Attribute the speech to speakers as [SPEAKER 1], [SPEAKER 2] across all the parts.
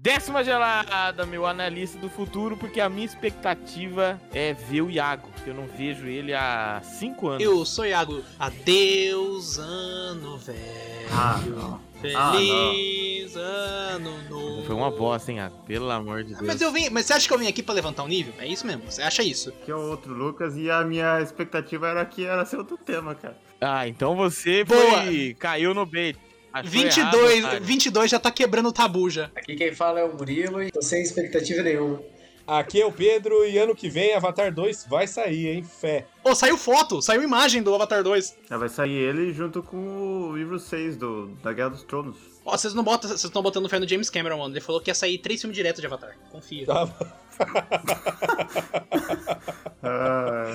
[SPEAKER 1] Décima gelada, meu analista do futuro, porque a minha expectativa é ver o Iago, que eu não vejo ele há cinco anos.
[SPEAKER 2] Eu sou Iago. Adeus, ano velho.
[SPEAKER 3] Ah, não. Ah,
[SPEAKER 2] Feliz ano novo.
[SPEAKER 1] Foi uma bosta, hein, Iago? Pelo amor de
[SPEAKER 2] Ah,
[SPEAKER 1] Deus.
[SPEAKER 2] Mas eu vim. Mas você acha que eu vim aqui pra levantar o nível? É isso mesmo? Você acha isso?
[SPEAKER 3] Aqui é o outro Lucas e a minha expectativa era que era ser outro tema, cara.
[SPEAKER 1] Ah, então você
[SPEAKER 2] Boa.
[SPEAKER 1] foi... caiu no bait. Achou
[SPEAKER 2] 22,
[SPEAKER 1] errado, otário.
[SPEAKER 2] 22 já tá quebrando o tabu já.
[SPEAKER 4] Aqui quem fala é o Murilo e tô sem expectativa nenhuma.
[SPEAKER 5] Aqui é o Pedro e ano que vem Avatar 2 vai sair, hein? Fé.
[SPEAKER 2] Ô, saiu foto, saiu imagem do Avatar 2.
[SPEAKER 3] Já Ah, vai sair ele junto com o livro 6 do, da Guerra dos Tronos.
[SPEAKER 2] Ó, vocês não botam, vocês estão botando fé no James Cameron, mano. Ele falou que ia sair três filmes direto de Avatar. Confia.
[SPEAKER 5] Tá.
[SPEAKER 3] Ah,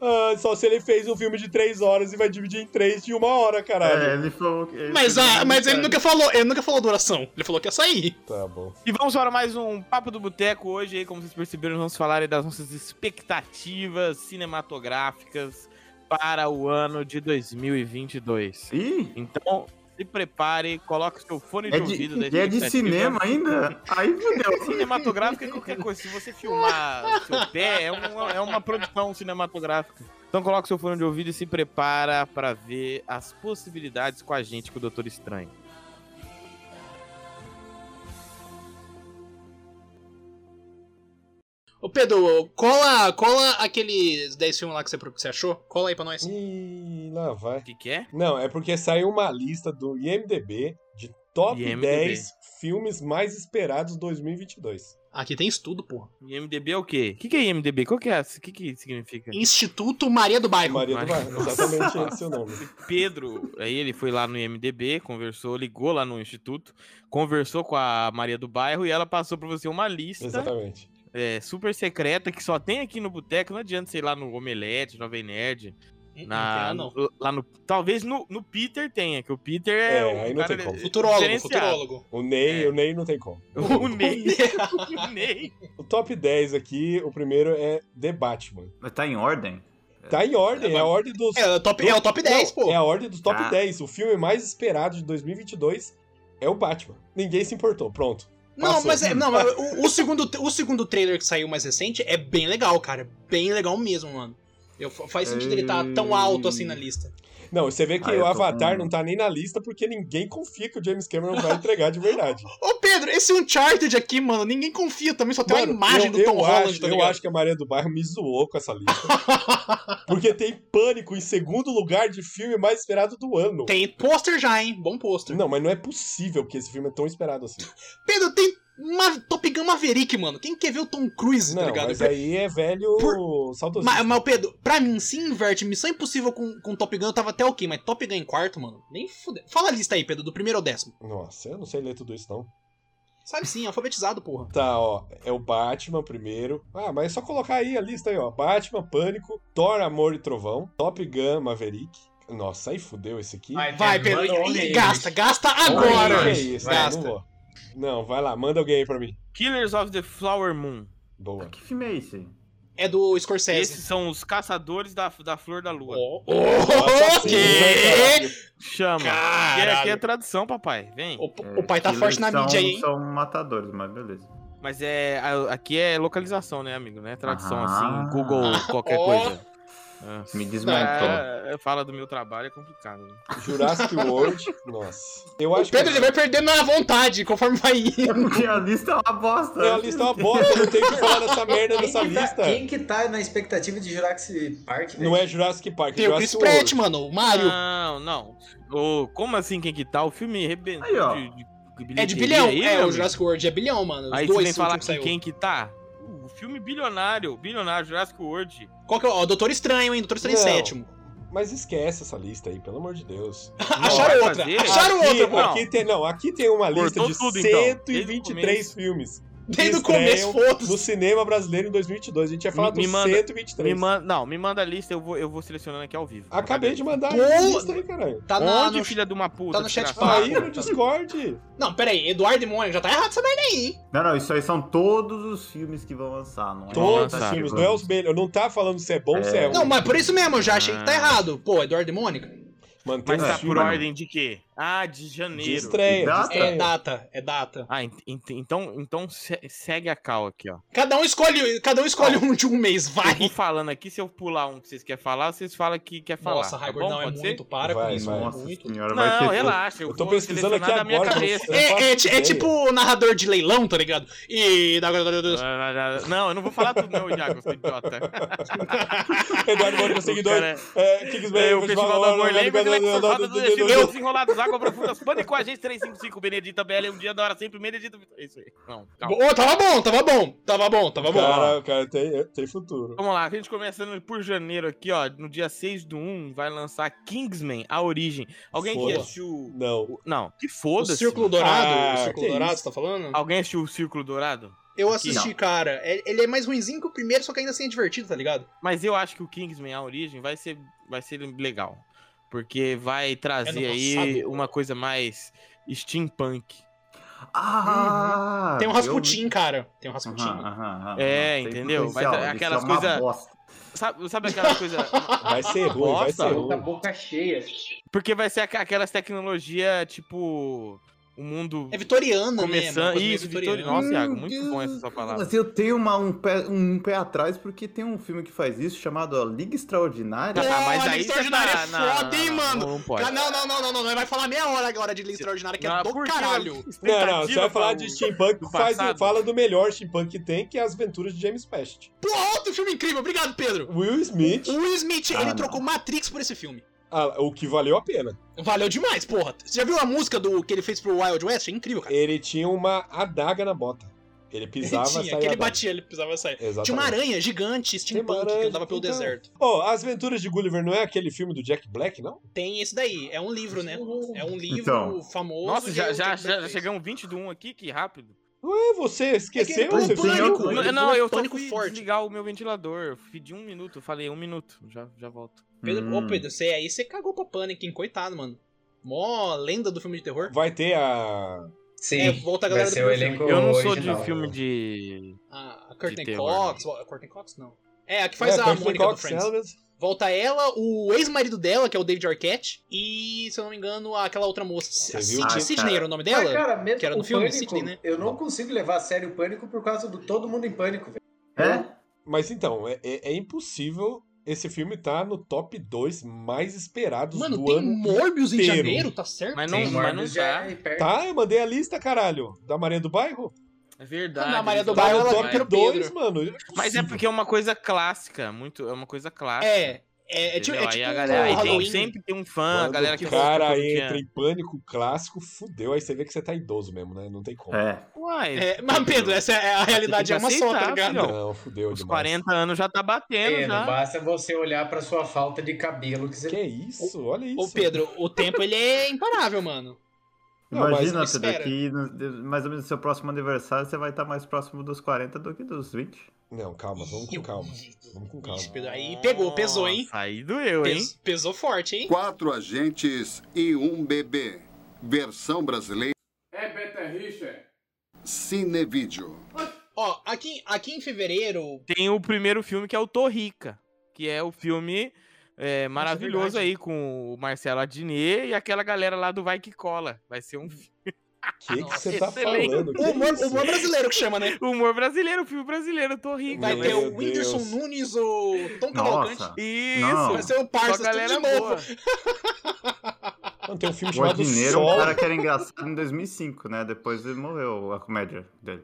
[SPEAKER 5] Ah, só se ele fez um filme de 3 horas e vai dividir em 3 de 1 hora, caralho.
[SPEAKER 3] é, ele falou que. ele
[SPEAKER 2] Mas,
[SPEAKER 3] fez
[SPEAKER 2] ah,
[SPEAKER 3] um
[SPEAKER 2] mas ele
[SPEAKER 3] comentário.
[SPEAKER 2] nunca falou, ele nunca falou duração. Ele falou que ia sair.
[SPEAKER 5] Tá bom.
[SPEAKER 1] E vamos para mais um Papo do Boteco hoje, aí, como vocês perceberam, vamos falar aí das nossas expectativas cinematográficas para o ano de 2022.
[SPEAKER 3] Ih!
[SPEAKER 1] Então, se prepare, coloque o seu fone de
[SPEAKER 3] É
[SPEAKER 1] ouvido
[SPEAKER 3] de, e é de
[SPEAKER 1] expectativa.
[SPEAKER 3] cinema ainda? Aí fudeu.
[SPEAKER 1] Cinematográfica é qualquer coisa. Se você filmar seu pé, é uma, é uma produção cinematográfica. Então coloque seu fone de ouvido e se prepara para ver as possibilidades com a gente, com o Doutor Estranho.
[SPEAKER 2] Ô, Pedro, cola, cola aqueles 10 filmes lá que você, que você achou. Cola aí pra nós.
[SPEAKER 5] Ih, lá vai.
[SPEAKER 1] O que, que é?
[SPEAKER 5] Não, é porque saiu uma lista do IMDB de top
[SPEAKER 1] IMDb.
[SPEAKER 5] 10 filmes mais esperados 2022.
[SPEAKER 2] Aqui tem estudo, porra.
[SPEAKER 1] IMDB é o quê? O que, que é IMDB? Qual que é? O que, que significa?
[SPEAKER 2] Instituto Maria do Bairro.
[SPEAKER 5] Maria do Bairro, exatamente esse é o nome.
[SPEAKER 1] Pedro, aí ele foi lá no IMDB, conversou, ligou lá no instituto, conversou com a Maria do Bairro e ela passou pra você uma lista
[SPEAKER 5] Exatamente.
[SPEAKER 1] é, super secreta que só tem aqui no boteco. Não adianta sei lá no Omelete, Jovem Nerd,
[SPEAKER 2] Hum,
[SPEAKER 1] na,
[SPEAKER 2] não tem
[SPEAKER 1] no- lá no talvez no, no Peter tenha, que o Peter é,
[SPEAKER 5] É,
[SPEAKER 1] um
[SPEAKER 5] aí não tem
[SPEAKER 1] cara
[SPEAKER 5] como.
[SPEAKER 2] Futurólogo,
[SPEAKER 1] diferenciado.
[SPEAKER 2] futurólogo.
[SPEAKER 5] O Ney,
[SPEAKER 1] É.
[SPEAKER 5] o Ney não tem como.
[SPEAKER 1] O Ney, o Ney.
[SPEAKER 5] O top 10 aqui, o primeiro é The Batman.
[SPEAKER 3] Mas tá em ordem?
[SPEAKER 5] Tá em ordem, é a ordem dos.
[SPEAKER 2] É, o top, é o top 10,
[SPEAKER 5] Não,
[SPEAKER 2] pô.
[SPEAKER 5] É a ordem dos top
[SPEAKER 3] Ah.
[SPEAKER 5] 10. O filme mais esperado de 2022 é o Batman. Ninguém se importou, pronto.
[SPEAKER 2] Não,
[SPEAKER 5] Passou.
[SPEAKER 2] mas, é, não, mas o, o segundo, o segundo trailer que saiu mais recente é bem legal, cara. Bem legal mesmo, mano. Eu, fa- faz sentido ele estar tão alto
[SPEAKER 5] Hum.
[SPEAKER 2] assim na lista.
[SPEAKER 5] Não, você vê que
[SPEAKER 3] Ah, eu
[SPEAKER 5] o
[SPEAKER 3] tô
[SPEAKER 5] Avatar
[SPEAKER 3] com-
[SPEAKER 5] não tá nem na lista porque ninguém confia que o James Cameron vai entregar de verdade.
[SPEAKER 2] Ô, Pedro, esse Uncharted aqui, mano, ninguém confia também, só tem uma
[SPEAKER 5] Mano,
[SPEAKER 2] imagem
[SPEAKER 5] eu-
[SPEAKER 2] do Tom
[SPEAKER 5] eu
[SPEAKER 2] Holland,
[SPEAKER 5] acho,
[SPEAKER 2] tá
[SPEAKER 5] Eu
[SPEAKER 2] ligado?
[SPEAKER 5] acho que a Maria do Bairro me zoou com essa lista. porque tem pânico em segundo lugar de filme mais esperado do ano.
[SPEAKER 2] Tem pôster já, hein? Bom pôster.
[SPEAKER 5] Não, mas não é possível que esse filme é tão esperado assim.
[SPEAKER 2] Tá Pedro, tem uma Top Gun Maverick, mano. Quem quer ver o Tom Cruise, tá
[SPEAKER 5] Não,
[SPEAKER 2] ligado?
[SPEAKER 5] mas aí é velho saudosista.
[SPEAKER 2] Mas, mas, Pedro, pra mim, se inverte Missão Impossível com, com Top Gun, eu tava até ok, mas Top Gun em quarto, mano, nem fudeu. Fala a lista aí, Pedro, do primeiro ao décimo.
[SPEAKER 5] Nossa, eu não sei ler tudo isso, não.
[SPEAKER 2] Sabe sim, alfabetizado, porra.
[SPEAKER 5] Tá, ó. É o Batman primeiro. Ah, mas é só colocar aí a lista aí, ó. Batman, Pânico, Thor, Amor e Trovão, Top Gun, Maverick. Nossa, aí fudeu esse aqui.
[SPEAKER 2] Vai, Pedro, e- e gasta, gasta agora!
[SPEAKER 5] que é isso?
[SPEAKER 4] Vai,
[SPEAKER 5] Não,
[SPEAKER 2] gasta.
[SPEAKER 5] não, vou. não, vai lá, manda alguém aí pra mim.
[SPEAKER 1] Killers of the Flower Moon.
[SPEAKER 5] Boa.
[SPEAKER 3] Que filme é esse?
[SPEAKER 2] É do Scorsese.
[SPEAKER 1] Esses são os caçadores da, da flor da lua.
[SPEAKER 2] Oh,
[SPEAKER 5] Nossa,
[SPEAKER 2] quê?
[SPEAKER 5] sim,
[SPEAKER 1] Chama. E
[SPEAKER 2] Caralho.
[SPEAKER 1] aqui é tradução, papai. Vem.
[SPEAKER 2] O,
[SPEAKER 3] É,
[SPEAKER 2] o pai tá
[SPEAKER 3] que
[SPEAKER 2] forte na
[SPEAKER 3] eles
[SPEAKER 2] mídia,
[SPEAKER 3] são-
[SPEAKER 2] hein?
[SPEAKER 3] São matadores, mas beleza.
[SPEAKER 1] Mas é. a- Aqui é localização, né, amigo? Não é tradução
[SPEAKER 3] Ah.
[SPEAKER 1] assim, Google, qualquer
[SPEAKER 2] Ó.
[SPEAKER 1] coisa. Ah,
[SPEAKER 3] Me desmontou.
[SPEAKER 1] É, é, fala do meu trabalho é complicado. né?
[SPEAKER 5] Jurassic World. Nossa. Eu
[SPEAKER 2] O
[SPEAKER 5] acho que.
[SPEAKER 2] Pedro ele vai perdendo a vontade conforme vai indo.
[SPEAKER 3] É porque a lista é uma bosta.
[SPEAKER 5] É, a lista é uma bosta, não tem o que falar dessa merda
[SPEAKER 4] Quem
[SPEAKER 5] dessa
[SPEAKER 4] que, tá,
[SPEAKER 5] lista.
[SPEAKER 4] quem que tá na expectativa de Jurassic Park? né?
[SPEAKER 5] Não é Jurassic Park, é
[SPEAKER 2] Tem o Chris
[SPEAKER 5] Jurassic
[SPEAKER 2] Pratt,
[SPEAKER 5] World.
[SPEAKER 2] mano, o Mario.
[SPEAKER 1] Não, não. Ô, como assim, quem que tá? O filme arrebentou
[SPEAKER 3] Aí, ó.
[SPEAKER 1] de, de,
[SPEAKER 2] é de
[SPEAKER 1] bilheteria
[SPEAKER 2] bilhão.
[SPEAKER 1] aí, meu
[SPEAKER 2] é, o
[SPEAKER 1] amigo?
[SPEAKER 2] Jurassic World é bilhão, mano. Os
[SPEAKER 1] Aí você
[SPEAKER 2] dois
[SPEAKER 1] vem falar
[SPEAKER 2] últimos que
[SPEAKER 1] aqui
[SPEAKER 2] saiu.
[SPEAKER 1] quem que tá? O filme bilionário, bilionário, Jurassic World.
[SPEAKER 2] Qual que é? o- Ó, Doutor Estranho, hein? Doutor Estranho em
[SPEAKER 5] Não.
[SPEAKER 2] sétimo.
[SPEAKER 5] Mas esquece essa lista aí, pelo amor de Deus.
[SPEAKER 2] Acharam
[SPEAKER 1] vai
[SPEAKER 2] outra.
[SPEAKER 1] fazer?
[SPEAKER 2] Acharam
[SPEAKER 5] aqui,
[SPEAKER 2] outra, pô.
[SPEAKER 1] não.
[SPEAKER 5] Aqui tem, não, aqui tem uma lista
[SPEAKER 1] Cortou
[SPEAKER 5] de
[SPEAKER 1] tudo, então, desde o
[SPEAKER 5] 123
[SPEAKER 1] começo.
[SPEAKER 5] filmes
[SPEAKER 2] Desde o
[SPEAKER 5] estreiam
[SPEAKER 2] começo, foda-se.
[SPEAKER 5] no cinema brasileiro em 2022. A gente ia falar
[SPEAKER 1] Me- me
[SPEAKER 5] dos
[SPEAKER 1] manda-
[SPEAKER 5] 123.
[SPEAKER 1] Me manda, não, me manda a lista, eu vou, eu vou selecionando aqui ao vivo.
[SPEAKER 5] Acabei de mandar
[SPEAKER 2] Pô!
[SPEAKER 5] a lista aí, caralho.
[SPEAKER 2] Tá na,
[SPEAKER 1] Onde,
[SPEAKER 2] no...
[SPEAKER 1] filha de uma puta?
[SPEAKER 2] tá no chat
[SPEAKER 1] desgraçado?
[SPEAKER 2] falado.
[SPEAKER 5] Aí no Discord.
[SPEAKER 2] Não, pera aí. Eduardo e Mônica, já tá errado essa merda aí, hein?
[SPEAKER 3] Não, não, isso aí são todos os filmes que vão lançar, não é?
[SPEAKER 5] Todos os
[SPEAKER 1] Nossa,
[SPEAKER 5] filmes, não é os melhores. Não tá falando se é bom ou se é
[SPEAKER 3] É.
[SPEAKER 5] ruim.
[SPEAKER 1] Ah.
[SPEAKER 2] Não, mas por isso mesmo, eu já achei que tá errado. Pô, Eduardo e Mônica.
[SPEAKER 5] Mantém
[SPEAKER 1] Mas
[SPEAKER 3] É,
[SPEAKER 5] os
[SPEAKER 1] tá por
[SPEAKER 5] filmes.
[SPEAKER 1] ordem de quê? Ah, de janeiro.
[SPEAKER 5] De estreia, de
[SPEAKER 3] Data?
[SPEAKER 2] É
[SPEAKER 5] estreia.
[SPEAKER 2] data, é data.
[SPEAKER 1] Ah, ent- ent- então, então se- segue a cal aqui, ó.
[SPEAKER 2] Cada um escolhe, cada um escolhe um de um mês,
[SPEAKER 1] Eu
[SPEAKER 2] vai.
[SPEAKER 1] vou falando aqui, se eu pular um que vocês querem falar, vocês falam que quer falar.
[SPEAKER 2] Nossa,
[SPEAKER 1] tá
[SPEAKER 2] Raigor,
[SPEAKER 1] bom?
[SPEAKER 2] não, é
[SPEAKER 1] Pode ser?
[SPEAKER 2] muito. Para
[SPEAKER 5] Vai,
[SPEAKER 2] com isso,
[SPEAKER 5] vai.
[SPEAKER 2] é
[SPEAKER 3] Nossa
[SPEAKER 2] muito.
[SPEAKER 3] senhora, vai
[SPEAKER 1] Não,
[SPEAKER 3] ter-
[SPEAKER 1] relaxa. Eu,
[SPEAKER 5] Eu tô
[SPEAKER 1] vou
[SPEAKER 5] pesquisando aqui
[SPEAKER 1] selecionar da minha
[SPEAKER 5] agora,
[SPEAKER 1] cabeça.
[SPEAKER 5] eu não faço
[SPEAKER 2] É, é, ti- é
[SPEAKER 5] ideia.
[SPEAKER 2] tipo narrador de leilão, tá ligado? E. da- da- da- da-
[SPEAKER 1] Não, eu não vou falar tudo, não, Iago, seu idiota.
[SPEAKER 5] Eduardo Mônica, seguidor.
[SPEAKER 1] Cara,
[SPEAKER 5] É, Kingsman,
[SPEAKER 1] É, o Festival da Amor Lembra, ele vai consultado do destino pelos
[SPEAKER 5] Eu
[SPEAKER 1] enrolados, água profunda, pânico com a gente, 355, Benedita BL, um dia da hora sempre, Benedita... É isso aí. Não,
[SPEAKER 2] Ô,
[SPEAKER 1] calma.
[SPEAKER 2] tava bom, tava bom, tava bom, tava bom.
[SPEAKER 5] Cara, cara, tem, é, tem futuro.
[SPEAKER 1] Vamos lá, a gente começando por janeiro aqui, ó. No dia 6 do 1 vai lançar Kingsman, A Origem. Alguém aqui
[SPEAKER 5] Foda.
[SPEAKER 1] assistiu...
[SPEAKER 5] Não.
[SPEAKER 1] Não, que
[SPEAKER 2] O
[SPEAKER 1] foda-se.
[SPEAKER 2] Círculo
[SPEAKER 1] mano.
[SPEAKER 2] Dourado,
[SPEAKER 5] Ah,
[SPEAKER 2] o Círculo
[SPEAKER 5] que
[SPEAKER 2] Dourado,
[SPEAKER 5] isso.
[SPEAKER 2] você tá falando?
[SPEAKER 1] Alguém assistiu o Círculo Dourado?
[SPEAKER 2] Eu
[SPEAKER 1] aqui.
[SPEAKER 2] assisti, cara. É- Ele é mais ruimzinho que o primeiro, só que ainda assim é divertido, tá ligado?
[SPEAKER 1] Mas eu acho que o Kingsman, a origem, vai ser, vai ser legal. Porque vai trazer aí
[SPEAKER 2] passado.
[SPEAKER 1] uma coisa mais steampunk.
[SPEAKER 3] Ah!
[SPEAKER 1] Uhum.
[SPEAKER 2] Tem um
[SPEAKER 3] eu-
[SPEAKER 2] Rasputin, cara. Tem um
[SPEAKER 3] Aham,
[SPEAKER 2] Rasputin.
[SPEAKER 3] aham, aham.
[SPEAKER 1] É,
[SPEAKER 3] Tem
[SPEAKER 1] entendeu?
[SPEAKER 3] potencial,
[SPEAKER 1] Vai ter
[SPEAKER 3] isso
[SPEAKER 1] aquelas
[SPEAKER 3] é uma
[SPEAKER 1] coisa-
[SPEAKER 3] bosta.
[SPEAKER 1] Sabe, sabe aquela coisa.
[SPEAKER 5] Vai ser ruim, vai
[SPEAKER 1] Nossa,
[SPEAKER 5] ser
[SPEAKER 4] Tá
[SPEAKER 5] ruim.
[SPEAKER 4] boca cheia.
[SPEAKER 1] Porque vai ser aqua- aquelas tecnologias, tipo. O mundo.
[SPEAKER 2] É vitoriana, né? Uma
[SPEAKER 1] começando.
[SPEAKER 2] coisa meio
[SPEAKER 1] Isso, Vitória. Nossa, Iago, muito bom essa sua palavra.
[SPEAKER 3] Mas eu tenho uma- um, pé, um pé atrás porque tem um filme que faz isso chamado A Liga Extraordinária.
[SPEAKER 1] Ah,
[SPEAKER 2] Não, a Extraordinária é foda, hein, mano?
[SPEAKER 1] tá Não, não pode.
[SPEAKER 2] Ah, não, não, não, não, não, não. Vai falar meia hora agora de Liga Extraordinária, que é
[SPEAKER 1] Não,
[SPEAKER 2] do
[SPEAKER 1] Ah, por que
[SPEAKER 2] caralho.
[SPEAKER 5] Não,
[SPEAKER 1] expectativa
[SPEAKER 5] não, você vai falar
[SPEAKER 1] pra-
[SPEAKER 5] de steampunk,
[SPEAKER 1] do
[SPEAKER 5] faz,
[SPEAKER 1] passado?
[SPEAKER 5] fala do melhor steampunk que tem, que é As Aventuras de James Pest.
[SPEAKER 2] Porra, outro filme incrível. Obrigado, Pedro.
[SPEAKER 5] Will Smith,
[SPEAKER 2] O Will Smith,
[SPEAKER 3] Ah,
[SPEAKER 2] ele
[SPEAKER 3] não.
[SPEAKER 2] trocou Matrix por esse filme.
[SPEAKER 5] ah, o que valeu a pena.
[SPEAKER 2] Valeu demais, porra. Você já viu a música do que ele fez pro Wild West? É incrível, cara.
[SPEAKER 5] Ele tinha uma adaga na bota. Ele pisava,
[SPEAKER 2] ele tinha,
[SPEAKER 5] e saía
[SPEAKER 2] que ele
[SPEAKER 5] adaga.
[SPEAKER 2] batia, ele precisava sair.
[SPEAKER 5] Exatamente.
[SPEAKER 2] Tinha uma aranha gigante,
[SPEAKER 5] Tem
[SPEAKER 2] steampunk,
[SPEAKER 5] uma aranha,
[SPEAKER 2] que andava pelo
[SPEAKER 5] então.
[SPEAKER 2] deserto.
[SPEAKER 5] Ô, As Aventuras de Gulliver não é aquele filme do Jack Black, não?
[SPEAKER 2] Tem esse daí, é um livro, né? É um livro
[SPEAKER 3] Então.
[SPEAKER 2] famoso.
[SPEAKER 1] Nossa,
[SPEAKER 2] e
[SPEAKER 1] já,
[SPEAKER 2] é o
[SPEAKER 1] já,
[SPEAKER 2] Jack
[SPEAKER 1] já, já
[SPEAKER 2] Black
[SPEAKER 1] chegamos 20 do 1 aqui, que rápido.
[SPEAKER 5] Ué,
[SPEAKER 2] fez.
[SPEAKER 5] você
[SPEAKER 2] É que
[SPEAKER 5] esqueceu?
[SPEAKER 2] ele
[SPEAKER 5] Você
[SPEAKER 2] pulou
[SPEAKER 3] pulou
[SPEAKER 5] viu?
[SPEAKER 2] pânico,
[SPEAKER 3] Não,
[SPEAKER 2] ele
[SPEAKER 1] Não,
[SPEAKER 2] pulou
[SPEAKER 1] não, eu só
[SPEAKER 2] pânico
[SPEAKER 1] fui
[SPEAKER 2] forte.
[SPEAKER 1] desligar o meu ventilador. Eu Pedi um minuto, falei um minuto, já, já volto.
[SPEAKER 2] Pedro, Ô,
[SPEAKER 3] Hum.
[SPEAKER 2] Pedro, você aí você cagou pra Pânico, hein? Coitado, mano. Mó lenda do filme de terror.
[SPEAKER 5] Vai ter a...
[SPEAKER 4] Sim.
[SPEAKER 2] É, volta a galera
[SPEAKER 4] vai ser
[SPEAKER 2] do
[SPEAKER 4] o
[SPEAKER 2] primeiro
[SPEAKER 4] elenco
[SPEAKER 1] eu não sou
[SPEAKER 4] original.
[SPEAKER 1] de filme de...
[SPEAKER 2] A Curtin
[SPEAKER 1] De terror.
[SPEAKER 2] Cox,
[SPEAKER 4] né?
[SPEAKER 2] a Curtin Cox não. É, a que faz
[SPEAKER 5] é,
[SPEAKER 2] a
[SPEAKER 5] Kirsten
[SPEAKER 2] Mônica do
[SPEAKER 5] Cox,
[SPEAKER 2] Friends.
[SPEAKER 5] Elvis.
[SPEAKER 2] Volta ela, o ex-marido dela, que é o David Arquette, e, se eu não me engano, aquela outra moça. A
[SPEAKER 5] Você viu?
[SPEAKER 2] Sid-
[SPEAKER 3] Ah,
[SPEAKER 2] Sidney
[SPEAKER 3] cara.
[SPEAKER 2] era o nome
[SPEAKER 4] Mas,
[SPEAKER 2] dela?
[SPEAKER 4] cara, mesmo
[SPEAKER 2] que era do
[SPEAKER 4] o
[SPEAKER 2] filme,
[SPEAKER 4] Pânico,
[SPEAKER 2] Sidney, né?
[SPEAKER 4] Eu não consigo levar a sério o pânico por causa do todo mundo em pânico, velho.
[SPEAKER 3] É?
[SPEAKER 5] Mas então, é, é- é impossível esse filme tá no top 2 mais esperados
[SPEAKER 2] Mano,
[SPEAKER 5] do
[SPEAKER 2] tem
[SPEAKER 5] ano.
[SPEAKER 2] Morbius em
[SPEAKER 5] inteiro.
[SPEAKER 2] janeiro, tá certo?
[SPEAKER 1] Mas não,
[SPEAKER 4] Sim,
[SPEAKER 1] mas não
[SPEAKER 4] Morbius já
[SPEAKER 1] tá.
[SPEAKER 4] é perto.
[SPEAKER 5] Tá, eu mandei a lista, caralho. Da Maria do Bairro.
[SPEAKER 1] É verdade.
[SPEAKER 2] Não, a Maria do
[SPEAKER 1] eles
[SPEAKER 5] Tá
[SPEAKER 2] Bairro,
[SPEAKER 1] não
[SPEAKER 5] no
[SPEAKER 2] ela
[SPEAKER 1] vão,
[SPEAKER 5] top
[SPEAKER 1] é.
[SPEAKER 2] quero-
[SPEAKER 5] 2, mano.
[SPEAKER 1] Mas é porque é uma coisa clássica, muito, é uma coisa clássica.
[SPEAKER 2] É, é, é tipo, é
[SPEAKER 1] entendeu? aí
[SPEAKER 2] tipo
[SPEAKER 1] a galera, aí tem-
[SPEAKER 2] Halloween.
[SPEAKER 1] sempre tem um fã,
[SPEAKER 2] ah,
[SPEAKER 5] Quando
[SPEAKER 1] a galera que é.
[SPEAKER 5] o
[SPEAKER 1] assiste
[SPEAKER 5] cara
[SPEAKER 1] todo dia.
[SPEAKER 5] entra em pânico clássico, fudeu. Aí você vê que você tá idoso mesmo, né? Não tem como.
[SPEAKER 3] É.
[SPEAKER 1] Uai,
[SPEAKER 2] É, mas, Pedro, essa é a realidade é uma só, tá
[SPEAKER 1] aceitar,
[SPEAKER 2] ligado?
[SPEAKER 1] filhão.
[SPEAKER 5] Não, fudeu
[SPEAKER 1] então, os
[SPEAKER 5] demais.
[SPEAKER 1] 40 anos já tá batendo
[SPEAKER 4] É, não
[SPEAKER 1] já.
[SPEAKER 4] basta você olhar pra sua falta de cabelo que você
[SPEAKER 5] Que é isso? Olha isso.
[SPEAKER 2] Ô, Pedro, o tempo ele é imparável, mano.
[SPEAKER 5] Não, mas
[SPEAKER 3] Imagina,
[SPEAKER 2] me
[SPEAKER 3] Pedro,
[SPEAKER 2] espera.
[SPEAKER 3] que no- mais ou menos no seu próximo aniversário você vai estar mais próximo dos 40 do que dos 20.
[SPEAKER 5] Não, calma, vamos com calma. Vamos com calma.
[SPEAKER 2] Ixi, Pedro, aí pegou, pesou, hein?
[SPEAKER 1] Nossa, Aí doeu, hein?
[SPEAKER 2] Pes- pesou forte, hein?
[SPEAKER 6] Quatro agentes e um bebê. Versão brasileira.
[SPEAKER 7] É Beta Richard.
[SPEAKER 6] Cinevídeo.
[SPEAKER 2] Ó, aqui, aqui em fevereiro.
[SPEAKER 1] Tem o primeiro filme que é o Torrica, que é o filme é, maravilhoso
[SPEAKER 2] verdade.
[SPEAKER 1] aí com o Marcelo Adnet e aquela galera lá do Vai Que Cola. Vai ser
[SPEAKER 2] Uhum.
[SPEAKER 1] um fi-
[SPEAKER 5] O que, que
[SPEAKER 2] Nossa,
[SPEAKER 5] você tá
[SPEAKER 1] excelente.
[SPEAKER 5] falando? Que
[SPEAKER 2] O humor,
[SPEAKER 5] isso?
[SPEAKER 2] o humor brasileiro que chama, né?
[SPEAKER 1] humor brasileiro, um filme brasileiro, Torrica.
[SPEAKER 2] Vai
[SPEAKER 5] Meu
[SPEAKER 2] ter um o
[SPEAKER 5] Deus.
[SPEAKER 2] Whindersson Nunes, o
[SPEAKER 1] É
[SPEAKER 2] Tom Cavalcante.
[SPEAKER 3] Nossa.
[SPEAKER 1] Isso,
[SPEAKER 3] Não.
[SPEAKER 2] Vai ser o
[SPEAKER 1] só
[SPEAKER 2] Parça, tudo de
[SPEAKER 1] galera
[SPEAKER 2] novo.
[SPEAKER 1] boa.
[SPEAKER 5] Mano, tem um filme
[SPEAKER 3] O
[SPEAKER 5] chamado
[SPEAKER 3] Adneiro é um
[SPEAKER 5] Sol.
[SPEAKER 3] cara que era engraçado em 2005, né? Depois ele morreu, a comédia dele.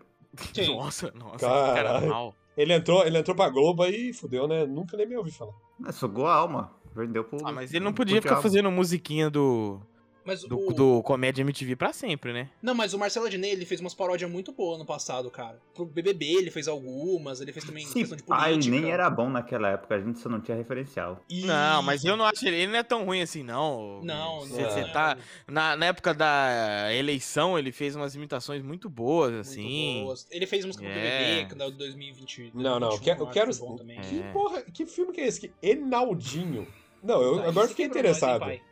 [SPEAKER 2] Quem?
[SPEAKER 1] Nossa, nossa, que cara é
[SPEAKER 5] Caralho.
[SPEAKER 1] mal.
[SPEAKER 5] Ele entrou, ele entrou pra Globo aí, fudeu, né? Nunca nem me ouvi falar.
[SPEAKER 3] É, sugou a alma. Vendeu pro.
[SPEAKER 1] Ah, mas ele não
[SPEAKER 3] pro
[SPEAKER 1] podia ficar
[SPEAKER 3] diabo.
[SPEAKER 1] fazendo musiquinha do,
[SPEAKER 2] Mas
[SPEAKER 1] do,
[SPEAKER 2] o...
[SPEAKER 1] do Comédia MTV pra sempre, né?
[SPEAKER 2] Não, mas o Marcelo Adnet, ele fez umas paródias muito boas no passado, cara. Pro BBB ele fez algumas, ele fez também questão de
[SPEAKER 3] Esse pai
[SPEAKER 2] política.
[SPEAKER 3] nem era bom naquela época, a gente só não tinha referencial.
[SPEAKER 2] E-
[SPEAKER 1] Não, mas eu não acho ele, ele não é tão ruim assim, não.
[SPEAKER 2] Não,
[SPEAKER 1] Você-
[SPEAKER 2] não.
[SPEAKER 1] você
[SPEAKER 2] não.
[SPEAKER 1] tá na, na época da eleição, ele fez umas imitações muito boas,
[SPEAKER 2] Muito
[SPEAKER 1] assim.
[SPEAKER 2] boas. Ele fez música pro
[SPEAKER 1] É.
[SPEAKER 2] BBB, que é de 2020.
[SPEAKER 5] Não, não, eu quero- eu
[SPEAKER 2] 2021,
[SPEAKER 5] quero-
[SPEAKER 2] acho que foi bom também.
[SPEAKER 1] É.
[SPEAKER 5] Que porra, que filme que é esse? Que Enaldinho. Não, é eu
[SPEAKER 2] Tá,
[SPEAKER 5] agora
[SPEAKER 2] isso
[SPEAKER 5] fiquei
[SPEAKER 2] quebrou nós, hein,
[SPEAKER 5] interessado.
[SPEAKER 2] pai?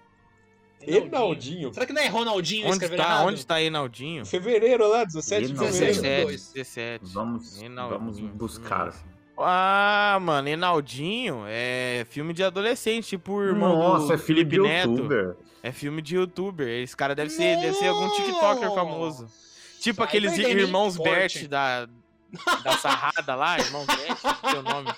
[SPEAKER 5] Enaldinho.
[SPEAKER 2] Será que não é Ronaldinho
[SPEAKER 1] Onde
[SPEAKER 2] escrevendo
[SPEAKER 1] tá,
[SPEAKER 2] errado?
[SPEAKER 1] onde tá Enaldinho?
[SPEAKER 5] Fevereiro lá, 17 de
[SPEAKER 3] Enaldinho.
[SPEAKER 5] fevereiro.
[SPEAKER 1] 17,
[SPEAKER 2] Dois.
[SPEAKER 1] 17.
[SPEAKER 3] Vamos,
[SPEAKER 1] Reinaldinho.
[SPEAKER 3] vamos buscar.
[SPEAKER 2] né?
[SPEAKER 1] Nossa. Ah, mano, Enaldinho é filme de adolescente, tipo o irmão do
[SPEAKER 3] Nossa, é filho
[SPEAKER 1] Felipe
[SPEAKER 3] de
[SPEAKER 1] Neto.
[SPEAKER 3] youtuber.
[SPEAKER 1] É filme de youtuber. Esse cara deve ser, deve ser algum TikToker
[SPEAKER 2] Nossa.
[SPEAKER 1] famoso. Tipo
[SPEAKER 2] Sai
[SPEAKER 1] aqueles
[SPEAKER 2] perdendo, é hein?
[SPEAKER 1] irmãos
[SPEAKER 2] Forte.
[SPEAKER 1] Bert da, da sarrada lá, irmãos Bert, não sei o nome.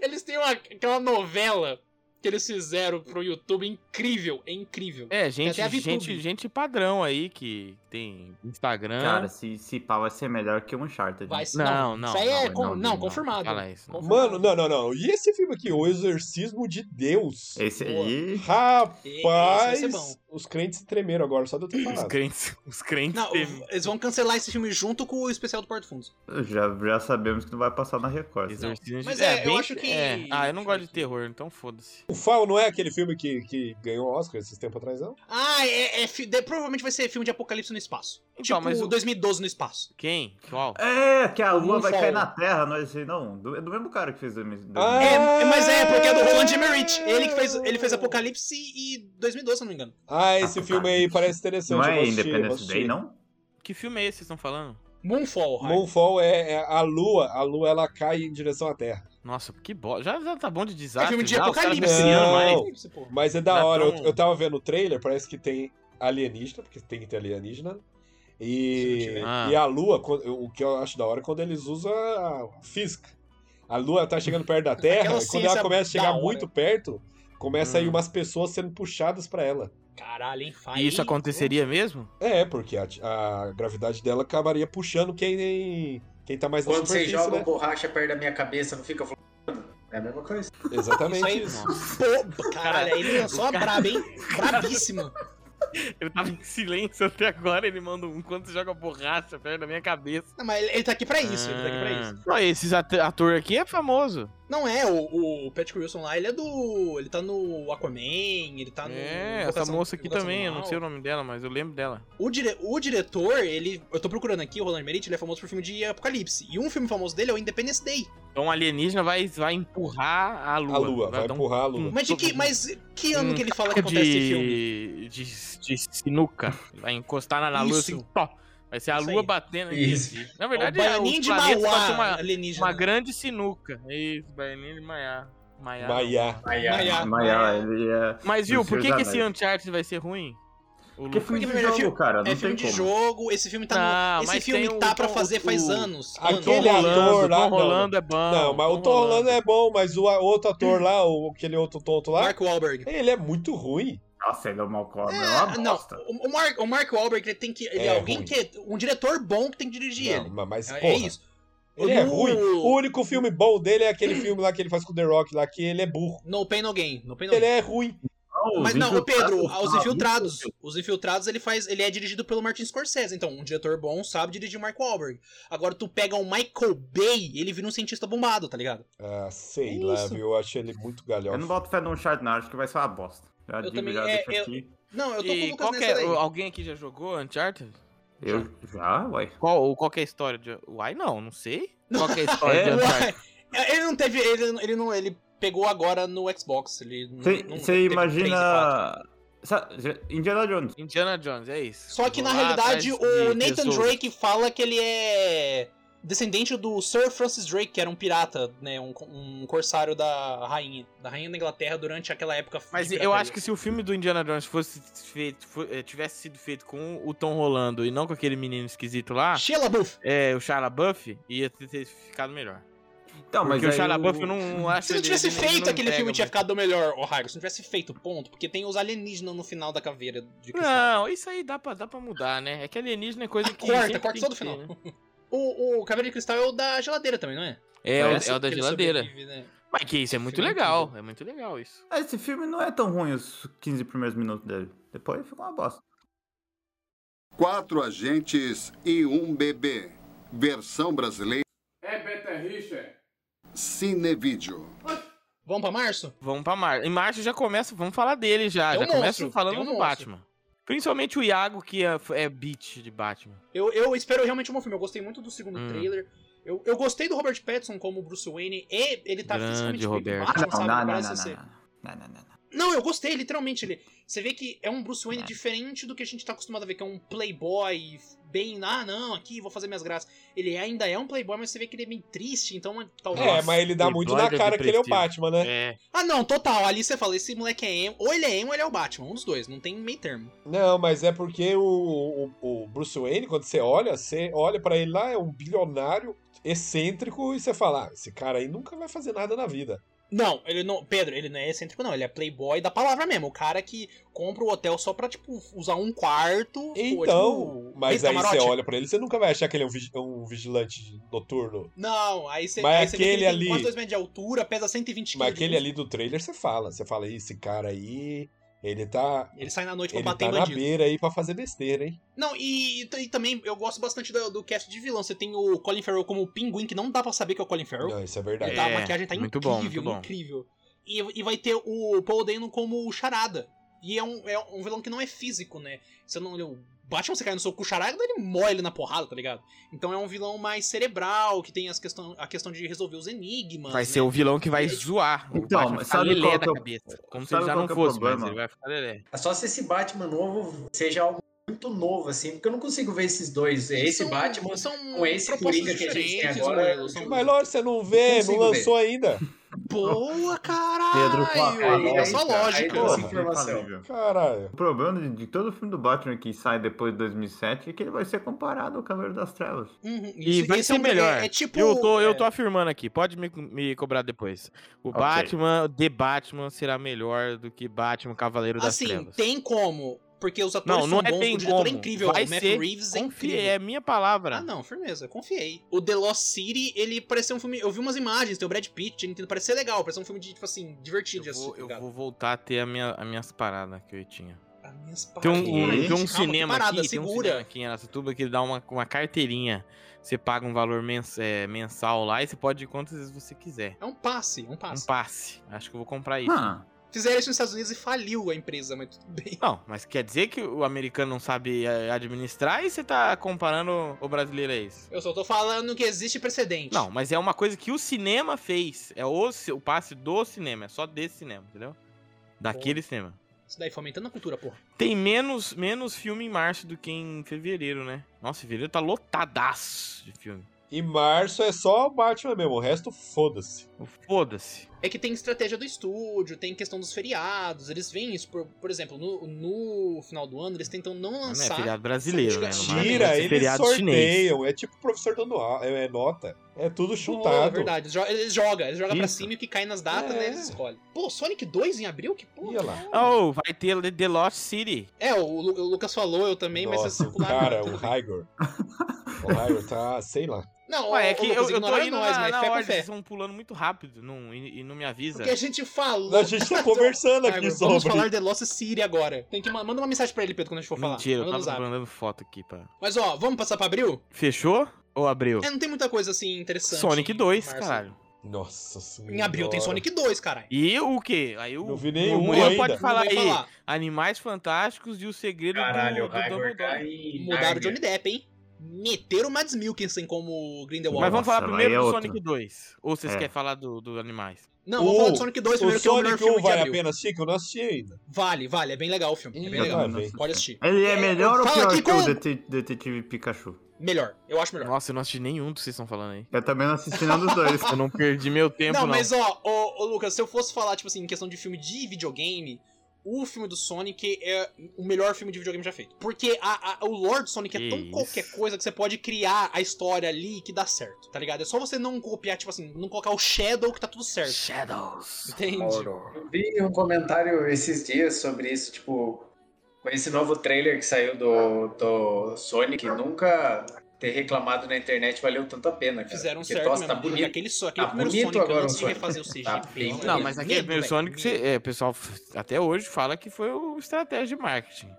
[SPEAKER 2] Eles têm uma- aquela novela que eles fizeram pro YouTube incrível, é incrível.
[SPEAKER 1] É, gente,
[SPEAKER 2] até a
[SPEAKER 1] gente,
[SPEAKER 2] VTube.
[SPEAKER 1] gente padrão aí que tem Instagram.
[SPEAKER 3] Cara, se, se pá, vai ser melhor que o Uncharted.
[SPEAKER 2] Vai
[SPEAKER 3] né?
[SPEAKER 2] ser-
[SPEAKER 1] não, não,
[SPEAKER 2] Isso aí é
[SPEAKER 3] não,
[SPEAKER 2] con-
[SPEAKER 3] não,
[SPEAKER 2] não,
[SPEAKER 3] não.
[SPEAKER 2] confirmado.
[SPEAKER 1] Fala isso. não.
[SPEAKER 5] Mano, não, não, não. E esse filme aqui, O Exorcismo de Deus?
[SPEAKER 3] Esse
[SPEAKER 2] Boa.
[SPEAKER 3] aí.
[SPEAKER 5] Rapaz,
[SPEAKER 2] E- É. esse vai ser bom.
[SPEAKER 5] os crentes tremeram agora, só de eu ter
[SPEAKER 1] Os
[SPEAKER 5] falado.
[SPEAKER 1] crentes, os crentes
[SPEAKER 2] Não,
[SPEAKER 1] teve-
[SPEAKER 2] eles vão cancelar esse filme junto com o especial do Porto Fundos.
[SPEAKER 3] Já, já sabemos que não vai passar na Record. né?
[SPEAKER 1] Exorcismo de-
[SPEAKER 2] Mas é, eu acho que-
[SPEAKER 1] Então,
[SPEAKER 2] Uhum.
[SPEAKER 1] é. Ah, eu não gosto de terror, então foda-se.
[SPEAKER 5] O Fall não é aquele filme que, que ganhou Oscar esses tempos atrás, não?
[SPEAKER 2] Ah, é, é fi- de- provavelmente vai ser filme de apocalipse no espaço.
[SPEAKER 1] Então,
[SPEAKER 2] tipo
[SPEAKER 1] mas o-
[SPEAKER 2] 2012 no espaço.
[SPEAKER 1] Quem? Qual?
[SPEAKER 3] É, que a lua
[SPEAKER 2] Não
[SPEAKER 3] vai
[SPEAKER 2] sei.
[SPEAKER 3] cair na terra, não é isso aí, não. Do- É do mesmo cara que fez 2000.
[SPEAKER 5] Ah,
[SPEAKER 2] É, mas é, porque é do Roland Emmerich. Ele que fez, ele fez Apocalipse e 2012, se eu não me engano.
[SPEAKER 5] Ah, esse filme aí parece interessante.
[SPEAKER 3] não
[SPEAKER 5] eu vou
[SPEAKER 3] é
[SPEAKER 5] assistir, eu vou
[SPEAKER 3] Independence
[SPEAKER 5] assistir.
[SPEAKER 3] Day, não?
[SPEAKER 1] Que filme é esse que vocês estão falando?
[SPEAKER 2] Moonfall, Raio.
[SPEAKER 5] Moonfall é, é a lua, a lua ela cai em direção à Terra.
[SPEAKER 1] Nossa, que bosta. Já, já tá bom de
[SPEAKER 2] É
[SPEAKER 1] desastre.
[SPEAKER 2] filme de
[SPEAKER 1] já, os caras não
[SPEAKER 2] apocalipse. né?
[SPEAKER 1] se amam
[SPEAKER 5] Não.
[SPEAKER 1] mais.
[SPEAKER 2] Apocalipse, pô.
[SPEAKER 5] Mas é da
[SPEAKER 2] Então,
[SPEAKER 1] Não é
[SPEAKER 5] hora, eu-
[SPEAKER 1] tão-
[SPEAKER 5] eu, tava vendo o trailer, parece que tem alienígena, porque tem que ter alienígena. né?
[SPEAKER 2] Se não
[SPEAKER 5] E,
[SPEAKER 1] tiver. Ah.
[SPEAKER 5] e a lua, quando- o que eu acho da hora é quando eles usam a física. A lua tá chegando perto da Terra,
[SPEAKER 2] Aquela
[SPEAKER 5] e quando ela
[SPEAKER 2] ciência
[SPEAKER 5] começa a
[SPEAKER 2] da
[SPEAKER 5] chegar
[SPEAKER 2] hora.
[SPEAKER 5] muito perto, começa aí
[SPEAKER 1] Hum.
[SPEAKER 5] umas pessoas sendo puxadas pra ela.
[SPEAKER 2] Caralho, hein?
[SPEAKER 1] E isso aconteceria mesmo?
[SPEAKER 5] É, porque a, a gravidade dela acabaria puxando quem, quem tá mais na
[SPEAKER 4] Quando um vocês
[SPEAKER 5] superfície,
[SPEAKER 4] jogam
[SPEAKER 5] né?
[SPEAKER 4] borracha perto da minha cabeça, não fica falando. É a mesma coisa.
[SPEAKER 5] Exatamente
[SPEAKER 2] Isso aí-
[SPEAKER 5] isso.
[SPEAKER 2] Pô, caralho, aí ele lançou a braba, hein? Brabíssima.
[SPEAKER 1] Ele tava em silêncio até agora, ele manda um quando você joga borracha perto da minha cabeça.
[SPEAKER 2] Não, mas ele, ele tá aqui pra isso, ele tá aqui pra isso.
[SPEAKER 1] Não, Ah. esse ator aqui é famoso.
[SPEAKER 2] Não é, o, o Patrick Wilson lá, ele é do... Ele tá no Aquaman, ele tá no...
[SPEAKER 1] é, essa
[SPEAKER 2] Invocação-
[SPEAKER 1] moça aqui
[SPEAKER 2] Invocação
[SPEAKER 1] também, eu
[SPEAKER 2] do
[SPEAKER 1] não
[SPEAKER 2] Mal.
[SPEAKER 1] sei o nome dela, mas eu lembro dela.
[SPEAKER 2] O, dire- o diretor, ele... Eu tô procurando aqui, o Roland Emmerich, ele é famoso por filme de apocalipse. E um filme famoso dele é o Independence Day.
[SPEAKER 1] Então o alienígena vai, vai empurrar a lua.
[SPEAKER 5] A lua,
[SPEAKER 2] é
[SPEAKER 5] vai
[SPEAKER 1] dar um
[SPEAKER 5] empurrar a lua.
[SPEAKER 2] Mas de que... Mas que ano
[SPEAKER 1] Hum,
[SPEAKER 2] que ele fala que
[SPEAKER 1] pouco
[SPEAKER 2] acontece esse
[SPEAKER 1] de,
[SPEAKER 2] filme?
[SPEAKER 1] de, de sinuca. Vai encostar na, na lua
[SPEAKER 2] Isso.
[SPEAKER 1] assim, pó. Vai ser a
[SPEAKER 2] Isso
[SPEAKER 1] lua
[SPEAKER 2] aí.
[SPEAKER 1] batendo.
[SPEAKER 4] Isso.
[SPEAKER 1] Entendi. Na
[SPEAKER 2] É o
[SPEAKER 1] verdade, é,
[SPEAKER 2] Baianinho
[SPEAKER 1] os
[SPEAKER 2] de
[SPEAKER 1] planetas
[SPEAKER 2] Mauá,
[SPEAKER 1] fazem uma,
[SPEAKER 2] alienígena.
[SPEAKER 1] uma grande sinuca. Isso, Baianinho de Maiá. Maiá. não.
[SPEAKER 5] Maiá.
[SPEAKER 4] Ai, ai.
[SPEAKER 2] Maiá.
[SPEAKER 3] Maior, ele é.
[SPEAKER 1] Mas viu,
[SPEAKER 3] Dos
[SPEAKER 1] por que,
[SPEAKER 3] Seus
[SPEAKER 1] que esse
[SPEAKER 3] Anéis.
[SPEAKER 1] Uncharted vai ser ruim? O
[SPEAKER 3] Porque
[SPEAKER 1] Lucas.
[SPEAKER 3] filme
[SPEAKER 2] Porque
[SPEAKER 3] de
[SPEAKER 2] é
[SPEAKER 3] jogo,
[SPEAKER 2] filme-
[SPEAKER 3] cara. Não
[SPEAKER 2] É
[SPEAKER 3] tem
[SPEAKER 2] filme de
[SPEAKER 3] como.
[SPEAKER 2] jogo, esse filme tá
[SPEAKER 1] Ah,
[SPEAKER 2] no... Esse
[SPEAKER 1] mas
[SPEAKER 2] filme
[SPEAKER 1] tem o
[SPEAKER 2] tá pra
[SPEAKER 1] Tom-
[SPEAKER 2] fazer faz
[SPEAKER 1] o-
[SPEAKER 2] anos.
[SPEAKER 1] O Tom
[SPEAKER 5] Aquele
[SPEAKER 2] Mano,
[SPEAKER 5] ator
[SPEAKER 1] Rolando, o
[SPEAKER 5] lá,
[SPEAKER 1] Tom
[SPEAKER 5] não.
[SPEAKER 1] Rolando é bom.
[SPEAKER 5] Não, mas o Tom Holland é bom, mas o a- outro ator lá, o, aquele outro tonto lá,
[SPEAKER 2] Mark Wahlberg.
[SPEAKER 5] ele é muito ruim.
[SPEAKER 3] Nossa, ele é uma cobra. É uma
[SPEAKER 2] não,
[SPEAKER 3] bosta.
[SPEAKER 2] o o Mark, o Mark Wahlberg ele tem que. Ele é,
[SPEAKER 5] É
[SPEAKER 2] alguém
[SPEAKER 5] ruim.
[SPEAKER 2] que. é- Um diretor bom que tem que dirigir
[SPEAKER 5] Não,
[SPEAKER 2] ele.
[SPEAKER 5] ma- mas,
[SPEAKER 2] É,
[SPEAKER 5] porra,
[SPEAKER 2] é isso.
[SPEAKER 5] ele é
[SPEAKER 2] No-
[SPEAKER 5] ruim. O único filme bom dele é aquele filme lá que ele faz com o The Rock lá, que ele é burro.
[SPEAKER 2] No Pain No Gain. No pain, no
[SPEAKER 5] Ele
[SPEAKER 2] gain.
[SPEAKER 5] é tá? ruim.
[SPEAKER 3] Não, os
[SPEAKER 2] Mas não, o Pedro, os
[SPEAKER 3] ah,
[SPEAKER 2] infiltrados. Os infiltrados ele faz. Ele é dirigido pelo Martin Scorsese. Então, um diretor bom sabe dirigir o Mark Wahlberg. Agora tu pega o Michael Bay, ele vira um cientista bombado, tá ligado?
[SPEAKER 5] Ah, sei
[SPEAKER 2] É
[SPEAKER 5] lá,
[SPEAKER 2] isso.
[SPEAKER 5] viu? Eu achei ele muito
[SPEAKER 3] Eu não
[SPEAKER 5] galhofa.
[SPEAKER 3] boto fé no Uncharted, não. Acho que vai ser uma bosta. Já
[SPEAKER 2] Eu
[SPEAKER 3] digo,
[SPEAKER 2] também-
[SPEAKER 3] já
[SPEAKER 2] é,
[SPEAKER 3] deixo
[SPEAKER 2] eu-
[SPEAKER 3] aqui.
[SPEAKER 2] Não, eu tô com o
[SPEAKER 1] E
[SPEAKER 2] Lucas
[SPEAKER 1] qual que
[SPEAKER 2] nessa
[SPEAKER 1] é,
[SPEAKER 2] daí.
[SPEAKER 1] alguém aqui já jogou Uncharted?
[SPEAKER 3] Eu... Já, ué.
[SPEAKER 1] Qual, qual que é a história de... Uai, não, não sei. Qual que é a história
[SPEAKER 3] É,
[SPEAKER 1] de Uncharted?
[SPEAKER 2] Uai, ele não teve. Ele, ele não. Ele pegou agora no Xbox. Ele não- não teve
[SPEAKER 3] Você
[SPEAKER 2] três e quatro.
[SPEAKER 3] imagina. Sa- Indiana Jones.
[SPEAKER 1] Indiana Jones, é isso.
[SPEAKER 2] Só que na
[SPEAKER 1] Lá
[SPEAKER 2] realidade
[SPEAKER 1] atrás
[SPEAKER 2] o
[SPEAKER 1] de
[SPEAKER 2] Nathan
[SPEAKER 1] tesouro.
[SPEAKER 2] Drake fala que ele é descendente do Sir Francis Drake, que era um pirata, né, um, um corsário da rainha, da rainha da Inglaterra durante aquela época. de
[SPEAKER 1] Mas eu
[SPEAKER 2] pirataria.
[SPEAKER 1] acho que se o filme do Indiana Jones fosse feito, fo- eh, tivesse sido feito com o Tom Rolando e não com aquele menino esquisito lá,
[SPEAKER 2] Sheila Buff.
[SPEAKER 1] é, o Shia LaBeouf, ia ter ter ficado melhor.
[SPEAKER 2] Ah,
[SPEAKER 3] Então, mas
[SPEAKER 1] Porque o
[SPEAKER 3] aí
[SPEAKER 1] Shia LaBeouf eu não acho...
[SPEAKER 2] Se não
[SPEAKER 1] ele-
[SPEAKER 2] tivesse
[SPEAKER 1] ele
[SPEAKER 2] feito
[SPEAKER 1] não
[SPEAKER 2] aquele
[SPEAKER 1] entrega
[SPEAKER 2] filme, tinha
[SPEAKER 1] muito.
[SPEAKER 2] ficado melhor, ô Raigo. Se não tivesse feito, ponto. Porque tem os alienígenas no final da caveira de cristal.
[SPEAKER 1] Não, isso aí dá pra, dá pra mudar, né? É que alienígena é coisa que.
[SPEAKER 2] Corta,
[SPEAKER 1] sempre
[SPEAKER 2] corta
[SPEAKER 1] tem
[SPEAKER 2] só
[SPEAKER 1] que
[SPEAKER 2] do final.
[SPEAKER 1] ter, né?
[SPEAKER 2] O, o Caveira de Cristal é o da geladeira também, não é?
[SPEAKER 1] É, o,
[SPEAKER 2] Parece
[SPEAKER 1] é o da
[SPEAKER 2] que ele
[SPEAKER 1] geladeira.
[SPEAKER 2] sobrevive, né?
[SPEAKER 1] Mas que isso, é muito
[SPEAKER 2] Filme
[SPEAKER 1] legal. É muito legal isso.
[SPEAKER 3] Ah, Esse filme não é tão ruim os 15 primeiros minutos dele. Depois fica uma bosta.
[SPEAKER 6] Quatro agentes e um bebê. Versão brasileira
[SPEAKER 7] É Beta Richard.
[SPEAKER 6] Cinevídeo.
[SPEAKER 2] Vamos pra março?
[SPEAKER 1] Vamos pra Marvel. Em março já começa, vamos falar dele já.
[SPEAKER 2] Tem um
[SPEAKER 1] já começa
[SPEAKER 2] monstro,
[SPEAKER 1] falando
[SPEAKER 2] tem um
[SPEAKER 1] do
[SPEAKER 2] monstro.
[SPEAKER 1] Batman. Principalmente o Iago, que é, é beat de Batman.
[SPEAKER 2] Eu, eu espero realmente um bom filme. Eu gostei muito do segundo
[SPEAKER 1] Hum.
[SPEAKER 2] trailer. Eu, eu gostei do Robert Pattinson como Bruce Wayne. E ele tá
[SPEAKER 1] Grande
[SPEAKER 2] fisicamente bem.
[SPEAKER 1] Roberto.
[SPEAKER 2] O Batman, sabe,
[SPEAKER 3] Ah, não, não,
[SPEAKER 2] Ah, não
[SPEAKER 3] não,
[SPEAKER 2] parece
[SPEAKER 3] não,
[SPEAKER 2] ser.
[SPEAKER 3] não, não, não, não, não.
[SPEAKER 2] Não, eu gostei, literalmente. Ele, você vê que é um Bruce Wayne diferente do que a gente tá acostumado a ver, que é um playboy bem, ah, não, aqui vou fazer minhas graças. Ele ainda é um playboy, mas você vê que ele é meio triste, então talvez.
[SPEAKER 5] É, mas ele dá
[SPEAKER 1] Playboy
[SPEAKER 5] muito na
[SPEAKER 1] da
[SPEAKER 5] cara que ele é o
[SPEAKER 1] depressiva.
[SPEAKER 5] Batman, né?
[SPEAKER 1] É.
[SPEAKER 2] Ah, não, total. Ali você fala, esse moleque é emo. Ou ele é emo ou ele é o Batman. Um dos dois, não tem meio termo.
[SPEAKER 5] Não, mas é porque o, o, o Bruce Wayne, quando você olha, você olha pra ele lá, é um bilionário excêntrico e você fala, ah, esse cara aí nunca vai fazer nada na vida.
[SPEAKER 2] Não, ele não. Pedro, ele não é excêntrico, não. Ele é playboy da palavra mesmo. O cara que compra o hotel só pra, tipo, usar um quarto.
[SPEAKER 5] Então,
[SPEAKER 2] ou, tipo,
[SPEAKER 5] mas
[SPEAKER 2] esse
[SPEAKER 5] aí você
[SPEAKER 2] camarote.
[SPEAKER 5] olha pra ele, você nunca vai achar que ele é um, vigi- um vigilante noturno.
[SPEAKER 2] Não, aí você,
[SPEAKER 5] Mas
[SPEAKER 2] aí você vê que ele
[SPEAKER 5] aquele
[SPEAKER 2] tem quase
[SPEAKER 5] ali-
[SPEAKER 2] 2 metros de altura, pesa 120 quilos.
[SPEAKER 5] Mas aquele ali do trailer você fala, você fala, "Ih, esse cara aí, ele tá,
[SPEAKER 2] Ele sai na noite pra
[SPEAKER 5] ele
[SPEAKER 2] bater
[SPEAKER 5] tá
[SPEAKER 2] em
[SPEAKER 5] na
[SPEAKER 2] bandido.
[SPEAKER 5] beira aí pra fazer besteira, hein?
[SPEAKER 2] Não, e, e t- e também eu gosto bastante do, do cast de vilão. Você tem o Colin Farrell como o pinguim, que não dá pra saber que é o Colin Farrell.
[SPEAKER 5] Não, isso é verdade.
[SPEAKER 2] Tá,
[SPEAKER 1] É,
[SPEAKER 2] a maquiagem tá
[SPEAKER 1] muito
[SPEAKER 2] incrível,
[SPEAKER 1] bom, muito bom.
[SPEAKER 2] incrível. E, e vai ter o Paul Dano como o Charada. E é um, é um vilão que não é físico, né? Você não olha o Batman, você cai no soco com o Charada, ele molha ele na porrada, tá ligado? Então é um vilão mais cerebral, que tem as questão, a questão de resolver os enigmas.
[SPEAKER 1] Vai
[SPEAKER 2] né?
[SPEAKER 1] ser o vilão que vai
[SPEAKER 2] É, tipo-
[SPEAKER 1] zoar. O
[SPEAKER 3] Então,
[SPEAKER 1] Batman
[SPEAKER 3] mas
[SPEAKER 1] ficar
[SPEAKER 3] sabe
[SPEAKER 1] lelé
[SPEAKER 3] qual que é
[SPEAKER 1] da
[SPEAKER 3] o-
[SPEAKER 1] cabeça. Como se
[SPEAKER 3] sabe
[SPEAKER 1] ele já
[SPEAKER 3] qual
[SPEAKER 1] não
[SPEAKER 3] que é o
[SPEAKER 1] fosse, mas
[SPEAKER 3] problema?
[SPEAKER 1] ele vai ficar lelé.
[SPEAKER 4] É só se esse Batman novo seja algo muito novo, assim, porque eu não consigo ver esses dois.
[SPEAKER 2] Eles
[SPEAKER 4] Esse
[SPEAKER 2] são-
[SPEAKER 4] Batman
[SPEAKER 2] são
[SPEAKER 4] com esse
[SPEAKER 2] propostas
[SPEAKER 4] Coringa que a gente tem
[SPEAKER 2] diferentes,
[SPEAKER 4] agora,
[SPEAKER 2] Murilo, são-
[SPEAKER 5] Mas lógico, você não vê, não
[SPEAKER 4] consigo ver.
[SPEAKER 5] lançou ainda.
[SPEAKER 2] Boa,
[SPEAKER 3] Pedro, fala,
[SPEAKER 2] caralho!
[SPEAKER 3] fala,
[SPEAKER 2] Olha só
[SPEAKER 4] cara, aí
[SPEAKER 2] lógica.
[SPEAKER 4] deu
[SPEAKER 5] porra.
[SPEAKER 4] essa informação.
[SPEAKER 3] Infalível.
[SPEAKER 5] Caralho.
[SPEAKER 3] O problema de, de todo filme do Batman que sai depois de 2007 é que ele vai ser comparado ao Cavaleiro das Trevas.
[SPEAKER 2] Uhum,
[SPEAKER 1] E
[SPEAKER 2] isso-
[SPEAKER 1] vai
[SPEAKER 2] esse
[SPEAKER 1] ser
[SPEAKER 2] é um- é-
[SPEAKER 1] melhor.
[SPEAKER 2] É, tipo.
[SPEAKER 1] eu, tô, eu tô
[SPEAKER 2] é,
[SPEAKER 1] afirmando aqui, pode me, me cobrar depois. O
[SPEAKER 3] Ok.
[SPEAKER 1] Batman, The Batman, será melhor do que Batman Cavaleiro das
[SPEAKER 2] assim,
[SPEAKER 1] Trevas.
[SPEAKER 2] tem como. Porque os atores
[SPEAKER 1] Não, não
[SPEAKER 2] são
[SPEAKER 1] é
[SPEAKER 2] bons,
[SPEAKER 1] tem
[SPEAKER 2] o diretor é
[SPEAKER 1] como.
[SPEAKER 2] incrível,
[SPEAKER 1] Vai
[SPEAKER 2] o Matt
[SPEAKER 1] ser,
[SPEAKER 2] Reeves é
[SPEAKER 1] Confia,
[SPEAKER 2] incrível.
[SPEAKER 1] é minha palavra.
[SPEAKER 2] Ah, não, firmeza, confiei. O The Lost City, ele pareceu um filme. Eu vi umas imagens, tem o Brad Pitt, ele parece ser legal, parece um filme de, tipo assim, divertido de
[SPEAKER 1] Eu vou,
[SPEAKER 2] assistir.
[SPEAKER 1] eu
[SPEAKER 2] tá ligado?
[SPEAKER 1] vou voltar a ter a minha, as minhas paradas que eu tinha.
[SPEAKER 2] Ah, minhas
[SPEAKER 1] Tem um, um-
[SPEAKER 2] paradas, gente,
[SPEAKER 1] tem um
[SPEAKER 2] calma, que
[SPEAKER 1] cinema
[SPEAKER 2] parada,
[SPEAKER 1] aqui, tem um
[SPEAKER 2] segura.
[SPEAKER 1] cinema aqui em Aracatuba que dá uma, uma carteirinha. Você paga um valor mens, é, mensal lá e você pode ir quantas vezes você quiser.
[SPEAKER 2] É um passe, é um
[SPEAKER 1] Um
[SPEAKER 2] passe.
[SPEAKER 1] passe. Acho que eu vou comprar isso.
[SPEAKER 3] Ah,
[SPEAKER 2] Fizeram isso nos Estados Unidos e faliu a empresa, mas tudo bem.
[SPEAKER 1] Não, mas quer dizer que o americano não sabe é, administrar e você tá comparando o brasileiro a isso?
[SPEAKER 2] Eu só tô falando que existe precedente.
[SPEAKER 1] Não, mas é uma coisa que o cinema fez. É o, ci- o passe do cinema, é só desse cinema, entendeu? Daquele cinema.
[SPEAKER 2] Isso daí fomentando a cultura, porra.
[SPEAKER 1] Tem menos, menos filme em março do que em fevereiro, né? Nossa, fevereiro tá lotadaço de filme.
[SPEAKER 5] E março é só o Batman mesmo, o resto foda-se.
[SPEAKER 1] Foda-se.
[SPEAKER 2] É que tem estratégia do estúdio, tem questão dos feriados, eles veem isso, por, por exemplo, no, no final do ano eles tentam não
[SPEAKER 1] Mas Não é
[SPEAKER 2] lançar.
[SPEAKER 1] feriado brasileiro,
[SPEAKER 2] É,
[SPEAKER 1] né? No máximo,
[SPEAKER 5] Tira,
[SPEAKER 1] vai ser
[SPEAKER 5] eles sorteiam. É tipo professor dando aula, é é nota. É tudo
[SPEAKER 2] Boa, É
[SPEAKER 5] chutado.
[SPEAKER 2] verdade, eles jo- eles jogam, eles jogam pra
[SPEAKER 1] Isso.
[SPEAKER 2] cima e o que cai nas datas,
[SPEAKER 5] É.
[SPEAKER 2] né, eles escolhem. Pô, Sonic 2 em abril? Que porra.
[SPEAKER 5] Ia lá.
[SPEAKER 1] Oh, vai ter The- The Lost City.
[SPEAKER 2] É, o, Lu- o Lucas falou, eu também, mas é
[SPEAKER 5] Nossa,
[SPEAKER 2] vocês
[SPEAKER 5] o
[SPEAKER 2] pularam.
[SPEAKER 5] cara,
[SPEAKER 2] tudo
[SPEAKER 5] o
[SPEAKER 2] bem.
[SPEAKER 5] Raigor. O Raigor tá, sei lá.
[SPEAKER 2] Não,
[SPEAKER 1] Ué, é
[SPEAKER 2] o-
[SPEAKER 1] que
[SPEAKER 2] o
[SPEAKER 1] eu,
[SPEAKER 2] Lucas
[SPEAKER 1] eu tô
[SPEAKER 2] ignoraram
[SPEAKER 1] indo
[SPEAKER 2] nós,
[SPEAKER 1] na,
[SPEAKER 2] mas
[SPEAKER 1] na
[SPEAKER 2] fé
[SPEAKER 1] ordem,
[SPEAKER 2] com fé.
[SPEAKER 1] vocês estão pulando muito rápido não- e, e não me avisa.
[SPEAKER 2] Porque é a gente falou.
[SPEAKER 5] A gente tá conversando
[SPEAKER 2] Ai,
[SPEAKER 5] aqui
[SPEAKER 2] meu,
[SPEAKER 5] sobre.
[SPEAKER 2] Vamos falar de Lost City agora. Tem que ma- manda uma mensagem pra ele, Pedro, quando a gente for falar.
[SPEAKER 1] Mentira, eu
[SPEAKER 2] Manda no
[SPEAKER 1] tava
[SPEAKER 2] zap.
[SPEAKER 1] mandando foto aqui, pra...
[SPEAKER 2] Mas ó, vamos passar pra abril?
[SPEAKER 1] Fechou ou abriu?
[SPEAKER 2] É, não tem muita coisa assim interessante.
[SPEAKER 1] Sonic
[SPEAKER 2] em
[SPEAKER 1] 2,
[SPEAKER 2] março.
[SPEAKER 1] caralho.
[SPEAKER 5] Nossa senhora.
[SPEAKER 2] Em abril tem Sonic 2, caralho.
[SPEAKER 1] E o quê? Aí o,
[SPEAKER 5] Não vi nenhum
[SPEAKER 1] o Murilo
[SPEAKER 5] ainda.
[SPEAKER 1] pode
[SPEAKER 2] Não
[SPEAKER 1] falar
[SPEAKER 2] vai
[SPEAKER 1] aí.
[SPEAKER 2] falar.
[SPEAKER 1] Animais Fantásticos e o Segredo do-
[SPEAKER 4] Caralho, o
[SPEAKER 1] do,
[SPEAKER 4] Raigor tá
[SPEAKER 1] Dumbledore.
[SPEAKER 4] em
[SPEAKER 2] Mudaram o
[SPEAKER 4] Nárnia.
[SPEAKER 2] Johnny Depp, hein? Meteram o Mads Mikkelsen como Grindelwald.
[SPEAKER 1] Mas vamos falar
[SPEAKER 3] Nossa, vai
[SPEAKER 1] primeiro
[SPEAKER 3] é
[SPEAKER 1] do
[SPEAKER 3] outra.
[SPEAKER 1] Sonic 2. Ou vocês
[SPEAKER 3] É.
[SPEAKER 1] querem falar do, do Animais?
[SPEAKER 2] Não, vamos falar
[SPEAKER 5] O-
[SPEAKER 2] do Sonic 2
[SPEAKER 5] O
[SPEAKER 2] primeiro, que é o melhor
[SPEAKER 5] Sonic
[SPEAKER 2] filme
[SPEAKER 5] 1
[SPEAKER 2] de
[SPEAKER 5] vale a
[SPEAKER 2] abril.
[SPEAKER 5] pena assistir? Que eu não assisti ainda.
[SPEAKER 2] Vale, vale, é bem legal o filme. É
[SPEAKER 5] Ih,
[SPEAKER 2] bem legal.
[SPEAKER 5] vai ver.
[SPEAKER 2] Pode assistir.
[SPEAKER 3] ele é
[SPEAKER 2] É,
[SPEAKER 3] melhor ou
[SPEAKER 2] fala
[SPEAKER 3] pior
[SPEAKER 2] aqui
[SPEAKER 3] que o
[SPEAKER 2] com-
[SPEAKER 3] Dete- Detetive Pikachu?
[SPEAKER 2] Melhor, eu acho melhor.
[SPEAKER 1] Nossa, eu não assisti nenhum do que vocês estão falando aí.
[SPEAKER 3] Eu também não assisti nenhum dos dois.
[SPEAKER 1] Eu não perdi meu tempo,
[SPEAKER 2] não,
[SPEAKER 1] não.
[SPEAKER 2] mas ó, ô, ô, Lucas, se eu fosse falar, tipo assim, em questão de filme de videogame, o filme do Sonic é o melhor filme de videogame já feito. Porque a- a- o lore do Sonic
[SPEAKER 1] Que
[SPEAKER 2] é tão
[SPEAKER 1] isso.
[SPEAKER 2] qualquer coisa que você pode criar a história ali que dá certo, tá ligado? É só você não copiar, tipo assim, não colocar o Shadow que tá tudo certo.
[SPEAKER 1] Shadows.
[SPEAKER 2] Entende?
[SPEAKER 4] Eu vi um comentário esses dias sobre isso, tipo, com esse novo trailer que saiu do, do Sonic, nunca ter reclamado na internet valeu tanto a pena. Cara.
[SPEAKER 2] Fizeram
[SPEAKER 4] Porque,
[SPEAKER 2] certo
[SPEAKER 4] nossa,
[SPEAKER 2] mesmo.
[SPEAKER 4] Tá
[SPEAKER 2] porque
[SPEAKER 4] bonito.
[SPEAKER 2] aquele, so- aquele
[SPEAKER 4] Tá
[SPEAKER 2] primeiro
[SPEAKER 4] bonito
[SPEAKER 2] Sonic
[SPEAKER 4] agora o
[SPEAKER 2] antes de
[SPEAKER 4] Sonic.
[SPEAKER 2] refazer o é CGI.
[SPEAKER 4] Tá
[SPEAKER 2] pelo
[SPEAKER 4] bem
[SPEAKER 2] amor de
[SPEAKER 1] Não,
[SPEAKER 2] Deus.
[SPEAKER 1] mas aquele
[SPEAKER 2] Medo,
[SPEAKER 1] primeiro
[SPEAKER 2] velho,
[SPEAKER 1] Sonic,
[SPEAKER 2] medo.
[SPEAKER 1] você, é, o pessoal f- até hoje fala que foi o estratégia de marketing.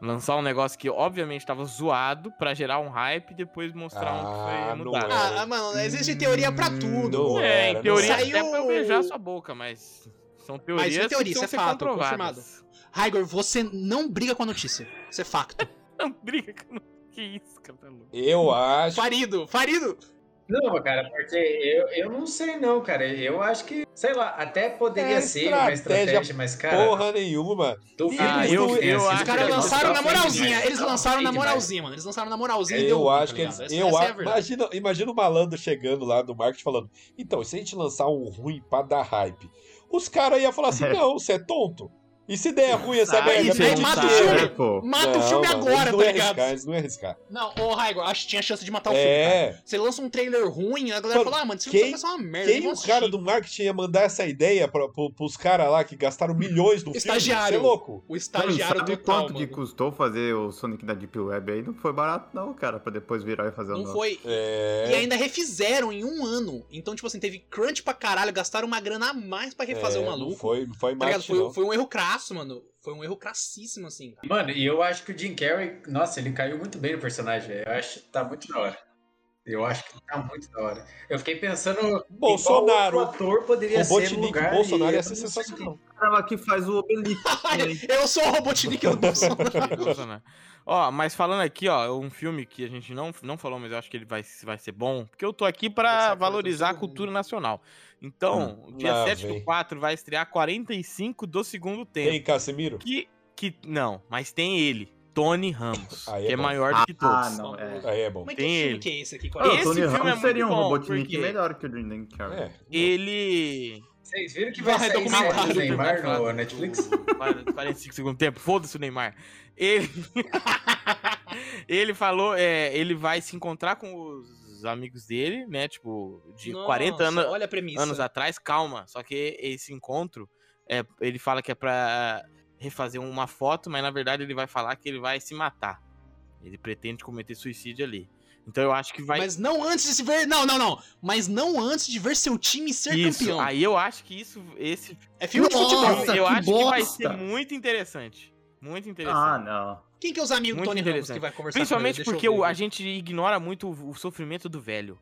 [SPEAKER 1] Lançar um negócio que obviamente tava zoado pra gerar um hype e depois mostrar
[SPEAKER 5] Ah,
[SPEAKER 1] um que foi
[SPEAKER 5] não
[SPEAKER 1] mudado.
[SPEAKER 5] é.
[SPEAKER 2] Ah, ah, mano, existe teoria pra tudo.
[SPEAKER 5] Hum, Não
[SPEAKER 1] É,
[SPEAKER 5] era,
[SPEAKER 1] em teoria
[SPEAKER 5] não era.
[SPEAKER 1] até
[SPEAKER 2] Saiu-
[SPEAKER 1] pra eu beijar sua boca, mas são teorias
[SPEAKER 2] isso é teoria,
[SPEAKER 1] que
[SPEAKER 2] isso
[SPEAKER 1] são
[SPEAKER 2] é fato,
[SPEAKER 1] comprovadas.
[SPEAKER 2] Raigor, você não briga com a notícia. Isso é facto.
[SPEAKER 1] Não briga com... Que isso, cara, tá louco.
[SPEAKER 5] Eu acho.
[SPEAKER 2] Farido, Farido!
[SPEAKER 4] Não, cara, porque eu, eu não sei não, cara. Eu acho que, sei lá, até poderia
[SPEAKER 5] É
[SPEAKER 4] ser
[SPEAKER 5] estratégia,
[SPEAKER 4] uma estratégia, mas, cara,
[SPEAKER 5] Porra nenhuma.
[SPEAKER 4] duvido
[SPEAKER 5] Ah,
[SPEAKER 4] muito
[SPEAKER 5] eu-
[SPEAKER 4] que tenha
[SPEAKER 1] eu
[SPEAKER 4] sido
[SPEAKER 1] acho
[SPEAKER 2] Os caras
[SPEAKER 1] que
[SPEAKER 4] estratégia.
[SPEAKER 2] lançaram na
[SPEAKER 4] Tá
[SPEAKER 2] moralzinha.
[SPEAKER 4] demais.
[SPEAKER 2] Eles lançaram
[SPEAKER 4] Tá
[SPEAKER 2] na
[SPEAKER 4] demais.
[SPEAKER 2] moralzinha, mano. Eles lançaram na moralzinha e
[SPEAKER 5] Eu
[SPEAKER 2] deu lucro,
[SPEAKER 5] acho
[SPEAKER 2] tá
[SPEAKER 5] que eles.
[SPEAKER 2] ligado? Essa-
[SPEAKER 5] eu
[SPEAKER 2] essa é a
[SPEAKER 5] acho.
[SPEAKER 2] verdade.
[SPEAKER 5] imagina, imagina o malandro chegando lá no marketing falando: então, e se a gente lançar um ruim pra dar hype? Os caras iam falar assim: não, você é tonto. E se der ruim essa
[SPEAKER 1] Aí
[SPEAKER 5] merda?
[SPEAKER 1] você
[SPEAKER 5] perde
[SPEAKER 1] não
[SPEAKER 5] dinheiro."
[SPEAKER 1] sabe.
[SPEAKER 3] É, pô.
[SPEAKER 2] Mata o
[SPEAKER 5] Não,
[SPEAKER 2] filme
[SPEAKER 5] mano, eles
[SPEAKER 2] agora,
[SPEAKER 5] não
[SPEAKER 2] tá
[SPEAKER 5] iam
[SPEAKER 2] ligado?
[SPEAKER 5] Arriscar, eles não iam arriscar.
[SPEAKER 2] Não, ô Raigo, acho que tinha chance de matar o filme. cara.
[SPEAKER 5] É.
[SPEAKER 2] Você lança um trailer ruim, a galera
[SPEAKER 5] Mano,
[SPEAKER 2] fala, ah, mano, isso
[SPEAKER 5] quem-
[SPEAKER 2] filme vai ser uma merda.
[SPEAKER 5] Quem
[SPEAKER 2] eu vou
[SPEAKER 5] os caras
[SPEAKER 2] assistir."
[SPEAKER 5] do marketing ia mandar essa ideia pra, pro, pros caras lá que gastaram milhões no
[SPEAKER 2] Estagiário.
[SPEAKER 5] filme? Você é louco?
[SPEAKER 2] O
[SPEAKER 3] Mano,
[SPEAKER 2] estagiário
[SPEAKER 3] sabe
[SPEAKER 2] total,
[SPEAKER 3] quanto que
[SPEAKER 2] mano.
[SPEAKER 3] custou fazer o Sonic da Deep Web aí? Não foi barato não, cara, pra depois virar e fazer o
[SPEAKER 2] Não
[SPEAKER 3] novo.
[SPEAKER 2] foi.
[SPEAKER 5] É.
[SPEAKER 2] E ainda refizeram em um ano. Então, tipo assim, teve crunch pra caralho, gastaram uma grana a mais pra refazer
[SPEAKER 5] é,
[SPEAKER 2] o
[SPEAKER 5] não
[SPEAKER 2] um maluco.
[SPEAKER 5] Foi, não foi
[SPEAKER 2] Tá ligado?
[SPEAKER 5] marketing,
[SPEAKER 2] Foi,
[SPEAKER 5] não.
[SPEAKER 2] foi um erro crasso, mano. Foi um erro crassíssimo, assim. cara.
[SPEAKER 4] Mano, e eu acho que o Jim Carrey, nossa, ele caiu muito bem no personagem. Eu acho que tá muito da hora. Eu acho que tá muito da hora. Eu fiquei pensando em qual
[SPEAKER 5] Bolsonaro.
[SPEAKER 4] outro ator poderia ser no
[SPEAKER 5] Robotnik
[SPEAKER 4] lugar.
[SPEAKER 5] Bolsonaro
[SPEAKER 4] e
[SPEAKER 5] ia
[SPEAKER 4] eu
[SPEAKER 5] ser
[SPEAKER 4] não sei
[SPEAKER 5] sensacional.
[SPEAKER 3] O cara lá que faz o Obelix. também.
[SPEAKER 2] Eu sou o Robotnik do Bolsonaro.
[SPEAKER 1] Bolsonaro. né? Ó, mas falando aqui, ó, um filme que a gente não, não falou, mas eu acho que ele vai, vai ser bom, porque eu tô aqui
[SPEAKER 2] Essa
[SPEAKER 1] pra
[SPEAKER 2] coisa
[SPEAKER 1] valorizar a
[SPEAKER 2] todo mundo.
[SPEAKER 1] cultura nacional. Então, dia
[SPEAKER 5] Lá
[SPEAKER 1] 7
[SPEAKER 5] Hum, ah, vem.
[SPEAKER 1] do 4 vai estrear 45 do segundo tempo.
[SPEAKER 5] Tem Casemiro?
[SPEAKER 1] Que, que, não, mas tem ele, Tony Ramos,
[SPEAKER 5] Aí é
[SPEAKER 1] que é
[SPEAKER 5] bom.
[SPEAKER 1] maior do que
[SPEAKER 3] Ah,
[SPEAKER 1] todos.
[SPEAKER 3] não, é.
[SPEAKER 5] Aí é bom.
[SPEAKER 2] Como é que
[SPEAKER 1] Tem
[SPEAKER 2] filme
[SPEAKER 1] ele.
[SPEAKER 2] que é esse aqui?
[SPEAKER 3] Ah, o
[SPEAKER 1] Esse
[SPEAKER 3] Tony
[SPEAKER 1] filme é
[SPEAKER 3] Ramos
[SPEAKER 1] muito
[SPEAKER 3] seria um
[SPEAKER 1] bom,
[SPEAKER 3] Robotnik
[SPEAKER 1] porque-
[SPEAKER 3] melhor que o Jim
[SPEAKER 2] então,
[SPEAKER 3] Carrey.
[SPEAKER 5] É.
[SPEAKER 1] Ele...
[SPEAKER 4] Vocês viram que
[SPEAKER 2] Vai,
[SPEAKER 4] vai sair
[SPEAKER 2] documentário
[SPEAKER 4] série do
[SPEAKER 2] do
[SPEAKER 1] né?
[SPEAKER 4] Neymar no Netflix?
[SPEAKER 1] 45 segundo tempo, foda-se o Neymar. Ele. ele falou, é, ele vai se encontrar com os amigos dele, né? Tipo, de 40
[SPEAKER 2] Nossa,
[SPEAKER 1] anos,
[SPEAKER 2] Olha a premissa.
[SPEAKER 1] anos atrás, calma. Só que esse encontro, é, ele fala que é pra refazer uma foto, mas na verdade ele vai falar que ele vai se matar. Ele pretende cometer suicídio ali. Então eu acho que vai.
[SPEAKER 2] Mas não antes de se ver. Não, não, não. Mas não antes de ver seu time ser
[SPEAKER 1] isso,
[SPEAKER 2] é campeão.
[SPEAKER 1] aí eu acho que isso, esse
[SPEAKER 2] É filme de futebol.
[SPEAKER 3] Nossa,
[SPEAKER 1] eu
[SPEAKER 3] que
[SPEAKER 1] acho que vai
[SPEAKER 3] bosta.
[SPEAKER 1] ser muito interessante. Muito interessante.
[SPEAKER 3] Ah, não.
[SPEAKER 2] Quem que é os amigos do
[SPEAKER 1] Muito
[SPEAKER 2] Tony Ramos
[SPEAKER 1] interessante.
[SPEAKER 2] que vai conversar
[SPEAKER 1] Principalmente
[SPEAKER 2] com ele?
[SPEAKER 1] porque o- a gente ignora muito o, o sofrimento do velho.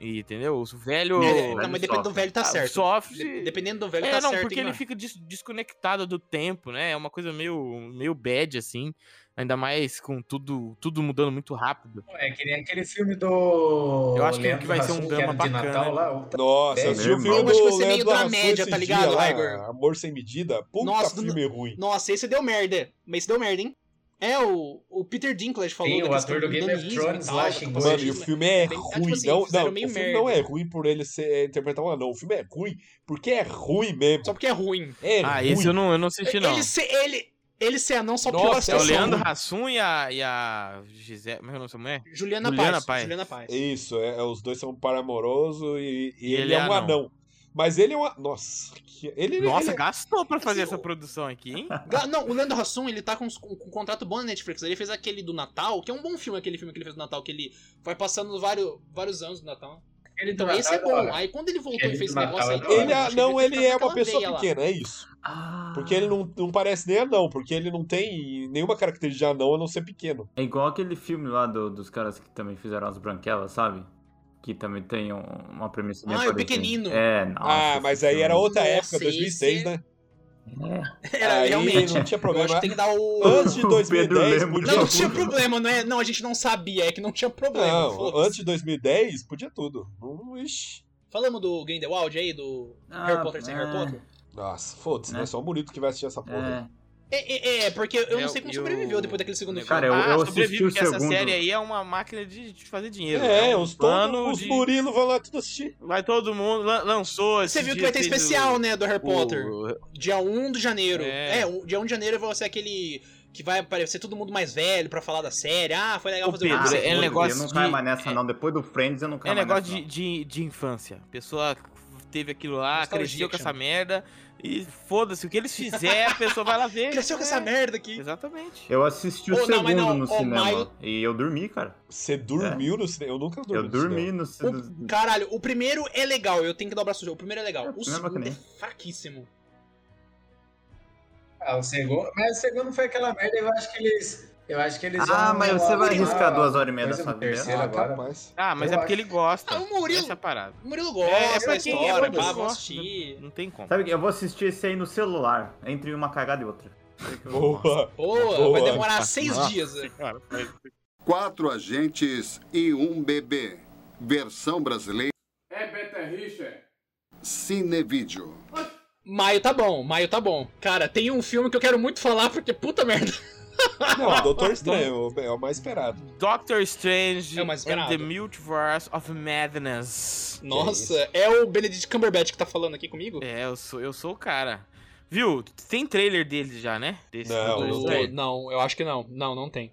[SPEAKER 1] E, entendeu? O velho.
[SPEAKER 2] É, não,
[SPEAKER 3] Velho
[SPEAKER 2] mas depende do
[SPEAKER 3] sofre.
[SPEAKER 2] velho tá
[SPEAKER 1] ah,
[SPEAKER 2] certo.
[SPEAKER 1] Sofre.
[SPEAKER 2] De- dependendo do velho
[SPEAKER 1] é,
[SPEAKER 2] tá
[SPEAKER 1] não,
[SPEAKER 2] certo.
[SPEAKER 1] porque
[SPEAKER 2] hein,
[SPEAKER 1] ele
[SPEAKER 2] mano?
[SPEAKER 1] fica des- desconectado do tempo, né? É uma coisa meio, meio bad, assim. Ainda mais com tudo, tudo mudando muito rápido.
[SPEAKER 4] É que nem aquele filme do.
[SPEAKER 1] Eu acho que
[SPEAKER 4] Leandro
[SPEAKER 1] vai ser um
[SPEAKER 4] Hassum,
[SPEAKER 1] drama
[SPEAKER 4] que era de
[SPEAKER 1] bacana.
[SPEAKER 4] Natal lá. o-
[SPEAKER 5] Nossa, eu
[SPEAKER 3] É,
[SPEAKER 5] assisti
[SPEAKER 3] meu
[SPEAKER 5] o
[SPEAKER 3] irmão.
[SPEAKER 2] Eu
[SPEAKER 5] filme
[SPEAKER 2] acho
[SPEAKER 5] do
[SPEAKER 2] que vai ser meio
[SPEAKER 5] Leandro Hassum
[SPEAKER 2] dramédia,
[SPEAKER 5] esse
[SPEAKER 2] tá
[SPEAKER 5] dia
[SPEAKER 2] ligado,
[SPEAKER 5] lá,
[SPEAKER 2] Igor?
[SPEAKER 5] Amor Sem Medida. Puta
[SPEAKER 2] Nossa, do-
[SPEAKER 5] filme é ruim.
[SPEAKER 2] Nossa, esse deu merda. Mas esse deu merda, hein? É, o, o Peter Dinklage falou
[SPEAKER 4] Sim, o
[SPEAKER 2] da questão
[SPEAKER 4] ator do Game of
[SPEAKER 2] nanismo e
[SPEAKER 4] Thrones
[SPEAKER 2] tal,
[SPEAKER 4] lá
[SPEAKER 2] da
[SPEAKER 4] xingou
[SPEAKER 5] Mano, e
[SPEAKER 4] Nossa,
[SPEAKER 5] o
[SPEAKER 2] capacidade-
[SPEAKER 5] filme é
[SPEAKER 2] tá bem- tá, tipo
[SPEAKER 5] ruim.
[SPEAKER 2] assim,
[SPEAKER 5] não, não,
[SPEAKER 2] fizeram
[SPEAKER 5] o
[SPEAKER 2] meio
[SPEAKER 5] filme
[SPEAKER 2] merda.
[SPEAKER 5] não é ruim por ele ser é, interpretar um anão. O filme é ruim porque é ruim
[SPEAKER 2] Só
[SPEAKER 4] né?
[SPEAKER 5] mesmo.
[SPEAKER 2] porque é ruim. É,
[SPEAKER 5] É
[SPEAKER 1] ah,
[SPEAKER 5] ruim.
[SPEAKER 1] esse eu não, eu não assisti, não.
[SPEAKER 2] Ele ser, ele, ele ser anão só
[SPEAKER 5] Nossa,
[SPEAKER 2] piora a
[SPEAKER 5] é
[SPEAKER 1] É o
[SPEAKER 5] só
[SPEAKER 2] situação.
[SPEAKER 1] Leandro Hassum e a. E a Gisele. Como é que é o nome da mulher?
[SPEAKER 2] Juliana,
[SPEAKER 1] Juliana
[SPEAKER 2] Paz,
[SPEAKER 1] Paz.
[SPEAKER 2] Juliana Paz.
[SPEAKER 5] Isso, é, é, os dois são um par amoroso e, e
[SPEAKER 1] E
[SPEAKER 5] ele, é um anão. Mas ele é um. a- Nossa, que- ele,
[SPEAKER 1] Nossa,
[SPEAKER 5] ele,
[SPEAKER 1] gastou pra fazer
[SPEAKER 2] é Assim,
[SPEAKER 1] essa
[SPEAKER 2] o-
[SPEAKER 1] produção aqui, hein?
[SPEAKER 2] Ga- Não, o Leandro Hassum, ele tá com, uns- com um contrato bom na Netflix. Ele fez aquele do Natal, que é um bom filme, aquele filme que ele fez do Natal, que ele vai passando vários, vários anos do Natal.
[SPEAKER 4] Aquele do
[SPEAKER 2] Então,
[SPEAKER 4] Natal
[SPEAKER 2] esse é
[SPEAKER 4] da
[SPEAKER 2] bom.
[SPEAKER 4] hora.
[SPEAKER 2] Aí quando ele voltou
[SPEAKER 4] Ele
[SPEAKER 2] e fez esse
[SPEAKER 4] do Natal
[SPEAKER 2] negócio aí...
[SPEAKER 4] é da hora.
[SPEAKER 5] ele
[SPEAKER 2] eu achei que
[SPEAKER 5] é anão, ele
[SPEAKER 2] ficava
[SPEAKER 5] é uma
[SPEAKER 2] naquela
[SPEAKER 5] pessoa
[SPEAKER 2] veia lá.
[SPEAKER 5] pequena, é isso.
[SPEAKER 3] Ah.
[SPEAKER 5] Porque ele não, não parece nem anão, porque ele não tem nenhuma característica de anão a não ser pequeno.
[SPEAKER 3] É igual aquele filme lá do- dos caras que também fizeram as branquelas, sabe? Que também tem um- uma premissa bem
[SPEAKER 2] Ah, é o
[SPEAKER 3] parecida.
[SPEAKER 2] Pequenino.
[SPEAKER 3] É, nossa.
[SPEAKER 5] ah, mas aí era outra
[SPEAKER 2] Nossa,
[SPEAKER 5] época, 2006,
[SPEAKER 2] esse-
[SPEAKER 5] né?
[SPEAKER 2] Era,
[SPEAKER 5] aí
[SPEAKER 2] realmente. Eu
[SPEAKER 5] não tinha
[SPEAKER 2] acho
[SPEAKER 5] problema.
[SPEAKER 2] que tem que dar o...
[SPEAKER 5] Antes de
[SPEAKER 3] O
[SPEAKER 5] 2010
[SPEAKER 3] Pedro
[SPEAKER 5] podia
[SPEAKER 2] Não, não
[SPEAKER 5] tudo.
[SPEAKER 2] tinha problema, não é? Não, a gente não sabia, é que não tinha problema.
[SPEAKER 5] Não,
[SPEAKER 2] foda-se.
[SPEAKER 5] antes de 2010 podia tudo. Hum, Ixi.
[SPEAKER 2] Falamos do Grindelwald aí, do
[SPEAKER 3] Ah,
[SPEAKER 2] Harry Potter sem
[SPEAKER 3] é.
[SPEAKER 2] Harry Potter?
[SPEAKER 5] Nossa, foda-se,
[SPEAKER 3] Né?
[SPEAKER 5] né? Só o Murito que vai assistir essa porra.
[SPEAKER 3] É.
[SPEAKER 2] É, é, é, porque eu não
[SPEAKER 1] Eu-
[SPEAKER 2] sei como
[SPEAKER 1] eu-
[SPEAKER 2] sobreviveu depois daquele segundo filme.
[SPEAKER 3] Cara, eu-
[SPEAKER 1] ah,
[SPEAKER 3] assisti
[SPEAKER 1] sobrevive,
[SPEAKER 3] o
[SPEAKER 1] porque essa
[SPEAKER 3] segundo.
[SPEAKER 1] série aí é uma máquina de, de fazer dinheiro.
[SPEAKER 5] É,
[SPEAKER 1] né? Um
[SPEAKER 5] os,
[SPEAKER 1] plano
[SPEAKER 5] todo, os
[SPEAKER 1] de-
[SPEAKER 5] Murilo vão lá tudo assistir.
[SPEAKER 1] Vai todo mundo, lan- lançou esse
[SPEAKER 2] Você viu que vai ter especial, né, do Harry Potter. Dia 1 de janeiro. É,
[SPEAKER 1] É.
[SPEAKER 2] o- dia 1 de janeiro vai ser aquele que vai aparecer todo mundo mais velho pra falar da série. Ah, foi legal
[SPEAKER 1] Ô,
[SPEAKER 2] fazer
[SPEAKER 1] Pedro,
[SPEAKER 2] o
[SPEAKER 1] é
[SPEAKER 3] eu
[SPEAKER 1] negócio
[SPEAKER 3] não caio
[SPEAKER 1] de-
[SPEAKER 3] mais
[SPEAKER 2] é
[SPEAKER 3] nessa, não. Depois do Friends, eu não caio
[SPEAKER 1] É
[SPEAKER 3] mais
[SPEAKER 1] negócio
[SPEAKER 3] nessa,
[SPEAKER 1] de, de, de infância. A pessoa teve aquilo lá,
[SPEAKER 2] Nostalgia
[SPEAKER 1] cresceu com
[SPEAKER 2] que
[SPEAKER 1] essa
[SPEAKER 2] chama.
[SPEAKER 1] merda e foda-se, o que eles fizerem, a pessoa vai lá ver.
[SPEAKER 2] Cresceu com
[SPEAKER 1] né?
[SPEAKER 2] essa merda aqui.
[SPEAKER 1] Exatamente.
[SPEAKER 3] Eu assisti o
[SPEAKER 2] Ô, não,
[SPEAKER 3] segundo
[SPEAKER 2] mas não,
[SPEAKER 3] no
[SPEAKER 2] ô,
[SPEAKER 3] cinema.
[SPEAKER 2] Maio-
[SPEAKER 3] E eu dormi, cara.
[SPEAKER 5] Você dormiu no cinema? Eu nunca dormi
[SPEAKER 3] É. Eu
[SPEAKER 5] no
[SPEAKER 3] dormi
[SPEAKER 5] cinema.
[SPEAKER 3] no
[SPEAKER 2] O-
[SPEAKER 3] cinema.
[SPEAKER 2] caralho, o primeiro é legal, eu tenho que dar o braço do jogo. O primeiro é legal.
[SPEAKER 3] É,
[SPEAKER 2] O
[SPEAKER 3] o primeiro é
[SPEAKER 2] segundo é
[SPEAKER 3] bacaninha.
[SPEAKER 2] fraquíssimo.
[SPEAKER 4] Ah, o segundo. Mas o segundo foi aquela merda, eu acho que eles. Eu acho que eles
[SPEAKER 3] Ah,
[SPEAKER 4] vão
[SPEAKER 3] mas você vai
[SPEAKER 4] arrumar
[SPEAKER 3] arriscar duas horas e meia
[SPEAKER 4] coisa
[SPEAKER 3] dessa
[SPEAKER 4] no
[SPEAKER 3] vez?
[SPEAKER 4] terceiro
[SPEAKER 5] Ah,
[SPEAKER 4] agora.
[SPEAKER 5] capaz.
[SPEAKER 1] Ah, mas
[SPEAKER 4] Eu
[SPEAKER 1] é porque
[SPEAKER 4] acho.
[SPEAKER 1] ele gosta.
[SPEAKER 2] Ah, o Murilo-
[SPEAKER 1] Essa é a parada.
[SPEAKER 2] O Murilo
[SPEAKER 1] É,
[SPEAKER 2] gosta
[SPEAKER 1] é pra
[SPEAKER 2] da
[SPEAKER 1] quem- é
[SPEAKER 2] história,
[SPEAKER 1] pra
[SPEAKER 2] pá,
[SPEAKER 1] quem
[SPEAKER 2] vamos
[SPEAKER 1] gosta,
[SPEAKER 2] assistir.
[SPEAKER 1] Não tem como.
[SPEAKER 3] Sabe, que eu vou assistir esse aí no celular, entre uma cagada e outra.
[SPEAKER 5] Boa.
[SPEAKER 2] Boa,
[SPEAKER 5] Boa.
[SPEAKER 2] vai demorar seis
[SPEAKER 1] Nossa
[SPEAKER 2] dias. né?
[SPEAKER 1] Senhora, mas-
[SPEAKER 6] Quatro agentes e um bebê. Versão brasileira.
[SPEAKER 7] É Beta Richard.
[SPEAKER 6] Cinevídeo.
[SPEAKER 2] Maio tá bom, maio tá bom. Cara, tem um filme que eu quero muito falar porque puta merda.
[SPEAKER 5] Não, Doutor Estranho é o mais esperado.
[SPEAKER 1] Doctor Strange
[SPEAKER 2] É o mais
[SPEAKER 1] and the
[SPEAKER 2] esperado.
[SPEAKER 1] Multiverse of Madness.
[SPEAKER 2] Nossa, é o Benedict Cumberbatch que tá falando aqui comigo?
[SPEAKER 1] É, eu sou, eu sou o cara. Viu? Tem trailer dele já, né? Desse
[SPEAKER 5] Não,
[SPEAKER 1] Doutor
[SPEAKER 5] não.
[SPEAKER 2] Do-
[SPEAKER 1] Estranho.
[SPEAKER 2] Não, eu acho que não. Não, não tem.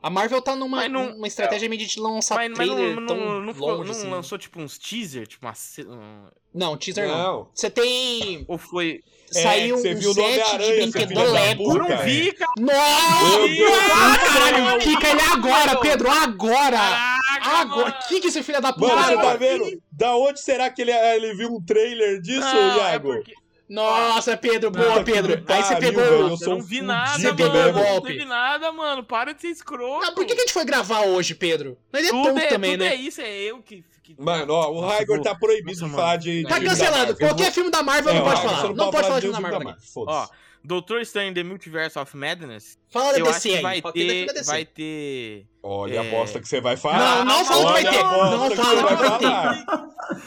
[SPEAKER 2] A Marvel tá numa
[SPEAKER 1] Mas não-
[SPEAKER 2] uma estratégia meio de lançar
[SPEAKER 1] Mas, mas
[SPEAKER 2] trailer é
[SPEAKER 1] não, não,
[SPEAKER 2] tão
[SPEAKER 1] não, ficou- não
[SPEAKER 2] longe, assim.
[SPEAKER 1] lançou tipo uns teaser, tipo uma. ce- um-
[SPEAKER 2] Não, teaser não.
[SPEAKER 5] Não.
[SPEAKER 2] Você tem...
[SPEAKER 1] Ou foi.
[SPEAKER 5] É,
[SPEAKER 2] Saiu
[SPEAKER 5] que você
[SPEAKER 2] um
[SPEAKER 5] viu o do
[SPEAKER 2] set de
[SPEAKER 5] Homem-Aranha, seu
[SPEAKER 2] brinquedo
[SPEAKER 5] filho da
[SPEAKER 2] Lego.
[SPEAKER 5] puta.
[SPEAKER 1] Eu não vi, cara!
[SPEAKER 2] Nossa!
[SPEAKER 5] Meu Deus!
[SPEAKER 2] Caralho, quica ele agora, Pedro, agora!
[SPEAKER 1] Caraca,
[SPEAKER 2] Agora!
[SPEAKER 1] mano.
[SPEAKER 2] Kika esse filho da puta!
[SPEAKER 5] Mano, você
[SPEAKER 1] Cara,
[SPEAKER 5] tá
[SPEAKER 1] eu
[SPEAKER 5] vendo? Da onde será que ele, ele viu um trailer disso,
[SPEAKER 2] Ah,
[SPEAKER 1] Não, é
[SPEAKER 5] Iago?
[SPEAKER 1] porque-
[SPEAKER 2] Nossa, Pedro,
[SPEAKER 1] Não,
[SPEAKER 2] boa,
[SPEAKER 5] que
[SPEAKER 2] Pedro. Aí
[SPEAKER 5] pariu,
[SPEAKER 2] você pegou.
[SPEAKER 5] velho. Eu
[SPEAKER 1] Eu
[SPEAKER 5] sou
[SPEAKER 1] não
[SPEAKER 5] um
[SPEAKER 1] vi nada,
[SPEAKER 5] fudido
[SPEAKER 1] mano.
[SPEAKER 5] mesmo.
[SPEAKER 1] Não
[SPEAKER 2] Golpe.
[SPEAKER 1] teve nada, mano. Para de ser escroto.
[SPEAKER 2] Ah, por que, que a gente foi gravar hoje, Pedro? Mas ele é
[SPEAKER 1] tudo
[SPEAKER 2] tonto
[SPEAKER 1] é,
[SPEAKER 2] também,
[SPEAKER 1] tudo é
[SPEAKER 2] né?
[SPEAKER 1] isso, é eu que. que...
[SPEAKER 5] Mano, ó, o
[SPEAKER 1] Nossa,
[SPEAKER 5] Raigor
[SPEAKER 1] vou-
[SPEAKER 5] tá proibido
[SPEAKER 1] Nossa,
[SPEAKER 5] de falar de.
[SPEAKER 2] Tá
[SPEAKER 5] de-
[SPEAKER 2] cancelado.
[SPEAKER 5] da Marvel.
[SPEAKER 2] Qualquer filme da Marvel
[SPEAKER 5] É,
[SPEAKER 2] não
[SPEAKER 5] o
[SPEAKER 2] pode
[SPEAKER 5] Raigor, você
[SPEAKER 2] falar.
[SPEAKER 5] pode
[SPEAKER 2] Não pode falar de
[SPEAKER 5] Deus
[SPEAKER 2] filme da
[SPEAKER 5] e
[SPEAKER 2] Marvel. aqui.
[SPEAKER 1] Ó,
[SPEAKER 5] Foda-se.
[SPEAKER 1] Doutor Strange in The Multiverse of Madness.
[SPEAKER 2] Fala da
[SPEAKER 1] Eu acho
[SPEAKER 2] DC
[SPEAKER 1] que
[SPEAKER 2] aí.
[SPEAKER 1] vai
[SPEAKER 2] Fala da
[SPEAKER 1] ter,
[SPEAKER 2] filme da DC.
[SPEAKER 1] vai ter.
[SPEAKER 5] Olha a
[SPEAKER 1] é.
[SPEAKER 5] aposta que você vai falar.
[SPEAKER 2] Não, não fala que
[SPEAKER 5] Olha
[SPEAKER 2] vai ter.
[SPEAKER 5] a bosta
[SPEAKER 2] Não
[SPEAKER 5] que
[SPEAKER 2] fala
[SPEAKER 5] você
[SPEAKER 2] que vai ter.
[SPEAKER 5] falar.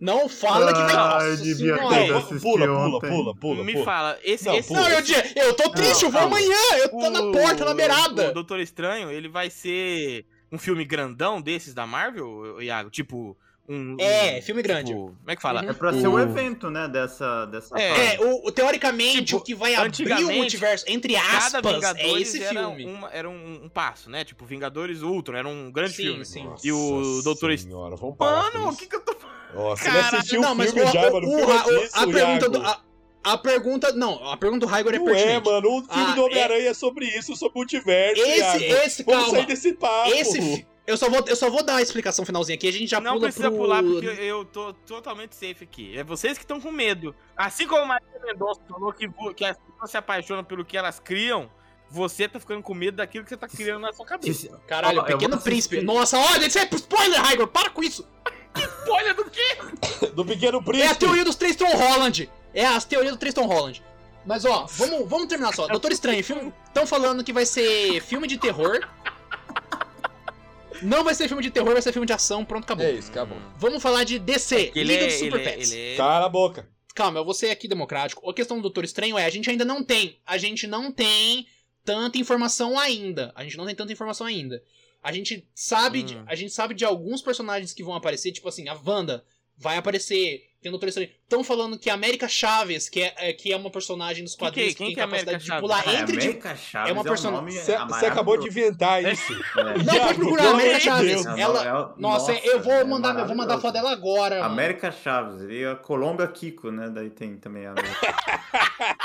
[SPEAKER 2] Não fala que vai ter.
[SPEAKER 3] Ah,
[SPEAKER 2] Nossa
[SPEAKER 3] devia
[SPEAKER 2] senhora.
[SPEAKER 1] ter.
[SPEAKER 5] Não,
[SPEAKER 3] assisti
[SPEAKER 5] pula, pula,
[SPEAKER 3] ontem.
[SPEAKER 5] pula, pula,
[SPEAKER 1] me
[SPEAKER 5] pula.
[SPEAKER 1] fala, esse.
[SPEAKER 5] Não,
[SPEAKER 1] esse
[SPEAKER 5] pula.
[SPEAKER 2] Não, eu, di- eu tô triste, eu vou
[SPEAKER 1] não.
[SPEAKER 2] amanhã. Eu tô Tá na
[SPEAKER 1] o-
[SPEAKER 2] porta, na
[SPEAKER 1] O
[SPEAKER 2] beirada.
[SPEAKER 1] Doutor Estranho, ele vai ser um filme grandão desses da Marvel, Iago? Tipo, um.
[SPEAKER 2] É,
[SPEAKER 1] um-
[SPEAKER 2] filme grande.
[SPEAKER 1] tipo, como é que fala?
[SPEAKER 2] Uhum.
[SPEAKER 3] É pra ser um
[SPEAKER 1] O-
[SPEAKER 3] evento, né? Dessa. dessa
[SPEAKER 1] É.
[SPEAKER 3] fase.
[SPEAKER 2] É, o, o- teoricamente,
[SPEAKER 1] Tipo,
[SPEAKER 2] o que vai abrir o
[SPEAKER 1] antigamente,
[SPEAKER 2] multiverso, entre
[SPEAKER 1] Cada
[SPEAKER 2] aspas, é
[SPEAKER 1] Vingadores
[SPEAKER 2] esse
[SPEAKER 1] era,
[SPEAKER 2] filme.
[SPEAKER 1] uma- era um, um passo, né? Tipo, Vingadores Ultron, era um grande
[SPEAKER 2] Sim,
[SPEAKER 1] filme.
[SPEAKER 2] sim.
[SPEAKER 5] Nossa
[SPEAKER 1] E o Doutor Estranho.
[SPEAKER 5] Senhora, vamos parar com
[SPEAKER 1] Mano, o
[SPEAKER 5] isso.
[SPEAKER 1] que que eu tô falando?
[SPEAKER 5] Nossa, ele
[SPEAKER 1] Caralho,
[SPEAKER 5] assistiu
[SPEAKER 2] não,
[SPEAKER 5] o
[SPEAKER 2] mas
[SPEAKER 5] um filme é
[SPEAKER 2] o-
[SPEAKER 5] já,
[SPEAKER 2] o-
[SPEAKER 5] mano.
[SPEAKER 2] o-
[SPEAKER 5] Filma
[SPEAKER 2] a- o-
[SPEAKER 5] disso,
[SPEAKER 2] a pergunta do.
[SPEAKER 5] Iago.
[SPEAKER 2] A, a pergunta. Não, a pergunta do Raigor é
[SPEAKER 5] Não é,
[SPEAKER 2] pertinente.
[SPEAKER 5] mano. O filme
[SPEAKER 2] Ah,
[SPEAKER 5] do Homem-Aranha é...
[SPEAKER 2] é-
[SPEAKER 5] sobre isso, sobre o multiverso,
[SPEAKER 2] Esse,
[SPEAKER 5] Iago.
[SPEAKER 2] esse,
[SPEAKER 5] Vamos
[SPEAKER 2] calma.
[SPEAKER 5] sair desse papo.
[SPEAKER 2] Esse fi- eu só vou Eu só vou dar a explicação finalzinha aqui, a gente já
[SPEAKER 1] Não
[SPEAKER 2] pula
[SPEAKER 1] precisa
[SPEAKER 2] pro...
[SPEAKER 1] pular, porque eu tô totalmente safe aqui. É vocês que estão com medo. Assim como a Maria Mendonça falou que, vo- que as pessoas se apaixonam pelo que elas criam, você tá ficando com medo daquilo que você tá criando na sua cabeça.
[SPEAKER 3] Disse-
[SPEAKER 2] Caralho,
[SPEAKER 3] Ah, eu
[SPEAKER 2] Pequeno
[SPEAKER 3] vou assistir.
[SPEAKER 2] Príncipe. Nossa, olha, isso é spoiler, Raigor, para com isso.
[SPEAKER 1] Olha do quê?
[SPEAKER 5] Do Pequeno
[SPEAKER 2] É a
[SPEAKER 5] Príncipe.
[SPEAKER 2] teoria dos três Tom Holland. É a teoria do três Tom Holland. Mas ó, vamos, vamos terminar só. Doutor Estranho, filme. Estão falando que vai ser filme de terror. Não vai ser filme de terror, vai ser filme de ação. Pronto, acabou.
[SPEAKER 5] É isso, acabou.
[SPEAKER 2] Vamos falar de DC,
[SPEAKER 1] Ele
[SPEAKER 2] Liga dos
[SPEAKER 1] é,
[SPEAKER 2] Super
[SPEAKER 1] ele, é,
[SPEAKER 2] Pets.
[SPEAKER 1] ele é-
[SPEAKER 5] Cala a boca.
[SPEAKER 2] Calma, eu vou ser aqui democrático. A questão do Doutor Estranho é, a gente ainda não tem. A gente não tem tanta informação ainda. A gente não tem tanta informação ainda. A gente sabe, de,
[SPEAKER 1] Hum.
[SPEAKER 2] a gente sabe de alguns personagens que vão aparecer, tipo assim, a Wanda vai aparecer, tem o Doutor Estranho. Estão falando que a América Chaves, que é, é- que é uma personagem dos
[SPEAKER 1] Quem que é-
[SPEAKER 2] quadrinhos que,
[SPEAKER 1] quem
[SPEAKER 2] tem
[SPEAKER 1] que é a América
[SPEAKER 2] capacidade de
[SPEAKER 1] Chaves?
[SPEAKER 2] pular
[SPEAKER 1] É,
[SPEAKER 2] entre... de-
[SPEAKER 3] América Chaves um
[SPEAKER 2] é uma persona-
[SPEAKER 3] nome
[SPEAKER 5] Você acabou de inventar isso.
[SPEAKER 3] É.
[SPEAKER 2] Não,
[SPEAKER 5] Iago,
[SPEAKER 2] pode procurar a
[SPEAKER 5] pelo
[SPEAKER 2] América
[SPEAKER 5] amor de
[SPEAKER 2] Chaves.
[SPEAKER 5] Deus.
[SPEAKER 3] É,
[SPEAKER 2] Ela...
[SPEAKER 3] é-
[SPEAKER 2] Nossa,
[SPEAKER 3] nossa,
[SPEAKER 2] eu vou
[SPEAKER 3] é
[SPEAKER 2] mandar, eu vou mandar a foto dela
[SPEAKER 3] maravilhoso.
[SPEAKER 2] agora. mano.
[SPEAKER 3] América Chaves, e a Colômbia Kiko, né? Daí tem também a América.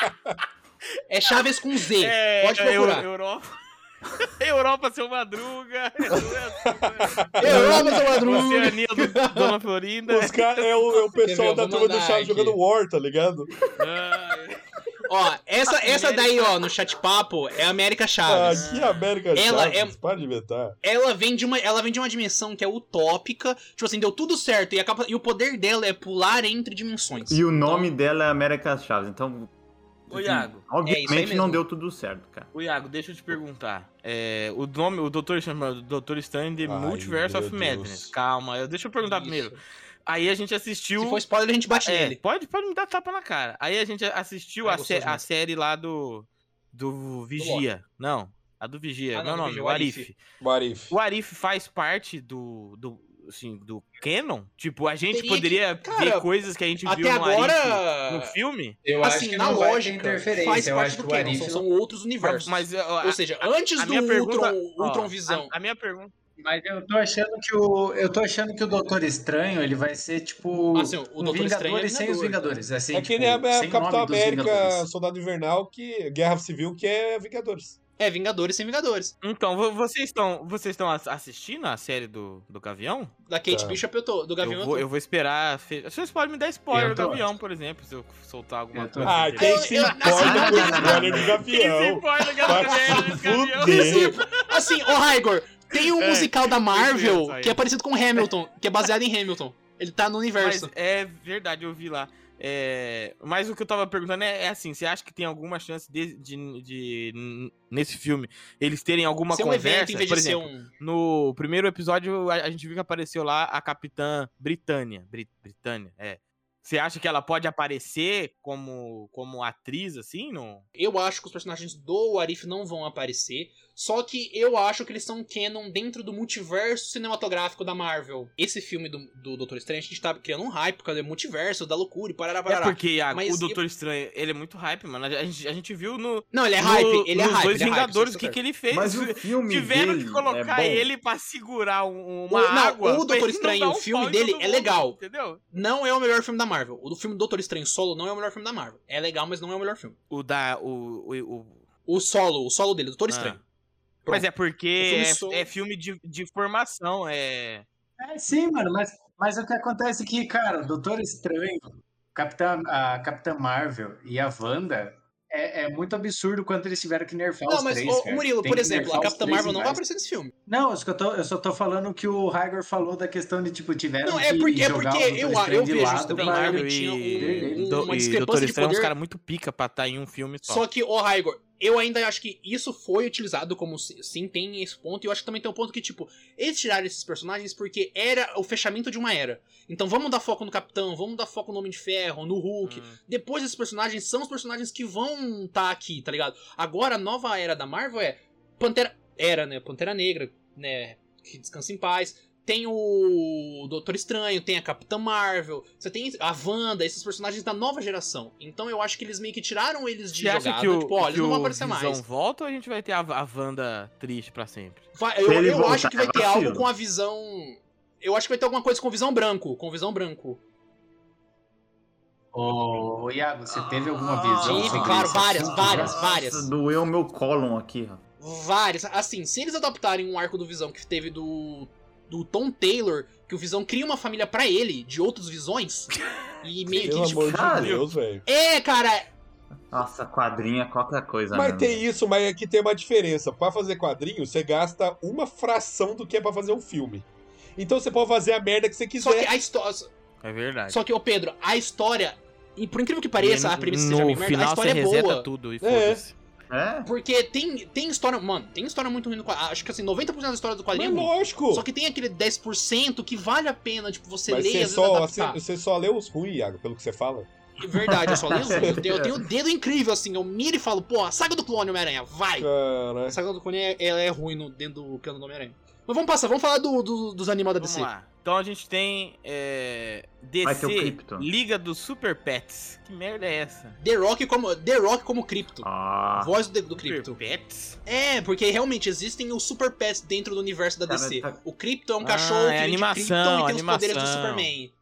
[SPEAKER 2] É Chaves com Z.
[SPEAKER 1] É,
[SPEAKER 2] Pode
[SPEAKER 1] Eu-
[SPEAKER 2] procurar.
[SPEAKER 1] Europa. Europa, seu Madruga. é assim,
[SPEAKER 2] Eu amo essa madruga.
[SPEAKER 1] né? Oceania do, Dona Florinda.
[SPEAKER 5] Os cara, é, o, é o pessoal
[SPEAKER 2] ver, eu
[SPEAKER 5] da
[SPEAKER 2] vou
[SPEAKER 5] turma do
[SPEAKER 2] mandar
[SPEAKER 5] Chaves
[SPEAKER 2] aqui.
[SPEAKER 5] jogando War, tá ligado?
[SPEAKER 1] Ai,
[SPEAKER 2] Ó, essa, essa daí, ó, no chat papo, é a América
[SPEAKER 5] Ah,
[SPEAKER 2] Chaves.
[SPEAKER 5] que América
[SPEAKER 2] Ela é
[SPEAKER 5] Chaves. Para de inventar.
[SPEAKER 2] Ela vem de uma, ela vem de uma dimensão que é utópica, tipo assim, deu tudo certo, e, a capa- e o poder dela é pular entre dimensões.
[SPEAKER 3] e o nome dela é América Chaves, então.
[SPEAKER 1] Ô, Iago.
[SPEAKER 2] É isso aí
[SPEAKER 3] Obviamente
[SPEAKER 2] mesmo.
[SPEAKER 3] não deu tudo certo, cara.
[SPEAKER 1] Ô, Iago, deixa eu te perguntar. É, o nome, o Doutor chama Doutor Strange The
[SPEAKER 5] Ai,
[SPEAKER 1] Multiverse
[SPEAKER 5] meu
[SPEAKER 1] of
[SPEAKER 5] Deus.
[SPEAKER 1] Madness. Calma, eu, deixa eu perguntar
[SPEAKER 2] Isso.
[SPEAKER 1] primeiro. Aí a gente assistiu.
[SPEAKER 2] Se for spoiler, a gente bate
[SPEAKER 1] É,
[SPEAKER 2] nele.
[SPEAKER 1] pode, pode me dar tapa na cara. Aí a gente assistiu
[SPEAKER 2] Ai,
[SPEAKER 1] a, sé-
[SPEAKER 2] gostoso, né?
[SPEAKER 1] a série lá do. Do Vigia. não, a do Vigia.
[SPEAKER 2] Ah,
[SPEAKER 1] meu
[SPEAKER 2] não, do
[SPEAKER 1] nome,
[SPEAKER 2] Vigia,
[SPEAKER 1] o
[SPEAKER 2] o Arif.
[SPEAKER 1] Arif.
[SPEAKER 5] Barif.
[SPEAKER 1] O Arif faz parte do. do assim, do canon? Tipo, a gente
[SPEAKER 2] Teria que-
[SPEAKER 1] poderia
[SPEAKER 2] cara,
[SPEAKER 1] ver coisas que a gente viu
[SPEAKER 2] Até
[SPEAKER 1] no Arif no
[SPEAKER 2] agora.
[SPEAKER 1] filme?
[SPEAKER 4] Eu acho
[SPEAKER 2] Assim,
[SPEAKER 4] que
[SPEAKER 2] na
[SPEAKER 4] não vai ter
[SPEAKER 2] lógica,
[SPEAKER 4] interferência.
[SPEAKER 2] faz
[SPEAKER 4] eu
[SPEAKER 2] parte
[SPEAKER 4] acho
[SPEAKER 2] do
[SPEAKER 4] que o
[SPEAKER 2] Canon,
[SPEAKER 4] Arif é um-
[SPEAKER 2] são,
[SPEAKER 4] não
[SPEAKER 2] são outros universos.
[SPEAKER 1] Mas, ó, a-
[SPEAKER 2] Ou seja, antes
[SPEAKER 1] a
[SPEAKER 2] do
[SPEAKER 1] minha pergunta-
[SPEAKER 2] Ultron,
[SPEAKER 1] ó,
[SPEAKER 2] Ultron Visão.
[SPEAKER 1] A, a minha pergunta.
[SPEAKER 4] Mas eu tô achando que o eu tô achando que o Doutor Estranho ele vai ser tipo
[SPEAKER 2] Ah, sim, o
[SPEAKER 4] um
[SPEAKER 2] Doutor Estranho é
[SPEAKER 4] Vingadores sem os
[SPEAKER 2] Vingador.
[SPEAKER 4] Vingadores, assim,
[SPEAKER 5] É que
[SPEAKER 4] tipo,
[SPEAKER 5] nem a, a
[SPEAKER 4] sem o
[SPEAKER 5] Capitão
[SPEAKER 4] nome dos
[SPEAKER 5] América,
[SPEAKER 4] Vingadores.
[SPEAKER 5] Soldado Invernal, que Guerra Civil, que é Vingadores.
[SPEAKER 2] É Vingadores sem Vingadores.
[SPEAKER 1] Então, vo- vocês estão vocês estão as- assistindo a série do, do Gavião?
[SPEAKER 2] Da Kate
[SPEAKER 5] Tá.
[SPEAKER 2] Bishop eu tô. Do Gavião
[SPEAKER 1] eu, vou, eu vou esperar. Fe... Vocês podem me dar spoiler do
[SPEAKER 4] Eu tô.
[SPEAKER 1] Gavião, por exemplo, se eu soltar alguma
[SPEAKER 4] Eu tô.
[SPEAKER 1] coisa.
[SPEAKER 5] Ah, quem
[SPEAKER 2] Eu-
[SPEAKER 5] se
[SPEAKER 2] eu-
[SPEAKER 5] importa
[SPEAKER 3] assim,
[SPEAKER 5] com o
[SPEAKER 3] não, não, não,
[SPEAKER 5] spoiler do Gavião?
[SPEAKER 1] importa,
[SPEAKER 5] Vai
[SPEAKER 1] Gavião?
[SPEAKER 5] se
[SPEAKER 1] Gavião.
[SPEAKER 5] fuder.
[SPEAKER 2] tô. Assim, ô Raigor, tem um
[SPEAKER 1] É,
[SPEAKER 2] musical da
[SPEAKER 1] eu
[SPEAKER 2] Marvel
[SPEAKER 1] sei, eu sei.
[SPEAKER 2] que é parecido com Hamilton, que é baseado em Hamilton. Ele tá no
[SPEAKER 1] Mas
[SPEAKER 2] universo.
[SPEAKER 1] é verdade, eu vi lá. É, mas o que eu tava perguntando é, é assim: você acha que tem alguma chance de, de- de- n- nesse filme eles terem alguma
[SPEAKER 2] ser um
[SPEAKER 1] conversa?
[SPEAKER 2] evento em vez
[SPEAKER 1] Por
[SPEAKER 2] de ser
[SPEAKER 1] exemplo,
[SPEAKER 2] um.
[SPEAKER 1] no primeiro episódio a, a gente viu que apareceu lá a Capitã Britânia. Brit, Britânia, é. Você acha que ela pode aparecer como, como atriz, assim? No...
[SPEAKER 2] Eu acho que os personagens do Arif não vão aparecer. Só que eu acho que eles são canon dentro do multiverso cinematográfico da Marvel. Esse filme do, do Doutor Estranho, a gente tá criando um hype por causa do multiverso, da loucura e parará,
[SPEAKER 1] É
[SPEAKER 2] parará.
[SPEAKER 1] porque Iago,
[SPEAKER 2] mas
[SPEAKER 1] o
[SPEAKER 2] eu-
[SPEAKER 1] Doutor Estranho, ele é muito hype, mano. A gente, a gente viu no,
[SPEAKER 2] Não, ele é
[SPEAKER 1] no-
[SPEAKER 2] hype, ele é
[SPEAKER 1] nos
[SPEAKER 2] hype.
[SPEAKER 1] dois
[SPEAKER 2] ele é hype,
[SPEAKER 1] Vingadores o
[SPEAKER 2] isso é
[SPEAKER 1] que,
[SPEAKER 2] certo.
[SPEAKER 1] que ele fez.
[SPEAKER 3] Mas o filme
[SPEAKER 1] Tiveram
[SPEAKER 3] dele
[SPEAKER 1] que colocar
[SPEAKER 3] é bom.
[SPEAKER 1] ele pra segurar um-
[SPEAKER 2] O-
[SPEAKER 1] uma
[SPEAKER 2] não,
[SPEAKER 1] água.
[SPEAKER 2] o
[SPEAKER 1] pra
[SPEAKER 2] Doutor
[SPEAKER 1] ele não
[SPEAKER 2] Estranho,
[SPEAKER 1] dar
[SPEAKER 2] o filme
[SPEAKER 1] pau em todo
[SPEAKER 2] dele é legal.
[SPEAKER 1] Entendeu?
[SPEAKER 2] Não é o melhor filme da Marvel. O do filme Doutor Estranho Solo não é o melhor filme da Marvel. É legal, mas não é o melhor filme.
[SPEAKER 1] O da. O, o, o-
[SPEAKER 2] O solo, o solo dele, Doutor
[SPEAKER 1] Ah.
[SPEAKER 2] Estranho.
[SPEAKER 1] Mas
[SPEAKER 2] Pronto.
[SPEAKER 1] é porque
[SPEAKER 2] O filme
[SPEAKER 1] é,
[SPEAKER 2] só-
[SPEAKER 1] é filme de, de formação, é.
[SPEAKER 4] É, sim, mano, mas, mas o que acontece é que, cara, o Doutor Estranho, Capitã, a Capitã Marvel e a Wanda é, é muito absurdo quanto eles tiveram que nerfar
[SPEAKER 2] Não,
[SPEAKER 4] os
[SPEAKER 2] mas,
[SPEAKER 4] três.
[SPEAKER 2] ô,
[SPEAKER 4] cara.
[SPEAKER 2] Murilo,
[SPEAKER 4] Tem
[SPEAKER 2] por
[SPEAKER 4] que
[SPEAKER 2] exemplo, a
[SPEAKER 4] nerfar os
[SPEAKER 2] Capitã
[SPEAKER 4] três
[SPEAKER 2] Marvel não vai
[SPEAKER 4] demais.
[SPEAKER 2] aparecer nesse filme.
[SPEAKER 4] Não, eu só, tô, eu só tô falando que o Hagar falou da questão de, tipo, tiveram
[SPEAKER 2] Não,
[SPEAKER 4] que
[SPEAKER 2] é porque, é
[SPEAKER 4] jogar
[SPEAKER 2] porque
[SPEAKER 4] o Doutor
[SPEAKER 2] eu,
[SPEAKER 4] Estranho
[SPEAKER 2] eu
[SPEAKER 4] de
[SPEAKER 2] vejo isso
[SPEAKER 4] lado
[SPEAKER 2] também.
[SPEAKER 4] pra-
[SPEAKER 2] Marvel
[SPEAKER 1] Marvel
[SPEAKER 2] tinha um-
[SPEAKER 1] e,
[SPEAKER 2] um-
[SPEAKER 1] do-
[SPEAKER 2] uma
[SPEAKER 1] e
[SPEAKER 2] discrepância
[SPEAKER 1] Doutor
[SPEAKER 2] de
[SPEAKER 1] Estranho é uns
[SPEAKER 2] poder.
[SPEAKER 1] caras muito pica pra estar em um filme só.
[SPEAKER 2] Só que, ô Raigor, eu ainda acho que isso foi utilizado como si- sim, tem esse ponto, e eu acho que também tem um ponto que, tipo, eles tiraram esses personagens porque era o fechamento de uma era. Então vamos dar foco no Capitão, vamos dar foco no Homem de Ferro, no Hulk.
[SPEAKER 1] Hum.
[SPEAKER 2] Depois esses personagens são os personagens que vão estar aqui, tá ligado? Agora a nova era da Marvel é Pantera. Era, né? Pantera Negra, né? Que descansa em paz. Tem o Doutor Estranho, tem a Capitã Marvel, você tem a Wanda, esses personagens da nova geração. Então eu acho que eles meio que tiraram eles de
[SPEAKER 1] Você acha
[SPEAKER 2] jogada,
[SPEAKER 1] que o,
[SPEAKER 2] tipo, ó, eles
[SPEAKER 1] que
[SPEAKER 2] não vão
[SPEAKER 1] o
[SPEAKER 2] aparecer
[SPEAKER 1] Visão
[SPEAKER 2] mais.
[SPEAKER 1] volta ou a gente vai ter a, a Wanda triste pra sempre?
[SPEAKER 2] Vai- eu
[SPEAKER 3] ele
[SPEAKER 2] eu
[SPEAKER 3] voltar,
[SPEAKER 1] tá
[SPEAKER 2] acho que vai
[SPEAKER 3] é
[SPEAKER 2] ter
[SPEAKER 3] vacilo.
[SPEAKER 2] algo com a visão. Eu acho que vai ter alguma coisa com visão branco, com visão branco.
[SPEAKER 1] Oh.
[SPEAKER 4] Ô, ô, Iago, você teve alguma visão?
[SPEAKER 2] Tive,
[SPEAKER 4] sobre
[SPEAKER 2] Ah, claro,
[SPEAKER 4] isso? assim?
[SPEAKER 2] várias,
[SPEAKER 4] Sim,
[SPEAKER 2] várias,
[SPEAKER 4] já?
[SPEAKER 2] várias.
[SPEAKER 3] Nossa, doeu meu cólon aqui, rapaz.
[SPEAKER 2] várias. Assim, se eles adaptarem um arco do Visão que teve do, do Tom Taylor, que o Visão cria uma família pra ele, de outros Visões, e meio
[SPEAKER 5] Pelo
[SPEAKER 2] que tipo.
[SPEAKER 5] amor
[SPEAKER 3] cara.
[SPEAKER 5] de Deus, velho.
[SPEAKER 2] É, cara!
[SPEAKER 3] Nossa, quadrinha, qualquer coisa.
[SPEAKER 5] Mas
[SPEAKER 3] né,
[SPEAKER 5] tem
[SPEAKER 3] velho?
[SPEAKER 5] isso, mas aqui tem uma diferença. Pra fazer quadrinho, você gasta uma fração do que é pra fazer um filme. Então você pode fazer a merda que você
[SPEAKER 2] Só que
[SPEAKER 5] quiser.
[SPEAKER 2] a história.
[SPEAKER 1] É verdade.
[SPEAKER 2] Só que, ô Pedro, a história. E por incrível que pareça,
[SPEAKER 1] E
[SPEAKER 2] a premissa
[SPEAKER 1] no
[SPEAKER 2] seja bem merda, a
[SPEAKER 1] final
[SPEAKER 2] história
[SPEAKER 1] você
[SPEAKER 2] é
[SPEAKER 1] reseta
[SPEAKER 2] boa.
[SPEAKER 1] tudo e
[SPEAKER 5] É.
[SPEAKER 1] foda-se.
[SPEAKER 3] É?
[SPEAKER 2] Porque tem, tem história. Mano, tem história muito ruim no quadrinho. Acho que assim, 90% da história do
[SPEAKER 5] Mas
[SPEAKER 2] quadrinho. é ruim.
[SPEAKER 5] lógico.
[SPEAKER 2] só que tem aquele 10% que vale a pena, tipo, você
[SPEAKER 5] Mas
[SPEAKER 2] ler e
[SPEAKER 5] você
[SPEAKER 2] às vezes
[SPEAKER 5] só, assim-
[SPEAKER 2] adaptar. É
[SPEAKER 5] você- você só leu os ruins, Iago, pelo que você fala.
[SPEAKER 2] Verdade, eu só leio os ruins. Eu tenho- Eu tenho o dedo incrível, assim. Eu miro e falo, pô, a saga do clone, Homem-Aranha, vai!
[SPEAKER 5] Cara,
[SPEAKER 2] A saga do Clone é, ela é ruim no- dentro do cano do Homem-Aranha. Mas vamos passar, vamos falar do, do- dos animais da
[SPEAKER 1] Vamos
[SPEAKER 2] DC.
[SPEAKER 1] lá. Então a gente tem é,
[SPEAKER 3] Vai ter o
[SPEAKER 1] DC,
[SPEAKER 3] Krypton.
[SPEAKER 1] Liga dos Super Pets. Que merda é essa?
[SPEAKER 2] The Rock como, The Rock como Crypto.
[SPEAKER 3] Ah,
[SPEAKER 2] Voz do, do Crypto.
[SPEAKER 1] Super Pets?
[SPEAKER 2] É, porque realmente existem os Super Pets dentro do universo da
[SPEAKER 3] Cara,
[SPEAKER 2] DC.
[SPEAKER 3] tá-
[SPEAKER 2] O Crypto é um
[SPEAKER 1] Ah,
[SPEAKER 2] cachorro
[SPEAKER 1] é
[SPEAKER 2] que vem de
[SPEAKER 1] animação,
[SPEAKER 2] Krypton e tem os poderes do
[SPEAKER 1] animação.
[SPEAKER 2] Superman.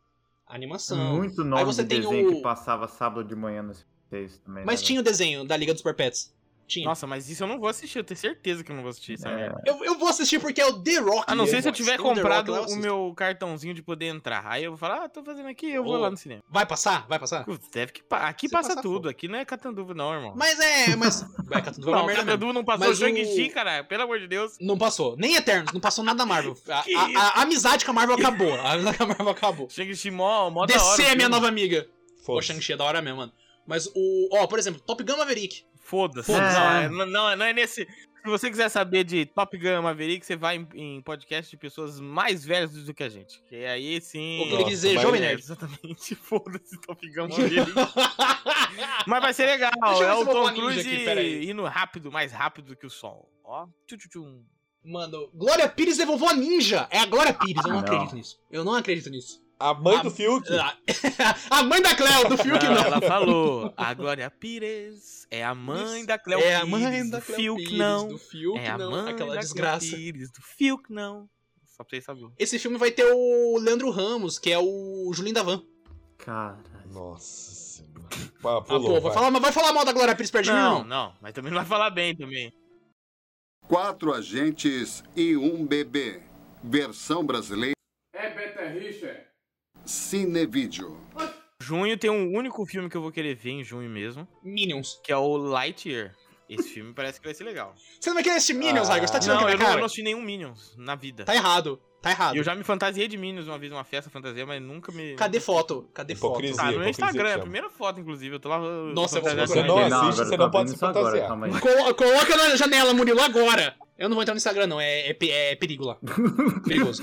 [SPEAKER 2] Animação.
[SPEAKER 3] muito nome
[SPEAKER 2] você
[SPEAKER 3] de
[SPEAKER 2] tem
[SPEAKER 3] desenho
[SPEAKER 2] o-
[SPEAKER 3] que passava sábado de manhã nos seis também.
[SPEAKER 2] Mas
[SPEAKER 3] né,
[SPEAKER 2] tinha o desenho da Liga dos Super Pets. Tinha.
[SPEAKER 1] Nossa, mas isso eu não vou assistir. Eu tenho certeza que eu não vou assistir essa
[SPEAKER 3] É.
[SPEAKER 1] merda.
[SPEAKER 2] Eu, eu vou assistir porque é o The Rock.
[SPEAKER 1] A Ah, não
[SPEAKER 2] né?
[SPEAKER 1] ser se eu
[SPEAKER 2] Voz.
[SPEAKER 1] tiver
[SPEAKER 2] Tem o The Rock
[SPEAKER 1] comprado
[SPEAKER 2] lá, eu
[SPEAKER 1] o
[SPEAKER 2] assisto.
[SPEAKER 1] meu cartãozinho de poder entrar. Aí eu vou falar, ah, tô fazendo aqui, eu vou
[SPEAKER 2] Ô.
[SPEAKER 1] lá no cinema.
[SPEAKER 2] Vai passar? Vai passar?
[SPEAKER 1] Putz, Deve que pa- Aqui
[SPEAKER 2] Se
[SPEAKER 1] passa
[SPEAKER 2] passar,
[SPEAKER 1] tudo, aqui não é Catanduva não, irmão.
[SPEAKER 2] Mas é, mas. Vai, Catanduva é uma
[SPEAKER 1] não,
[SPEAKER 2] merda mesmo.
[SPEAKER 1] Catanduva não passou
[SPEAKER 2] Mas o-
[SPEAKER 1] Shang-Chi, caralho. Pelo amor de Deus.
[SPEAKER 2] Não passou. Nem Eternos, não passou nada da Marvel. A, a- a amizade com a Marvel acabou. A amizade com a Marvel acabou.
[SPEAKER 1] Shang-Chi mó, mó da hora.
[SPEAKER 2] DC é
[SPEAKER 1] o
[SPEAKER 2] minha
[SPEAKER 1] filme.
[SPEAKER 2] nova amiga. O
[SPEAKER 5] foda-se.
[SPEAKER 2] Shang-Chi é da hora mesmo, mano. Mas o. Ó, por exemplo, Top Gun Maverick.
[SPEAKER 1] Foda-se.
[SPEAKER 3] Foda-se.
[SPEAKER 1] Não,
[SPEAKER 3] É.
[SPEAKER 1] é- não, não, é- não é nesse. Se você quiser saber de Top Gun Maverick, você vai em, em podcast de pessoas mais velhas do que a gente. Que aí sim.
[SPEAKER 2] O que ele quis dizer,
[SPEAKER 5] mas-
[SPEAKER 2] Jovem
[SPEAKER 1] É,
[SPEAKER 2] Nerd.
[SPEAKER 1] exatamente. Foda-se Top Gun Maverick. Mas vai ser legal.
[SPEAKER 2] Deixa eu ver
[SPEAKER 1] É
[SPEAKER 2] se eu
[SPEAKER 1] o
[SPEAKER 2] vou pôr a
[SPEAKER 1] Tom
[SPEAKER 2] ninja
[SPEAKER 1] Cruise
[SPEAKER 2] aqui, peraí.
[SPEAKER 1] indo rápido, mais rápido que o sol. Ó. Tchu, tchu, tchum.
[SPEAKER 2] Mano, Glória Pires é vovó ninja. É a Glória Pires. Eu não
[SPEAKER 3] Ah, não.
[SPEAKER 2] acredito nisso. Eu não acredito nisso.
[SPEAKER 5] A mãe
[SPEAKER 2] A- Ah.
[SPEAKER 5] do Fiuk.
[SPEAKER 2] A mãe da Cleo, do filme
[SPEAKER 1] Não,
[SPEAKER 2] não.
[SPEAKER 1] Ela falou. A Glória Pires é a mãe da Cleo
[SPEAKER 2] é a mãe
[SPEAKER 1] Pires,
[SPEAKER 2] da
[SPEAKER 1] do
[SPEAKER 2] Cleo
[SPEAKER 1] Fiuk,
[SPEAKER 2] Pires,
[SPEAKER 1] não.
[SPEAKER 2] do Fiuk,
[SPEAKER 1] é a
[SPEAKER 2] não.
[SPEAKER 1] mãe
[SPEAKER 2] Aquela
[SPEAKER 1] da
[SPEAKER 2] desgraça.
[SPEAKER 1] Cleo Pires, do Fiuk, não. Só pra vocês saberem.
[SPEAKER 2] Esse filme vai ter o Leandro Ramos, que é o Julinho da Van.
[SPEAKER 3] Caralho.
[SPEAKER 5] Nossa senhora. Pá,
[SPEAKER 2] Ah, pô,
[SPEAKER 5] pulou,
[SPEAKER 2] vai
[SPEAKER 5] vai.
[SPEAKER 2] falar, vai falar mal da Glória Pires perto de mim,
[SPEAKER 1] Não,
[SPEAKER 2] não?
[SPEAKER 1] não, mas também não vai falar bem também.
[SPEAKER 6] Quatro agentes e um bebê. Versão brasileira
[SPEAKER 7] É Beta Richard.
[SPEAKER 6] Cinevídeo.
[SPEAKER 1] Junho tem um único filme que eu vou querer ver em junho mesmo,
[SPEAKER 2] Minions.
[SPEAKER 1] que é o Lightyear. Esse filme parece que vai ser legal.
[SPEAKER 2] Você não vai querer assistir Minions,
[SPEAKER 5] Ah.
[SPEAKER 2] Raigo? Você tá tirando
[SPEAKER 1] Não,
[SPEAKER 2] aqui
[SPEAKER 1] eu
[SPEAKER 2] na
[SPEAKER 1] não, eu
[SPEAKER 2] cara?
[SPEAKER 1] não assisti nenhum Minions na vida.
[SPEAKER 2] Tá errado. Tá Tá errado.
[SPEAKER 1] E eu já me fantasiei de Minions uma vez numa festa fantasia, mas nunca me.
[SPEAKER 2] Cadê foto? Cadê
[SPEAKER 5] Hipocrisia.
[SPEAKER 2] foto?
[SPEAKER 1] Ah, no meu
[SPEAKER 5] Hipocrisia que
[SPEAKER 1] Instagram, é a
[SPEAKER 5] chama.
[SPEAKER 1] primeira foto, inclusive. Eu tô lá. eu-
[SPEAKER 2] Nossa, eu vou
[SPEAKER 1] fantasiado
[SPEAKER 5] Você
[SPEAKER 1] de
[SPEAKER 5] não
[SPEAKER 1] Minions.
[SPEAKER 5] assiste, você
[SPEAKER 3] eu
[SPEAKER 5] não
[SPEAKER 3] tô
[SPEAKER 5] pode
[SPEAKER 3] vendo
[SPEAKER 5] se
[SPEAKER 3] isso agora,
[SPEAKER 5] fantasiar.
[SPEAKER 3] calma aí.
[SPEAKER 2] Colo- coloca na janela, Murilo, agora! Eu não vou entrar no Instagram, não. É, é, pe- é perigo lá. Perigoso.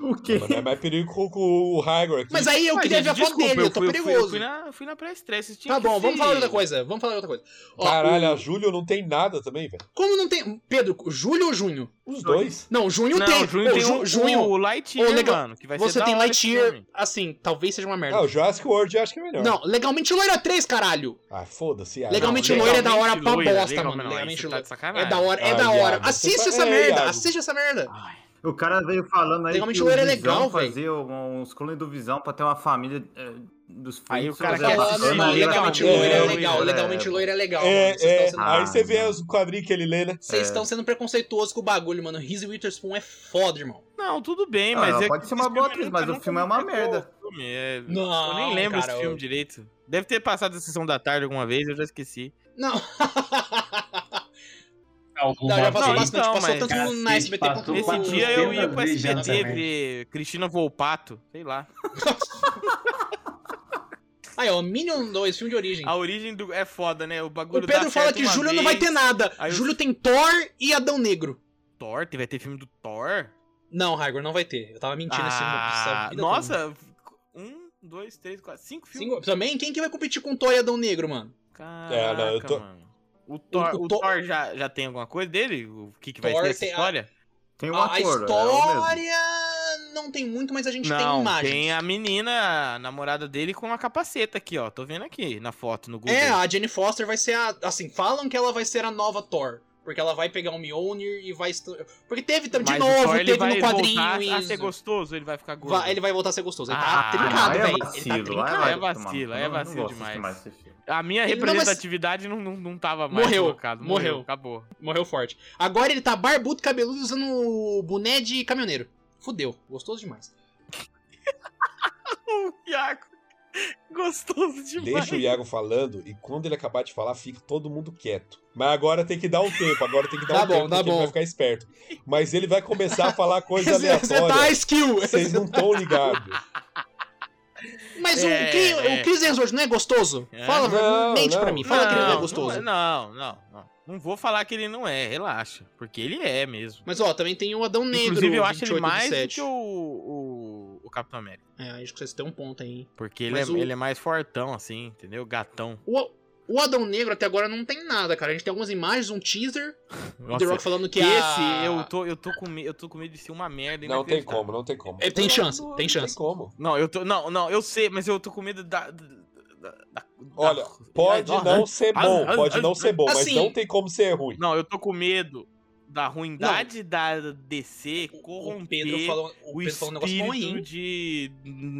[SPEAKER 3] O quê?
[SPEAKER 5] Mas é mais perigo com- com o Hagor aqui.
[SPEAKER 2] Mas aí eu
[SPEAKER 1] Mas,
[SPEAKER 2] queria
[SPEAKER 1] gente,
[SPEAKER 2] ver a foto
[SPEAKER 1] desculpa,
[SPEAKER 2] dele, eu, tô
[SPEAKER 1] fui- fui-
[SPEAKER 2] perigoso.
[SPEAKER 1] Eu fui na, eu fui na pré-estresse.
[SPEAKER 2] Tá bom, vamos falar de outra coisa. Vamos falar de outra coisa. Ó,
[SPEAKER 5] Caralho, a Júlio não tem nada também, velho.
[SPEAKER 2] o- como não tem. Pedro, julho ou junho?
[SPEAKER 5] Os dois.
[SPEAKER 2] Não, junho
[SPEAKER 1] Não,
[SPEAKER 2] tem.
[SPEAKER 1] junho
[SPEAKER 2] Ô,
[SPEAKER 1] tem
[SPEAKER 2] ju-
[SPEAKER 1] o,
[SPEAKER 2] junho.
[SPEAKER 1] o Lightyear,
[SPEAKER 2] Ô, legal.
[SPEAKER 1] mano, que vai ser
[SPEAKER 2] você
[SPEAKER 1] da
[SPEAKER 2] tem
[SPEAKER 1] hora esse
[SPEAKER 2] Lightyear.
[SPEAKER 1] filme.
[SPEAKER 2] Assim, talvez seja uma merda.
[SPEAKER 5] Ah, o Jurassic World eu acho que é melhor.
[SPEAKER 2] não, legalmente loira 3, caralho.
[SPEAKER 5] Ah, foda-se. ah,
[SPEAKER 2] Legalmente
[SPEAKER 5] não,
[SPEAKER 1] Legal-
[SPEAKER 2] loira é da hora pra
[SPEAKER 1] Legalmente
[SPEAKER 2] bosta,
[SPEAKER 1] loira,
[SPEAKER 2] mano.
[SPEAKER 1] não, aí
[SPEAKER 2] Legalmente
[SPEAKER 1] você tá
[SPEAKER 2] loira.
[SPEAKER 1] de sacanagem.
[SPEAKER 2] é da hora, é
[SPEAKER 5] Ah,
[SPEAKER 2] da hora.
[SPEAKER 5] Iago, você
[SPEAKER 2] Assiste
[SPEAKER 5] tá-
[SPEAKER 2] essa
[SPEAKER 5] é,
[SPEAKER 2] merda,
[SPEAKER 5] Iago.
[SPEAKER 2] assiste essa merda.
[SPEAKER 3] O cara veio falando aí
[SPEAKER 2] Legalmente
[SPEAKER 3] que o
[SPEAKER 2] loiro é
[SPEAKER 3] Visão
[SPEAKER 2] legal, véi.
[SPEAKER 3] fazia um, uns clones do Visão pra ter uma família eh, dos é filhos.
[SPEAKER 1] Aí o cara
[SPEAKER 3] fazer
[SPEAKER 1] quer
[SPEAKER 3] uma
[SPEAKER 2] Ah,
[SPEAKER 1] assistir
[SPEAKER 3] bacana,
[SPEAKER 2] não, não,
[SPEAKER 1] legal,
[SPEAKER 2] legalmente
[SPEAKER 5] é,
[SPEAKER 2] loira é
[SPEAKER 5] é,
[SPEAKER 2] legal,
[SPEAKER 3] é,
[SPEAKER 2] legalmente
[SPEAKER 3] é,
[SPEAKER 2] loira é legal, mano. Vocês
[SPEAKER 5] É, é.
[SPEAKER 2] tão sendo-
[SPEAKER 5] Aí você vê os quadrinhos que ele lê, né?
[SPEAKER 2] Vocês
[SPEAKER 3] É.
[SPEAKER 2] estão sendo preconceituosos com o bagulho, mano. Reese Witherspoon é foda, irmão.
[SPEAKER 1] Não, tudo bem,
[SPEAKER 3] Ah,
[SPEAKER 1] mas...
[SPEAKER 3] ela
[SPEAKER 1] é
[SPEAKER 3] pode
[SPEAKER 1] que
[SPEAKER 3] ser uma
[SPEAKER 1] esse
[SPEAKER 3] boa
[SPEAKER 1] filme
[SPEAKER 3] atriz,
[SPEAKER 1] nunca-
[SPEAKER 3] mas o
[SPEAKER 1] nunca
[SPEAKER 3] filme é uma
[SPEAKER 1] me pegou.
[SPEAKER 3] merda.
[SPEAKER 1] Filme, é- Eu
[SPEAKER 2] Não,
[SPEAKER 1] nem lembro
[SPEAKER 2] cara,
[SPEAKER 1] esse filme
[SPEAKER 2] eu-
[SPEAKER 1] direito. Deve ter passado a sessão da tarde alguma vez, eu já esqueci.
[SPEAKER 2] Não.
[SPEAKER 4] Alguma
[SPEAKER 2] Não, já passou
[SPEAKER 1] Não,
[SPEAKER 4] vez.
[SPEAKER 2] bastante.
[SPEAKER 1] então,
[SPEAKER 2] tipo, passou
[SPEAKER 1] mas-
[SPEAKER 2] tanto no na
[SPEAKER 4] Cacete,
[SPEAKER 2] SBT quanto
[SPEAKER 4] passou
[SPEAKER 2] no
[SPEAKER 1] Esse
[SPEAKER 4] quatro
[SPEAKER 1] dia eu
[SPEAKER 4] vezes
[SPEAKER 1] ia pro
[SPEAKER 4] eu vi já
[SPEAKER 1] SBT
[SPEAKER 4] também.
[SPEAKER 2] né?
[SPEAKER 1] ver Cristina Volpato, sei lá.
[SPEAKER 2] Aí, ó, Minion 2, filme de origem.
[SPEAKER 1] A origem do... é foda, né? O
[SPEAKER 2] O
[SPEAKER 1] bagulho
[SPEAKER 2] Pedro
[SPEAKER 1] dá
[SPEAKER 2] fala
[SPEAKER 1] certo
[SPEAKER 2] que
[SPEAKER 1] uma
[SPEAKER 2] Júlio não
[SPEAKER 1] vez.
[SPEAKER 2] vai ter nada.
[SPEAKER 1] Aí eu-
[SPEAKER 2] Júlio tem Thor e Adão Negro.
[SPEAKER 1] Thor, vai ter filme do Thor?
[SPEAKER 2] Não, Raigor, não vai ter. Eu tava mentindo esse é
[SPEAKER 1] Ah,
[SPEAKER 2] essa vida toda.
[SPEAKER 1] nossa, um, dois, três, quatro, cinco filmes.
[SPEAKER 2] Cinco- Também? Quem que vai competir com Thor e Adão Negro, mano?
[SPEAKER 1] Caraca,
[SPEAKER 5] É, não, eu tô-
[SPEAKER 1] mano. O Thor,
[SPEAKER 2] o
[SPEAKER 1] o
[SPEAKER 2] Thor-
[SPEAKER 1] Thor já, já tem alguma coisa dele? O que, que vai
[SPEAKER 2] Thor
[SPEAKER 1] ser essa
[SPEAKER 2] tem a-
[SPEAKER 1] história?
[SPEAKER 3] Tem um
[SPEAKER 2] A, a
[SPEAKER 3] ator, é o mesmo.
[SPEAKER 2] história não tem muito, mas a gente tem
[SPEAKER 1] Não, tem,
[SPEAKER 2] imagens.
[SPEAKER 1] a menina, a namorada dele, com a capaceta aqui, ó. Tô vendo aqui na foto, no Google.
[SPEAKER 2] É, a Jenny Foster vai ser a. Assim, falam que ela vai ser a nova Thor. Porque ela vai pegar o Mjolnir e vai. estu- Porque teve, tam- de
[SPEAKER 1] Mas o
[SPEAKER 2] novo,
[SPEAKER 1] Thor,
[SPEAKER 2] teve no quadrinho.
[SPEAKER 1] Voltar a
[SPEAKER 2] isso.
[SPEAKER 1] ser gostoso, ele vai ficar gordo.
[SPEAKER 2] Vai- ele vai voltar a ser gostoso. Ele tá
[SPEAKER 1] Ah,
[SPEAKER 2] trincado,
[SPEAKER 3] Aí
[SPEAKER 2] velho.
[SPEAKER 3] é
[SPEAKER 2] Ele tá
[SPEAKER 3] vacilo,
[SPEAKER 2] trincado.
[SPEAKER 3] aí
[SPEAKER 1] É
[SPEAKER 3] vai tomar
[SPEAKER 1] vacilo,
[SPEAKER 3] no cu.
[SPEAKER 1] é
[SPEAKER 3] Eu não- eu não
[SPEAKER 1] vacilo
[SPEAKER 3] gosto
[SPEAKER 1] demais.
[SPEAKER 3] mais desse
[SPEAKER 2] Um
[SPEAKER 3] filme.
[SPEAKER 1] A minha
[SPEAKER 2] Ele- não, mas-
[SPEAKER 1] representatividade não, não, não tava mais
[SPEAKER 2] Morreu,
[SPEAKER 1] colocado.
[SPEAKER 2] morreu.
[SPEAKER 1] Acabou.
[SPEAKER 2] Morreu forte. Agora ele tá barbudo, cabeludo, usando o boné de caminhoneiro. Fudeu. Gostoso demais.
[SPEAKER 1] O Iago. Gostoso demais.
[SPEAKER 5] Deixa o Iago falando e quando ele acabar de falar, fica todo mundo quieto. Mas agora tem que dar um tempo, agora tem que dar
[SPEAKER 2] Tá
[SPEAKER 5] um
[SPEAKER 2] bom,
[SPEAKER 5] tempo,
[SPEAKER 2] tá
[SPEAKER 5] porque ele
[SPEAKER 2] bom.
[SPEAKER 5] vai ficar esperto. Mas ele vai começar a falar coisa
[SPEAKER 2] tá
[SPEAKER 5] aleatória.
[SPEAKER 2] skill.
[SPEAKER 5] Vocês não estão ligados.
[SPEAKER 2] Mas
[SPEAKER 1] É,
[SPEAKER 2] o, Chris,
[SPEAKER 1] é.
[SPEAKER 2] o Chris Hemsworth não é gostoso?
[SPEAKER 1] É.
[SPEAKER 2] Fala,
[SPEAKER 5] Não,
[SPEAKER 2] mente pra
[SPEAKER 5] não.
[SPEAKER 2] mim. Fala que ele não é
[SPEAKER 1] não,
[SPEAKER 2] gostoso.
[SPEAKER 1] Não, não, não. Não vou falar que ele não é, relaxa. Porque ele é mesmo.
[SPEAKER 2] Mas ó, também tem o Adão Negro.
[SPEAKER 1] Inclusive, eu acho ele
[SPEAKER 2] 28 do
[SPEAKER 1] mais do
[SPEAKER 2] 7.
[SPEAKER 1] que o, o, o Capitão América.
[SPEAKER 2] É, acho que vocês têm um ponto aí. hein?
[SPEAKER 1] Porque ele é,
[SPEAKER 2] Mas o-
[SPEAKER 1] ele é mais fortão, assim, entendeu? Gatão.
[SPEAKER 2] O, o Adão Negro até agora não tem nada, cara. A gente tem algumas imagens, um teaser. o The
[SPEAKER 1] Nossa,
[SPEAKER 2] Rock falando que
[SPEAKER 1] esse,
[SPEAKER 2] a...
[SPEAKER 1] eu tô, eu, tô com, me- eu tô com medo de ser uma merda.
[SPEAKER 5] Não tem
[SPEAKER 1] inacreditável.
[SPEAKER 5] como, não tem como. Tá.
[SPEAKER 2] É, tem chance,
[SPEAKER 5] Não,
[SPEAKER 2] tem chance.
[SPEAKER 5] Não tem como.
[SPEAKER 1] Não, eu tô. Não, não, eu sei, mas eu tô com medo da. da- da-
[SPEAKER 5] Olha,
[SPEAKER 1] da-
[SPEAKER 5] pode
[SPEAKER 1] Ai,
[SPEAKER 5] não
[SPEAKER 1] nossa.
[SPEAKER 5] ser
[SPEAKER 1] Ah,
[SPEAKER 5] bom,
[SPEAKER 1] ah,
[SPEAKER 5] pode
[SPEAKER 1] ah,
[SPEAKER 5] não ser bom, mas
[SPEAKER 2] assim-
[SPEAKER 5] não tem como ser ruim.
[SPEAKER 1] Não, eu tô com medo da ruindade da DC corromper.
[SPEAKER 2] o Pedro falou, o
[SPEAKER 1] o
[SPEAKER 2] Pedro falou um negócio ruim.
[SPEAKER 1] espírito
[SPEAKER 2] hein?
[SPEAKER 1] de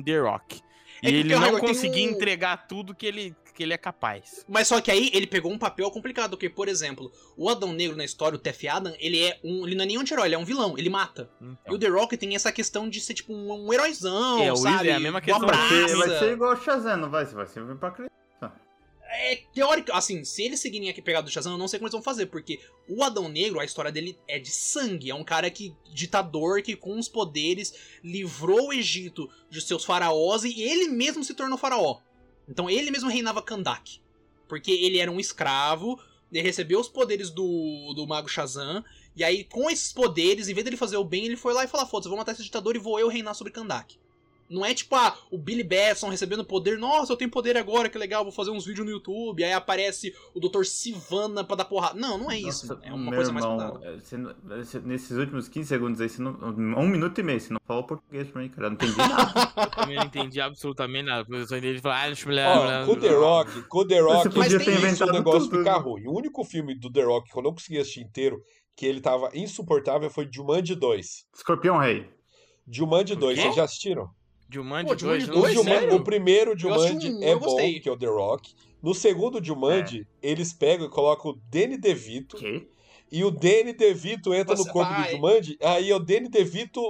[SPEAKER 1] The Rock.
[SPEAKER 2] É
[SPEAKER 1] e
[SPEAKER 2] que
[SPEAKER 1] ele
[SPEAKER 2] o
[SPEAKER 1] não
[SPEAKER 2] Howard tem
[SPEAKER 1] conseguir
[SPEAKER 2] um-
[SPEAKER 1] entregar tudo que ele, que ele é capaz.
[SPEAKER 2] Mas só que aí ele pegou um papel complicado, porque, por exemplo, o Adão Negro na história, o Tef Adam, ele é um. Ele não é nem um anti-herói, ele é um vilão, ele mata. E
[SPEAKER 1] Então,
[SPEAKER 2] o The Rock tem essa questão de ser tipo um, um heróizão,
[SPEAKER 1] É, o Easy
[SPEAKER 2] sabe?
[SPEAKER 1] é a mesma
[SPEAKER 2] Do
[SPEAKER 1] questão.
[SPEAKER 3] Vai ser- Vai
[SPEAKER 2] abraça.
[SPEAKER 3] ser igual o Shazam, não vai? ser? Vai ser pra criança.
[SPEAKER 2] É teórico, assim, se eles seguirem aqui pegado do Shazam, eu não sei como eles vão fazer, porque o Adão Negro, a história dele é de sangue, é um cara que ditador que com os poderes livrou o Egito de seus faraós e ele mesmo se tornou faraó. Então ele mesmo reinava Kandak, porque ele era um escravo, ele recebeu os poderes do, do mago Shazam, e aí com esses poderes, em vez dele fazer o bem, ele foi lá e falou: "Foda-se, eu vou matar esse ditador e vou eu reinar sobre Kandak". Não é tipo, ah, o Billy Batson recebendo poder, nossa, eu tenho poder agora, que legal, vou fazer uns vídeos no YouTube, aí aparece o Dr. Sivana pra dar porrada. Não, não é isso.
[SPEAKER 3] Nossa,
[SPEAKER 2] é uma
[SPEAKER 3] meu
[SPEAKER 2] coisa mais
[SPEAKER 3] irmão,
[SPEAKER 2] fundada.
[SPEAKER 3] é, você não- você- nesses últimos 15 segundos aí, você não, um minuto e meio, você não falou português pra mim, cara. Eu não entendi
[SPEAKER 1] eu
[SPEAKER 3] nada.
[SPEAKER 1] não entendi absolutamente nada. Eu só entendi ele falar, "Ah,
[SPEAKER 2] É,
[SPEAKER 5] Ó, com o The Rock, com o The Rock,
[SPEAKER 3] Você
[SPEAKER 2] podia ter
[SPEAKER 5] isso, o
[SPEAKER 3] inventado
[SPEAKER 5] negócio
[SPEAKER 3] tudo.
[SPEAKER 5] fica ruim. O único filme do The Rock que eu não consegui assistir inteiro, que ele tava insuportável, foi Jumanji 2.
[SPEAKER 3] Escorpião Rei.
[SPEAKER 5] Jumanji
[SPEAKER 1] O
[SPEAKER 5] 2,
[SPEAKER 1] quê?
[SPEAKER 5] vocês já assistiram?
[SPEAKER 1] Jumanji
[SPEAKER 2] Pô, Jumanji
[SPEAKER 1] 2,
[SPEAKER 5] O,
[SPEAKER 2] Dois,
[SPEAKER 5] Juman-
[SPEAKER 2] sério?
[SPEAKER 5] o primeiro
[SPEAKER 2] assisti
[SPEAKER 5] Jumanji
[SPEAKER 2] um,
[SPEAKER 5] é
[SPEAKER 2] eu
[SPEAKER 5] bom,
[SPEAKER 2] gostei. É.
[SPEAKER 5] que é o The Rock. No segundo Jumanji, eles pegam e colocam o Danny DeVito.
[SPEAKER 3] Que?
[SPEAKER 5] E o Danny DeVito entra
[SPEAKER 2] Você
[SPEAKER 5] no corpo
[SPEAKER 2] vai.
[SPEAKER 5] do Jumanji. Aí é o Danny DeVito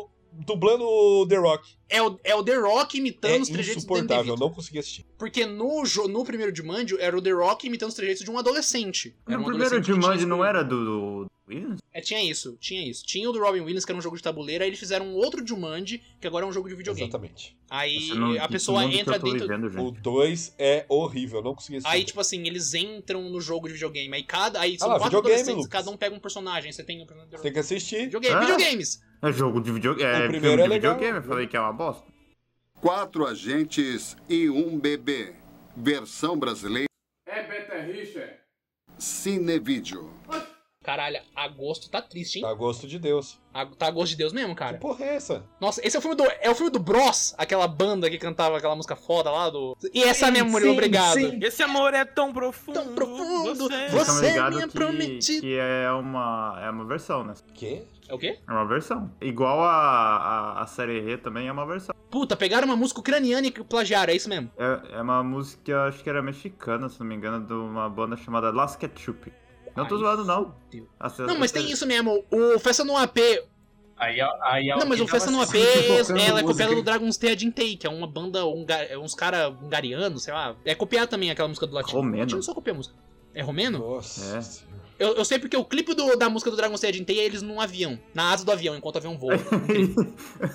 [SPEAKER 5] dublando o The Rock.
[SPEAKER 2] é o, é o The Rock imitando
[SPEAKER 5] É
[SPEAKER 2] os trejeitos do Danny
[SPEAKER 5] insuportável, eu
[SPEAKER 2] DeVito.
[SPEAKER 5] não consegui assistir.
[SPEAKER 2] Porque no, jo- no primeiro Jumanji era o The Rock imitando os trejeitos de um adolescente. Era
[SPEAKER 3] No
[SPEAKER 2] um
[SPEAKER 3] primeiro
[SPEAKER 2] adolescente que tinha
[SPEAKER 3] Jumanji não
[SPEAKER 2] escolhido.
[SPEAKER 3] era do, do Williams?
[SPEAKER 2] É, tinha isso, tinha isso. Tinha o do Robin Williams, que era um jogo de tabuleiro, aí eles fizeram um outro Jumanji, que agora é um jogo de videogame.
[SPEAKER 5] Exatamente.
[SPEAKER 2] Aí
[SPEAKER 3] Nossa, não-
[SPEAKER 2] a
[SPEAKER 3] que
[SPEAKER 2] pessoa
[SPEAKER 3] mundo que
[SPEAKER 2] entra
[SPEAKER 3] eu tô
[SPEAKER 2] dentro.
[SPEAKER 3] vivendo,
[SPEAKER 5] O
[SPEAKER 3] gente.
[SPEAKER 5] 2 é horrível, eu não consegui assistir.
[SPEAKER 2] Aí, tipo assim, eles entram no jogo de videogame. Aí cada. Aí são
[SPEAKER 5] lá,
[SPEAKER 2] quatro
[SPEAKER 5] Ah, videogame,
[SPEAKER 2] adolescentes,
[SPEAKER 5] Lucas.
[SPEAKER 2] cada um pega um personagem. Você tem um personagem.
[SPEAKER 5] Tem que assistir.
[SPEAKER 2] Videogame,
[SPEAKER 3] Ah.
[SPEAKER 2] videogames!
[SPEAKER 3] É jogo de videogame. É
[SPEAKER 5] O primeiro
[SPEAKER 3] filme
[SPEAKER 5] é
[SPEAKER 3] de
[SPEAKER 5] legal.
[SPEAKER 3] videogame, eu falei que é uma bosta.
[SPEAKER 6] Quatro agentes e um bebê. Versão brasileira
[SPEAKER 7] É Beta Richard.
[SPEAKER 6] Cinevídeo.
[SPEAKER 2] Caralho, agosto tá triste, hein?
[SPEAKER 5] Tá a gosto de Deus.
[SPEAKER 2] A- Tá agosto de Deus mesmo, cara.
[SPEAKER 5] Que porra é essa?
[SPEAKER 2] Nossa, esse é o filme do. É o filme do Bros, aquela banda que cantava aquela música foda lá do. E essa mesmo, Murilo, obrigado.
[SPEAKER 1] Esse amor é tão profundo.
[SPEAKER 2] Tão profundo.
[SPEAKER 1] Você...
[SPEAKER 2] Você
[SPEAKER 3] Vocês estão
[SPEAKER 2] é
[SPEAKER 3] ligados
[SPEAKER 2] minha
[SPEAKER 3] Então que,
[SPEAKER 2] prometida.
[SPEAKER 3] que é uma, é uma versão, né?
[SPEAKER 5] Que?
[SPEAKER 2] É o quê?
[SPEAKER 3] É uma versão. Igual a, a, a série Rê também é uma versão.
[SPEAKER 2] Puta, pegaram uma música ucraniana e plagiaram, é isso mesmo.
[SPEAKER 3] É, é uma música, acho que era mexicana, se não me engano, de uma banda chamada Las Ketchup. Não tô
[SPEAKER 2] Ai,
[SPEAKER 3] zoando, não.
[SPEAKER 2] fudeu.
[SPEAKER 3] Essa-
[SPEAKER 2] Não, mas tem isso mesmo. O Festa no AP.
[SPEAKER 4] Aí, aí
[SPEAKER 2] Não, mas o Festa no AP,
[SPEAKER 1] assim.
[SPEAKER 4] Focando
[SPEAKER 2] ela é
[SPEAKER 4] música,
[SPEAKER 2] copiada
[SPEAKER 4] hein?
[SPEAKER 2] do Dragon's Tead Intake, que é uma banda, hunga- é uns caras hungarianos, sei lá. É copiar também aquela música do latino.
[SPEAKER 3] Romeno.
[SPEAKER 2] O latino só copia a música. É romeno?
[SPEAKER 5] Nossa.
[SPEAKER 3] É.
[SPEAKER 5] Senhora.
[SPEAKER 2] Eu, eu sei porque o clipe do- da música do Dragon's Tead Intake é eles num avião, na asa do avião, enquanto o avião voa.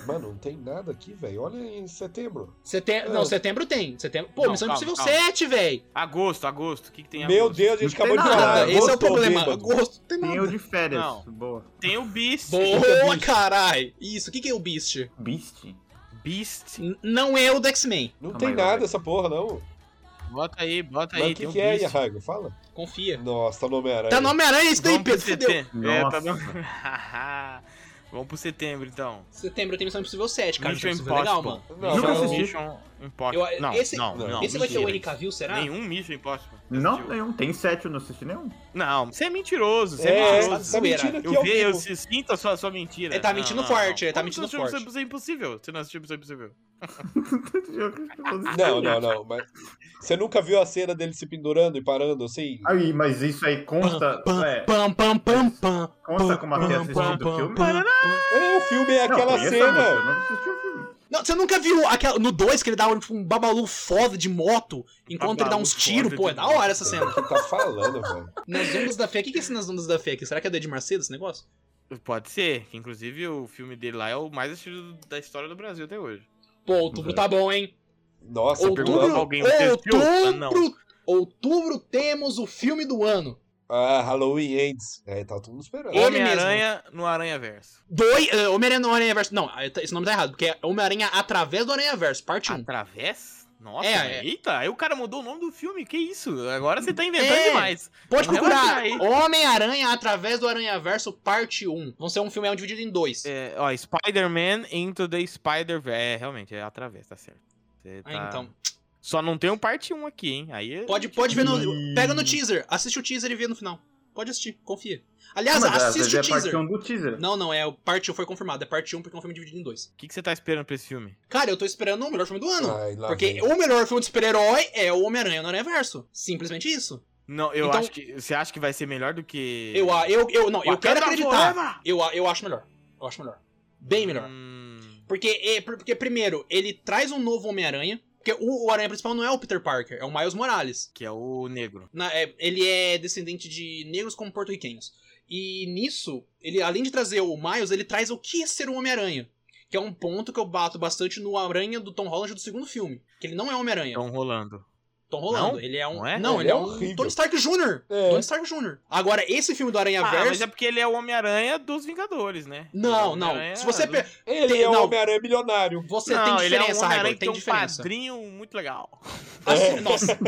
[SPEAKER 5] Mano, não tem nada aqui, velho. Olha em setembro.
[SPEAKER 2] Setem...
[SPEAKER 5] Ah.
[SPEAKER 2] Não, setembro tem. Setembro... Pô,
[SPEAKER 1] Não,
[SPEAKER 2] Missão
[SPEAKER 1] calma,
[SPEAKER 2] Impossível
[SPEAKER 1] calma.
[SPEAKER 2] 7, velho.
[SPEAKER 1] Agosto, agosto. O que, que tem em
[SPEAKER 5] Meu
[SPEAKER 1] agosto?
[SPEAKER 5] Deus, a gente
[SPEAKER 3] Não
[SPEAKER 5] acabou de
[SPEAKER 3] tem
[SPEAKER 5] falar.
[SPEAKER 3] nada,
[SPEAKER 5] é
[SPEAKER 2] Esse é o
[SPEAKER 5] gosto ou
[SPEAKER 2] problema.
[SPEAKER 5] bêbado?
[SPEAKER 2] Agosto tem
[SPEAKER 3] Tem
[SPEAKER 2] nada.
[SPEAKER 3] o de férias.
[SPEAKER 1] Não.
[SPEAKER 3] Boa.
[SPEAKER 1] Tem o Beast.
[SPEAKER 2] Boa, carai! Isso, o que, que é o Beast?
[SPEAKER 3] Beast?
[SPEAKER 1] Beast.
[SPEAKER 2] N- Não é o do X-Men.
[SPEAKER 5] Não
[SPEAKER 3] Calma
[SPEAKER 5] tem
[SPEAKER 3] aí,
[SPEAKER 5] nada
[SPEAKER 3] vai.
[SPEAKER 5] essa porra, não.
[SPEAKER 1] Bota aí, bota
[SPEAKER 5] Mas
[SPEAKER 1] Tá aí.
[SPEAKER 5] o
[SPEAKER 1] tem um
[SPEAKER 5] que,
[SPEAKER 1] o
[SPEAKER 5] que é,
[SPEAKER 1] Beast.
[SPEAKER 5] Yahago? Fala.
[SPEAKER 2] Confia.
[SPEAKER 5] Nossa, tá o nome aranha.
[SPEAKER 2] Tá no Homem-Aranha isso daí,
[SPEAKER 1] Vamos pro
[SPEAKER 2] Pedro. Fudeu.
[SPEAKER 1] setembro. É, tá
[SPEAKER 3] Nossa.
[SPEAKER 1] no... Vamos pro setembro, então.
[SPEAKER 2] Setembro tem Missão Impossível 7, cara. Missão
[SPEAKER 1] Mission
[SPEAKER 2] Impossível é
[SPEAKER 1] Impossible.
[SPEAKER 2] legal, mano.
[SPEAKER 5] Não,
[SPEAKER 3] Nunca
[SPEAKER 5] mas o-
[SPEAKER 3] assisti.
[SPEAKER 1] Mission Impossible.
[SPEAKER 2] Eu- eh,
[SPEAKER 1] não,
[SPEAKER 2] esse-
[SPEAKER 1] não,
[SPEAKER 5] não,
[SPEAKER 1] não.
[SPEAKER 2] Esse vai ser o
[SPEAKER 5] mentira.
[SPEAKER 2] Henry Cavill, será?
[SPEAKER 1] Nenhum Mission Impossible.
[SPEAKER 3] Não,
[SPEAKER 1] Assistiu.
[SPEAKER 3] nenhum. Tem sete, eu não assisti nenhum.
[SPEAKER 1] Não, você é mentiroso, você é,
[SPEAKER 5] É,
[SPEAKER 1] mentiroso.
[SPEAKER 5] tá mentindo aqui
[SPEAKER 1] Eu
[SPEAKER 5] ao
[SPEAKER 1] vi, eu
[SPEAKER 5] vivo.
[SPEAKER 1] se- sinto a sua, sua mentira.
[SPEAKER 2] Ele tá mentindo forte, ele tá
[SPEAKER 1] Como você
[SPEAKER 2] mentindo
[SPEAKER 1] não assistiu
[SPEAKER 2] forte.
[SPEAKER 1] Missão Impossível? Você não assistiu Missão Impossível?
[SPEAKER 5] Não, não, não. Mas... Você nunca viu a cena dele se pendurando e parando assim?
[SPEAKER 3] Aí, mas isso aí consta. é,
[SPEAKER 2] Pam, pam, pam, pam.
[SPEAKER 3] consta como a ter
[SPEAKER 2] pam,
[SPEAKER 3] assistido
[SPEAKER 2] pam,
[SPEAKER 3] o filme?
[SPEAKER 2] pam.
[SPEAKER 5] É, o filme é
[SPEAKER 3] Não,
[SPEAKER 5] aquela
[SPEAKER 3] conheço a música, eu
[SPEAKER 5] cena.
[SPEAKER 3] não assisti o filme.
[SPEAKER 2] Não, você nunca viu aquela, no 2 que ele dá tipo, um babalu foda de moto enquanto ele dá
[SPEAKER 1] Babalu
[SPEAKER 2] uns tiros?
[SPEAKER 1] foda
[SPEAKER 2] Pô,
[SPEAKER 1] de
[SPEAKER 2] é da
[SPEAKER 1] moto.
[SPEAKER 2] hora essa cena.
[SPEAKER 5] O que tá falando, velho?
[SPEAKER 2] Nas ondas da fé. O que que é esse nas ondas da fé aqui? Será que é do Edmar Cedo esse negócio?
[SPEAKER 1] Pode ser, que inclusive o filme dele lá é o mais assistido da história do Brasil até hoje.
[SPEAKER 2] Pô, outubro tá bom, hein?
[SPEAKER 5] Nossa,
[SPEAKER 1] perguntou
[SPEAKER 2] Outubro,
[SPEAKER 1] pra
[SPEAKER 5] perguntou.
[SPEAKER 1] alguém, você assistiu? Ah, não.
[SPEAKER 2] outubro, outubro temos o filme do ano.
[SPEAKER 5] Ah, Halloween Ends. É, tá todo mundo esperando.
[SPEAKER 2] Ele
[SPEAKER 1] Homem-Aranha no Aranha Verso.
[SPEAKER 2] Dois, eh, Homem-Aranha no Aranha Verso. Não, eh, tá- esse nome tá errado, porque é Homem-Aranha através do Aranha Verso, parte 1.
[SPEAKER 1] Através? Nossa,
[SPEAKER 2] É, é.
[SPEAKER 1] eita, aí o cara mudou o nome do filme, que isso? Agora você tá inventando
[SPEAKER 2] É.
[SPEAKER 1] demais.
[SPEAKER 2] Pode
[SPEAKER 1] Não,
[SPEAKER 2] procurar.
[SPEAKER 1] relaxa
[SPEAKER 2] Homem-Aranha através do Aranha Verso, parte 1. Vão ser um filme é um dividido em dois.
[SPEAKER 1] É, ó, Spider-Man Into the Spider-Verse. É, realmente, é através, tá certo. Você
[SPEAKER 2] Ah,
[SPEAKER 1] tá-
[SPEAKER 2] então.
[SPEAKER 1] Só não tem um parte 1 aqui, hein? Aí é-
[SPEAKER 2] Pode, pode ver no. Pega no teaser. Assiste o teaser e vê no final. Pode assistir, confia. Aliás,
[SPEAKER 3] Mas, às vezes
[SPEAKER 2] assiste o
[SPEAKER 3] é parte
[SPEAKER 2] teaser.
[SPEAKER 3] 1 do teaser.
[SPEAKER 2] Não, não, é o parte 1 foi confirmado. É parte 1 porque é um filme dividido em dois.
[SPEAKER 1] O que, que você tá esperando pra esse filme?
[SPEAKER 2] Cara, eu tô esperando o melhor filme do
[SPEAKER 3] Ah,
[SPEAKER 2] ano.
[SPEAKER 3] tá
[SPEAKER 5] Ai, lá
[SPEAKER 2] porque um
[SPEAKER 5] vem.
[SPEAKER 2] o melhor filme de super-herói é o Homem-Aranha no Aranha Verso. Simplesmente isso.
[SPEAKER 1] Não, eu
[SPEAKER 2] Então-
[SPEAKER 1] acho que. Você acha que vai ser melhor do que.
[SPEAKER 2] Eu, a- eu, eu, não, eu quero
[SPEAKER 1] Wakanda
[SPEAKER 2] acreditar.
[SPEAKER 1] Forever!
[SPEAKER 2] Eu, a- eu acho melhor. Eu acho melhor. Bem melhor.
[SPEAKER 1] Hum,
[SPEAKER 2] Porque, é, por- porque primeiro, ele traz um novo Homem-Aranha. Porque o, o Aranha principal não é o Peter Parker, é o Miles Morales.
[SPEAKER 1] que é o negro.
[SPEAKER 2] Na- é, ele é descendente de negros como porto-riquenhos. E nisso, ele além de trazer o Miles, ele traz o que é ser um Homem-Aranha. Que é um ponto que eu bato bastante no Aranha do Tom Holland do segundo filme. Que ele não é um Homem-Aranha.
[SPEAKER 1] Estão rolando.
[SPEAKER 2] Tom Holland.
[SPEAKER 1] Não?
[SPEAKER 2] Ele é um. Não,
[SPEAKER 1] Não é?
[SPEAKER 2] ele, é, um
[SPEAKER 5] horrível.
[SPEAKER 2] Tony Stark Jr.
[SPEAKER 5] É.
[SPEAKER 2] Tony Stark Jr. Agora, esse filme do Aranha
[SPEAKER 1] Ah, mas
[SPEAKER 2] Verso.
[SPEAKER 1] é porque ele é o Homem-Aranha dos Vingadores, né?
[SPEAKER 2] Não, não.
[SPEAKER 1] Ele é o
[SPEAKER 2] Se você.
[SPEAKER 1] Homem-Aranha
[SPEAKER 2] pe-
[SPEAKER 5] Ele é
[SPEAKER 2] Não.
[SPEAKER 5] o Homem-Aranha milionário.
[SPEAKER 1] do-
[SPEAKER 2] Você
[SPEAKER 1] Não, ele é
[SPEAKER 2] tem
[SPEAKER 1] um
[SPEAKER 2] diferença,
[SPEAKER 1] Homem-Aranha
[SPEAKER 2] Raigo,
[SPEAKER 1] que
[SPEAKER 2] tem
[SPEAKER 1] tem um
[SPEAKER 2] diferença.
[SPEAKER 1] padrinho muito legal.
[SPEAKER 2] Assi- Nossa.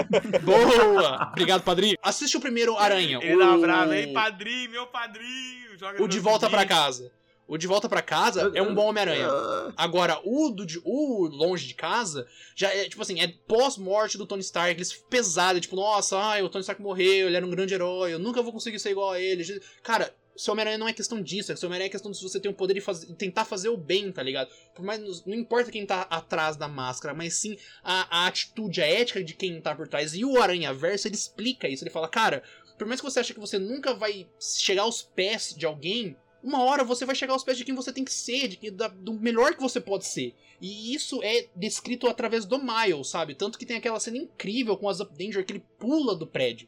[SPEAKER 2] Boa! Obrigado, padrinho. Assiste o primeiro Aranha.
[SPEAKER 1] Ele
[SPEAKER 2] o...
[SPEAKER 1] dá bravo, hein? Padrinho, meu padrinho. Joga
[SPEAKER 2] o De Volta Pra Casa. O De Volta Pra Casa é um bom Homem-Aranha.
[SPEAKER 3] Ah,
[SPEAKER 2] Agora, o, do, de- o Longe de Casa já é, tipo assim, é pós-morte do Tony Stark. Eles pesado, é tipo, nossa, ai, o Tony Stark morreu, ele era um grande herói, eu nunca vou conseguir ser igual a ele. Cara, seu Homem-Aranha não é questão disso, seu Homem-Aranha é questão de se você tem o poder e faz- e tentar fazer o bem, tá ligado? Por mais, não importa quem tá atrás da máscara, mas sim a, a atitude, a ética de quem tá por trás. E o Aranha Verso, ele explica isso. Ele fala, cara, por mais que você ache que você nunca vai chegar aos pés de alguém, Uma hora você vai chegar aos pés de quem você tem que ser, de, que- da- do melhor que você pode ser. E isso é descrito através do Miles, sabe? Tanto que tem aquela cena incrível com as Up Danger que ele pula do prédio.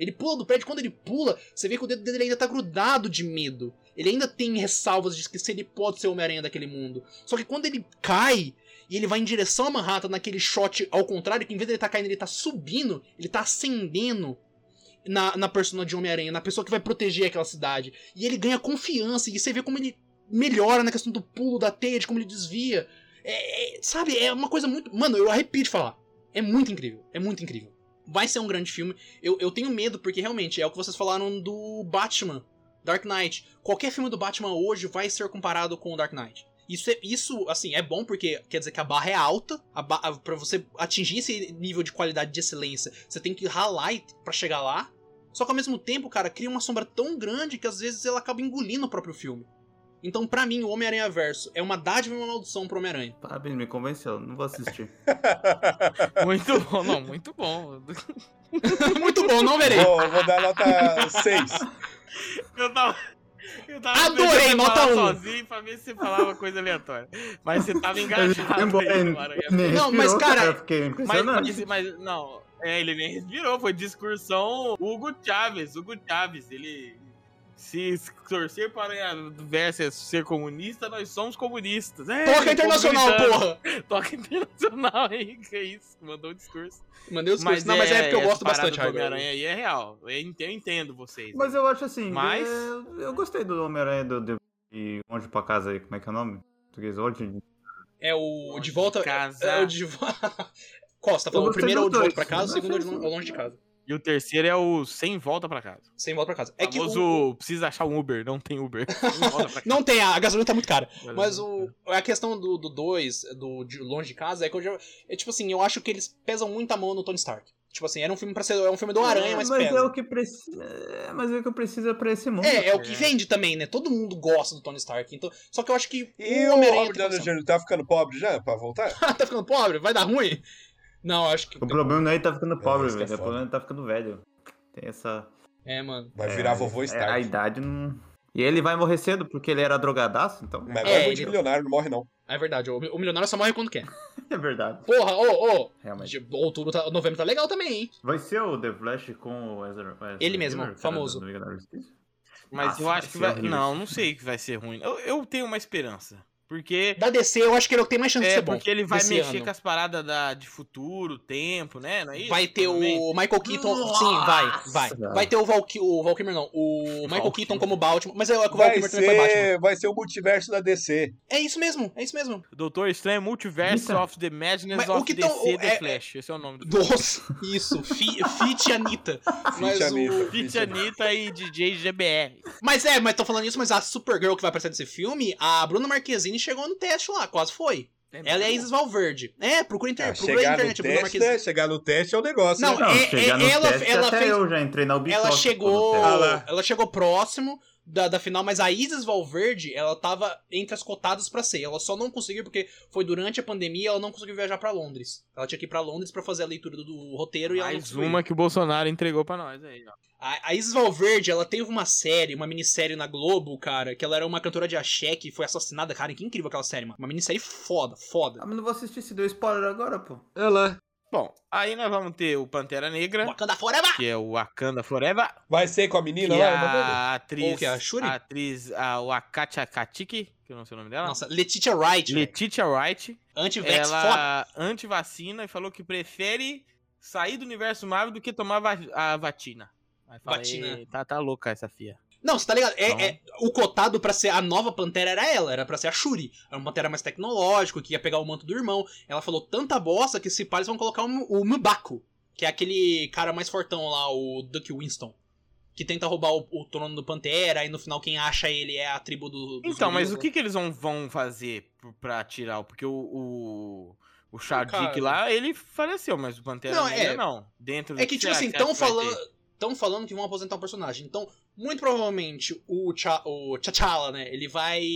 [SPEAKER 2] Ele pula do prédio, quando ele pula, você vê que o dedo dele ainda tá grudado de medo. Ele ainda tem ressalvas de que se ele pode ser o Homem-Aranha daquele mundo. Só que quando ele cai e ele vai em direção a Manhattan naquele shot ao contrário, que em vez de ele tá caindo, ele tá subindo, ele tá ascendendo na, na persona de Homem-Aranha, na pessoa que vai proteger aquela cidade. E ele ganha confiança, e você vê como ele melhora na questão do pulo, da teia, de como ele desvia. É- é- sabe, é uma coisa muito. Mano, eu arrepio de falar. É muito incrível, é muito incrível. Vai ser um grande filme. Eu, eu tenho medo, porque realmente é o que vocês falaram do Batman, Dark Knight. Qualquer filme do Batman hoje vai ser comparado com o Dark Knight. Isso, é, isso, assim, é bom porque quer dizer que a barra é alta. A ba- a- pra você atingir esse nível de qualidade de excelência, você tem que ralar e- pra chegar lá. Só que ao mesmo tempo, cara, cria uma sombra tão grande que às vezes ela acaba engolindo o próprio filme. Então, pra mim, o Homem-Aranha Verso é uma dádiva e uma maldição pro Homem-Aranha.
[SPEAKER 3] Parabéns, me convenceu. Não vou assistir.
[SPEAKER 1] Muito bom, não, muito bom.
[SPEAKER 2] Muito bom, não verei.
[SPEAKER 5] vou, vou dar nota 6.
[SPEAKER 1] Eu tava. Eu tava
[SPEAKER 2] Adorei,
[SPEAKER 1] tentando
[SPEAKER 2] nota
[SPEAKER 1] falar
[SPEAKER 2] um.
[SPEAKER 1] sozinho pra ver se você falava coisa aleatória. Mas você
[SPEAKER 2] É
[SPEAKER 1] tava
[SPEAKER 3] Ele
[SPEAKER 1] engajado.
[SPEAKER 3] foi embora,
[SPEAKER 1] aí,
[SPEAKER 3] ele-
[SPEAKER 1] cara.
[SPEAKER 3] ele É nem
[SPEAKER 2] Não, mas,
[SPEAKER 3] respirou,
[SPEAKER 2] cara,
[SPEAKER 3] eu Fiquei
[SPEAKER 1] Mas,
[SPEAKER 3] impressionado.
[SPEAKER 1] mas, mas, não, é, ele nem respirou, foi discursão Hugo Chávez. Hugo Chávez, ele. Se torcer para o verso é ser comunista, nós somos comunistas. É,
[SPEAKER 2] Toca
[SPEAKER 1] povo
[SPEAKER 2] internacional,
[SPEAKER 1] gritando.
[SPEAKER 2] porra!
[SPEAKER 1] Toca internacional aí, que é isso, mandou um discurso.
[SPEAKER 2] Mandei os cursos. Não, mas é porque eu gosto
[SPEAKER 1] essa parada
[SPEAKER 2] bastante,
[SPEAKER 1] do Homem-Aranha aí
[SPEAKER 2] Harvey.
[SPEAKER 1] é real. Eu ent- eu entendo vocês.
[SPEAKER 3] Mas
[SPEAKER 1] né?
[SPEAKER 3] eu acho assim,
[SPEAKER 1] Mas-
[SPEAKER 3] é, eu gostei do Homem-Aranha do, do e Onde pra Casa aí, como é que é o nome? Em Português, Onde?
[SPEAKER 2] É o
[SPEAKER 1] Longe
[SPEAKER 2] de
[SPEAKER 1] de
[SPEAKER 2] volta. é-
[SPEAKER 1] casa.
[SPEAKER 2] É o de volta. Costa, falou. O
[SPEAKER 3] gostei
[SPEAKER 2] primeiro é o
[SPEAKER 3] dos
[SPEAKER 2] de volta
[SPEAKER 3] dois,
[SPEAKER 2] pra casa, o
[SPEAKER 3] mas
[SPEAKER 2] segundo é o de
[SPEAKER 3] foi-
[SPEAKER 2] lo- longe de casa.
[SPEAKER 1] E o terceiro é o sem volta pra casa.
[SPEAKER 2] Sem volta pra casa. É
[SPEAKER 1] É
[SPEAKER 2] que
[SPEAKER 1] famoso
[SPEAKER 2] o...
[SPEAKER 1] precisa achar um Uber, não tem Uber. Sem volta pra casa.
[SPEAKER 2] Não tem, a a gasolina tá muito cara. Mas o, a questão do 2, do, de longe de casa, é que eu já. É tipo assim, eu acho que eles pesam muito a mão no Tony Stark. Tipo assim, era um filme pra ser. É um filme do Aranha,
[SPEAKER 3] É,
[SPEAKER 2] mas,
[SPEAKER 3] mas
[SPEAKER 2] pesa.
[SPEAKER 3] é o que precisa. É, mas é o que eu preciso pra esse mundo.
[SPEAKER 2] É, é o que
[SPEAKER 1] É.
[SPEAKER 2] vende também, né? Todo mundo gosta do Tony Stark. Então, só que eu acho que
[SPEAKER 5] E o
[SPEAKER 2] Um Homem-Aranha
[SPEAKER 5] Robert
[SPEAKER 2] tem
[SPEAKER 5] Downey
[SPEAKER 2] opção.
[SPEAKER 5] Jr. tá ficando pobre já, pra voltar?
[SPEAKER 2] tá ficando pobre? Vai dar ruim? Não, eu acho que.
[SPEAKER 3] O problema não é ele tá ficando pobre,
[SPEAKER 5] isso que é
[SPEAKER 3] velho. É o
[SPEAKER 5] foda.
[SPEAKER 3] problema é ele tá ficando velho. Tem essa.
[SPEAKER 2] É, mano.
[SPEAKER 5] Vai
[SPEAKER 3] é,
[SPEAKER 5] virar vovô
[SPEAKER 3] é, A
[SPEAKER 5] Stark.
[SPEAKER 3] idade não. E ele vai morrer cedo porque ele era drogadaço, então.
[SPEAKER 5] Mas
[SPEAKER 2] É,
[SPEAKER 5] vai
[SPEAKER 2] ele-
[SPEAKER 5] multimilionário, não morre não.
[SPEAKER 2] É verdade, o o milionário só morre quando quer.
[SPEAKER 3] É verdade.
[SPEAKER 2] Porra, ô, ô.
[SPEAKER 3] Realmente.
[SPEAKER 2] De- Outubro, tá, novembro tá legal também, hein?
[SPEAKER 3] Vai ser o The Flash com o Ezra. Ezra
[SPEAKER 2] Ele mesmo,
[SPEAKER 3] Miller, cara,
[SPEAKER 2] famoso.
[SPEAKER 3] do Liga da Justiça?
[SPEAKER 1] Mas
[SPEAKER 3] Nossa,
[SPEAKER 1] eu acho que
[SPEAKER 3] vai
[SPEAKER 1] vai.
[SPEAKER 3] ser horrível.
[SPEAKER 1] Não, não sei que vai ser ruim. Eu, eu tenho uma esperança. Porque.
[SPEAKER 2] Da DC, eu acho que ele é o que tem mais chance de
[SPEAKER 1] É,
[SPEAKER 2] ser bom.
[SPEAKER 1] porque ele vai
[SPEAKER 2] desse
[SPEAKER 1] mexer
[SPEAKER 2] ano.
[SPEAKER 1] com as paradas da, de futuro, tempo, né? Não é isso?
[SPEAKER 2] Vai ter
[SPEAKER 1] Também?
[SPEAKER 2] o Michael Keaton.
[SPEAKER 3] Nossa!
[SPEAKER 2] Sim, vai, vai. Vai ter o Val, o Val Kilmer, não. O Michael
[SPEAKER 1] Val Kilmer.
[SPEAKER 2] Keaton como Batman. Mas é o que o Val
[SPEAKER 5] Vai
[SPEAKER 2] Kilmer também foi Batman.
[SPEAKER 5] ser, vai ser o multiverso da DC.
[SPEAKER 2] É isso mesmo, é isso mesmo.
[SPEAKER 1] Doutor Estranho Multiverse
[SPEAKER 3] Eita.
[SPEAKER 1] of the Madness
[SPEAKER 2] Mas o
[SPEAKER 1] of
[SPEAKER 2] que
[SPEAKER 1] DC
[SPEAKER 2] tão- o-
[SPEAKER 1] The
[SPEAKER 2] é-
[SPEAKER 1] Flash. Esse é o nome do.
[SPEAKER 2] Nossa, isso. Fi, Fit Anitta. Mas,
[SPEAKER 5] Fit Anitta,
[SPEAKER 2] o...
[SPEAKER 5] Fit
[SPEAKER 1] Fit Anitta e DJ GBR.
[SPEAKER 2] mas é, mas tô falando isso, mas a Supergirl que vai aparecer nesse filme, a Bruna Marquezine chegou no teste lá, quase foi. Ela é a Isis Valverde. É, procura, inter...
[SPEAKER 5] Ah,
[SPEAKER 2] procura na
[SPEAKER 5] chegar no
[SPEAKER 2] internet, a Bruna
[SPEAKER 5] teste,
[SPEAKER 2] Marquezine.
[SPEAKER 5] né? Chegar no teste é o negócio,
[SPEAKER 2] Não,
[SPEAKER 5] né?
[SPEAKER 3] Não,
[SPEAKER 2] é-
[SPEAKER 3] chegar
[SPEAKER 2] é-
[SPEAKER 3] no
[SPEAKER 2] ela-
[SPEAKER 3] teste,
[SPEAKER 2] ela
[SPEAKER 3] até
[SPEAKER 2] fez-
[SPEAKER 3] eu já entrei na Ubisoft.
[SPEAKER 2] Ela
[SPEAKER 3] quando
[SPEAKER 2] chegou.
[SPEAKER 3] teve.
[SPEAKER 5] lá.
[SPEAKER 2] Ela chegou próximo da, da final, mas a Isis Valverde, ela tava entre as cotadas pra ser. Ela só não conseguiu, porque foi durante a pandemia, ela não conseguiu viajar pra Londres. Ela tinha que ir pra Londres pra fazer a leitura do, do roteiro e ela é não
[SPEAKER 1] Mais
[SPEAKER 2] conseguiu.
[SPEAKER 1] uma que o Bolsonaro entregou pra nós aí, ó.
[SPEAKER 2] A, a Isis Valverde, ela teve uma série, uma minissérie na Globo, cara, que ela era uma cantora de axé que foi assassinada. Cara, que incrível aquela série, mano. Uma minissérie foda, foda.
[SPEAKER 3] Ah, mas não vou assistir se deu spoiler agora, pô.
[SPEAKER 5] Olha lá.
[SPEAKER 1] Bom, aí nós vamos ter o Pantera Negra,
[SPEAKER 2] Wakanda Forever!
[SPEAKER 1] que é o Wakanda Forever.
[SPEAKER 5] Vai ser com a menina
[SPEAKER 2] é,
[SPEAKER 1] E
[SPEAKER 5] lá? Manoel?
[SPEAKER 1] a atriz.
[SPEAKER 2] Ou que é a Shuri?
[SPEAKER 1] atriz, a Wakatia Katiki, que eu não sei o nome dela.
[SPEAKER 2] Nossa, Letitia Wright, velho.
[SPEAKER 1] Letitia Wright.
[SPEAKER 2] anti-vex foda.
[SPEAKER 1] Ela antivacina e falou que prefere sair do universo Marvel do que tomar va- a vatina. Aí falei,
[SPEAKER 2] Vatina.
[SPEAKER 1] Tá, tá louca essa fia.
[SPEAKER 2] Não, você tá ligado? É,
[SPEAKER 1] Então-
[SPEAKER 2] é- o cotado pra ser a nova Pantera era ela, era pra ser a Shuri. Era uma Pantera mais tecnológico, que ia pegar o manto do irmão. Ela falou tanta bosta que se pá, eles vão colocar o, Mu- o Mbaku, que é aquele cara mais fortão lá, o Duck Winston. Que tenta roubar o, o trono do Pantera, aí no final quem acha ele é a tribo do. dos
[SPEAKER 1] Então, mas
[SPEAKER 2] gorilas,
[SPEAKER 1] o
[SPEAKER 2] né?
[SPEAKER 1] que, que eles vão, vão fazer pro- pra tirar? o- Porque o. o... O Shadik
[SPEAKER 2] Cara. né?
[SPEAKER 1] lá, ele faleceu, mas o Pantera
[SPEAKER 2] Não,
[SPEAKER 1] não,
[SPEAKER 2] é.
[SPEAKER 1] não. Dentro
[SPEAKER 2] É que, tipo
[SPEAKER 1] será
[SPEAKER 2] assim,
[SPEAKER 1] você acha
[SPEAKER 2] estão
[SPEAKER 1] que vai
[SPEAKER 2] falando,
[SPEAKER 1] ter?
[SPEAKER 2] tão falando que vão aposentar um personagem. Então, muito provavelmente, o Cha- o T'Challa, né? Ele vai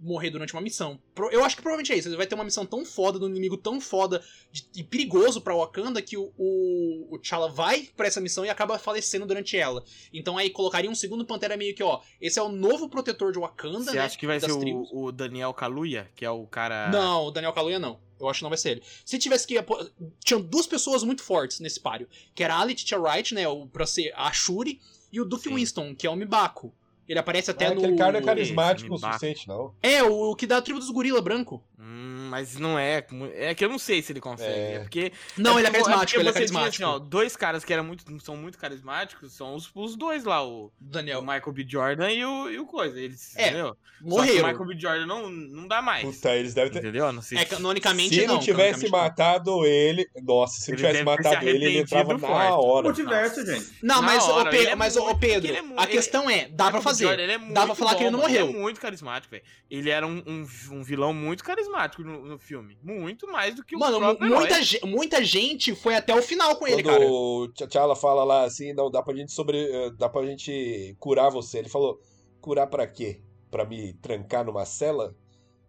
[SPEAKER 2] morrer durante uma missão. Pro- Eu acho que provavelmente é isso. Ele vai ter uma missão tão foda, de um inimigo tão foda de- e perigoso pra Wakanda que o, o, o T'Challa vai pra essa missão e acaba falecendo durante ela. Então aí colocaria um segundo Pantera meio que, ó, esse é o novo protetor de Wakanda,
[SPEAKER 1] Você
[SPEAKER 2] né?
[SPEAKER 1] acha que vai
[SPEAKER 2] das
[SPEAKER 1] ser
[SPEAKER 2] tribos.
[SPEAKER 1] o, o Daniel Kaluuya, que é o cara.
[SPEAKER 2] Não, o Daniel Kaluuya não. Eu acho que não vai ser ele. Se tivesse que. apo- Tinham duas pessoas muito fortes nesse páreo. Que era a Letitia Wright, né? O, pra ser a Shuri. E o Duke
[SPEAKER 1] Sim.
[SPEAKER 2] Winston, que é o Mibako. Ele aparece até
[SPEAKER 5] Ah,
[SPEAKER 2] no...
[SPEAKER 5] Aquele cara não é carismático o
[SPEAKER 1] Esse, me
[SPEAKER 5] suficiente, não.
[SPEAKER 2] É, o, o que dá a tribo dos gorila branco.
[SPEAKER 1] Hum, mas não é. É que eu não sei se ele consegue.
[SPEAKER 5] É.
[SPEAKER 1] É, porque.
[SPEAKER 2] Não, ele é
[SPEAKER 1] porque- porque
[SPEAKER 2] carismático, ele é
[SPEAKER 1] você tinha,
[SPEAKER 2] carismático.
[SPEAKER 1] assim, ó, dois caras que eram muito, são muito carismáticos são os, os dois lá, o, o
[SPEAKER 2] Daniel,
[SPEAKER 1] Michael B. Jordan e o, e o Coisa. Eles,
[SPEAKER 2] É,
[SPEAKER 1] entendeu? Só que o
[SPEAKER 2] morreu.
[SPEAKER 1] Michael B. Jordan não, não dá mais.
[SPEAKER 5] Puta, eles devem ter.
[SPEAKER 1] Entendeu? Não sei
[SPEAKER 2] É,
[SPEAKER 1] se-
[SPEAKER 2] canonicamente
[SPEAKER 5] Se
[SPEAKER 2] É. não.
[SPEAKER 5] não tivesse
[SPEAKER 2] canonicamente
[SPEAKER 5] matado ele. Nossa, se
[SPEAKER 1] Ele
[SPEAKER 5] tivesse
[SPEAKER 1] deve ter se
[SPEAKER 5] matado ele, ele entrava
[SPEAKER 1] arrependido
[SPEAKER 5] na
[SPEAKER 1] forte.
[SPEAKER 5] hora.
[SPEAKER 3] Multiverso, gente.
[SPEAKER 2] Não,
[SPEAKER 1] Na
[SPEAKER 2] mas,
[SPEAKER 1] hora,
[SPEAKER 2] ô, Pedro,
[SPEAKER 1] ele é
[SPEAKER 2] mas, ô,
[SPEAKER 1] muito-
[SPEAKER 2] Pedro,
[SPEAKER 1] ele é mu-
[SPEAKER 2] a
[SPEAKER 1] ele-
[SPEAKER 2] questão é, dá pra
[SPEAKER 1] Michael B. Jordan,
[SPEAKER 2] fazer.
[SPEAKER 1] ele é
[SPEAKER 2] Dá pra
[SPEAKER 1] muito
[SPEAKER 2] falar que ele não
[SPEAKER 1] bom, mano. Ele
[SPEAKER 2] morreu.
[SPEAKER 1] é muito carismático, velho. Ele era um, um, um vilão muito carismático no, no filme. Muito mais do que o
[SPEAKER 2] Mano, mu-
[SPEAKER 1] próprio herói.
[SPEAKER 2] muita, ge- muita gente foi até o final com ele,
[SPEAKER 5] Quando
[SPEAKER 2] cara.
[SPEAKER 5] o T'Challa fala lá assim, não, dá pra gente sobre. eh, Dá pra gente curar você. Ele falou, curar pra quê? Pra me trancar numa cela?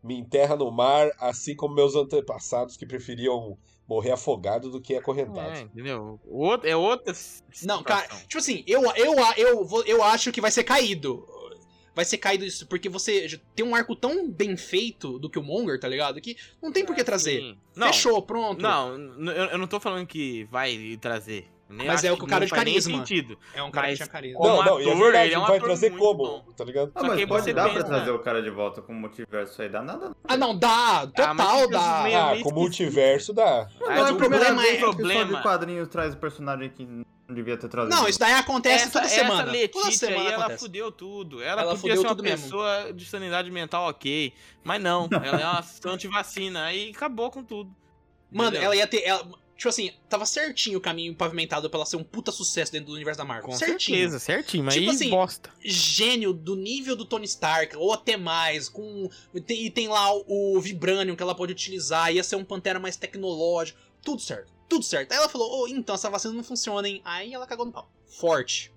[SPEAKER 5] Me enterra no mar, assim como meus antepassados que preferiam morrer afogado do que acorrentado.
[SPEAKER 1] É, entendeu? Outra- é outra.
[SPEAKER 2] tá Não,
[SPEAKER 1] situação.
[SPEAKER 2] cara, tipo assim, eu, eu, eu, vou- eu acho que vai ser caído. Vai ser caído isso, porque você já tem um arco tão bem feito do que o Monger, tá ligado? Que não tem por que trazer.
[SPEAKER 1] Ah, Sim. Não,
[SPEAKER 2] Fechou, pronto.
[SPEAKER 1] Não, n- eu, eu não tô falando que vai trazer. Nem
[SPEAKER 2] Mas
[SPEAKER 1] acho
[SPEAKER 2] é o que o cara
[SPEAKER 1] não
[SPEAKER 2] de
[SPEAKER 1] faz nem
[SPEAKER 2] carisma.
[SPEAKER 1] sentido.
[SPEAKER 2] É um cara
[SPEAKER 1] mas-
[SPEAKER 2] que tinha carisma.
[SPEAKER 1] Como
[SPEAKER 5] não, não, e é
[SPEAKER 1] ator,
[SPEAKER 5] verdade,
[SPEAKER 1] ele é um
[SPEAKER 5] vai
[SPEAKER 1] ator
[SPEAKER 5] trazer
[SPEAKER 1] muito
[SPEAKER 5] como,
[SPEAKER 1] bom.
[SPEAKER 5] tá ligado?
[SPEAKER 3] Ah,
[SPEAKER 1] Só que
[SPEAKER 3] mas
[SPEAKER 1] aí
[SPEAKER 3] pode
[SPEAKER 1] você
[SPEAKER 3] dar
[SPEAKER 1] pensa-
[SPEAKER 3] pra trazer o cara de volta com o multiverso, isso aí dá nada. não.
[SPEAKER 2] Ah, não, dá,
[SPEAKER 1] Ah, mas
[SPEAKER 2] total,
[SPEAKER 1] fica
[SPEAKER 2] dá.
[SPEAKER 1] meio- meio
[SPEAKER 5] Ah, com o
[SPEAKER 1] esquisito.
[SPEAKER 5] multiverso dá.
[SPEAKER 1] Mas o
[SPEAKER 2] não, o problema
[SPEAKER 1] problema
[SPEAKER 2] é-
[SPEAKER 1] é o
[SPEAKER 3] Pessoal de
[SPEAKER 1] problema.
[SPEAKER 3] quadrinhos traz personagem que não devia ter trazido.
[SPEAKER 2] Não, isso daí acontece toda semana.
[SPEAKER 1] É, Essa Letícia
[SPEAKER 2] toda semana
[SPEAKER 1] aí, ela
[SPEAKER 2] acontece.
[SPEAKER 1] fudeu tudo. Ela,
[SPEAKER 2] Ela
[SPEAKER 1] podia
[SPEAKER 2] fudeu
[SPEAKER 1] ser uma
[SPEAKER 2] tudo mesmo.
[SPEAKER 1] pessoa de sanidade mental ok. Mas não, ela é uma antivacina e acabou com tudo.
[SPEAKER 2] Mano,
[SPEAKER 1] Entendeu?
[SPEAKER 2] ela ia ter. ela- tipo assim, tava certinho o caminho pavimentado pra ela ser um puta sucesso dentro do universo da Marvel.
[SPEAKER 1] Com
[SPEAKER 2] certinho.
[SPEAKER 1] certeza, certinho, mas
[SPEAKER 2] Tipo
[SPEAKER 1] aí
[SPEAKER 2] assim,
[SPEAKER 1] bosta.
[SPEAKER 2] gênio do nível do Tony Stark, ou até mais, com e tem- e tem lá o, o Vibranium que ela pode utilizar, ia ser um Pantera mais tecnológico, tudo certo, tudo certo. Aí ela falou, oh, então essa vacina não funciona, hein? Aí ela cagou no pau. Forte.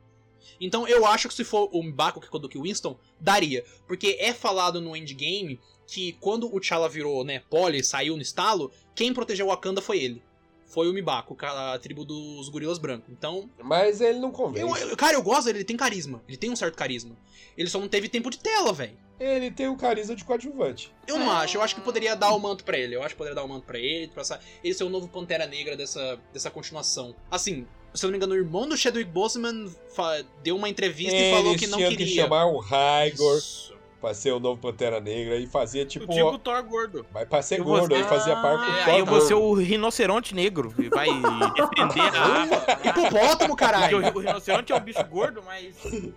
[SPEAKER 2] Então eu acho que se for o Mbaku que é o Duke Winston, daria. Porque é falado no endgame que quando o T'Challa virou, né, poli, saiu no estalo, quem protegeu Wakanda foi ele. Foi o Mibako, a tribo dos gorilas brancos. Então,
[SPEAKER 5] Mas ele não convence.
[SPEAKER 2] eu-
[SPEAKER 1] É
[SPEAKER 2] eu- cara, eu gosto dele, ele tem carisma. Ele tem um certo carisma. Ele só não teve tempo de tela, velho.
[SPEAKER 5] Ele tem o carisma de coadjuvante.
[SPEAKER 2] Eu
[SPEAKER 1] É.
[SPEAKER 2] não acho, eu acho que poderia dar o manto pra ele. Eu acho que poderia dar o manto pra ele, pra essa, ele ser o novo Pantera Negra dessa, dessa continuação. Assim, se eu não me engano, o irmão do Chadwick Boseman fa- deu uma entrevista
[SPEAKER 1] É,
[SPEAKER 2] e falou
[SPEAKER 5] Eles
[SPEAKER 2] que não
[SPEAKER 5] tinham
[SPEAKER 2] queria.
[SPEAKER 5] que chamar o Raigor
[SPEAKER 2] Isso.
[SPEAKER 5] pra ser o novo Pantera Negra e fazer tipo.
[SPEAKER 1] o tipo Thor gordo.
[SPEAKER 5] Vai pra ser
[SPEAKER 1] Eu
[SPEAKER 5] gordo,
[SPEAKER 1] vou-
[SPEAKER 5] ele fazia par com
[SPEAKER 1] É,
[SPEAKER 5] o
[SPEAKER 1] aí eu
[SPEAKER 5] Thor
[SPEAKER 1] vou ser
[SPEAKER 5] gordo.
[SPEAKER 1] o rinoceronte negro. E vai defender a África.
[SPEAKER 2] Hipopótamo,
[SPEAKER 1] Porque
[SPEAKER 2] caralho.
[SPEAKER 1] o, o rinoceronte é um bicho gordo, mas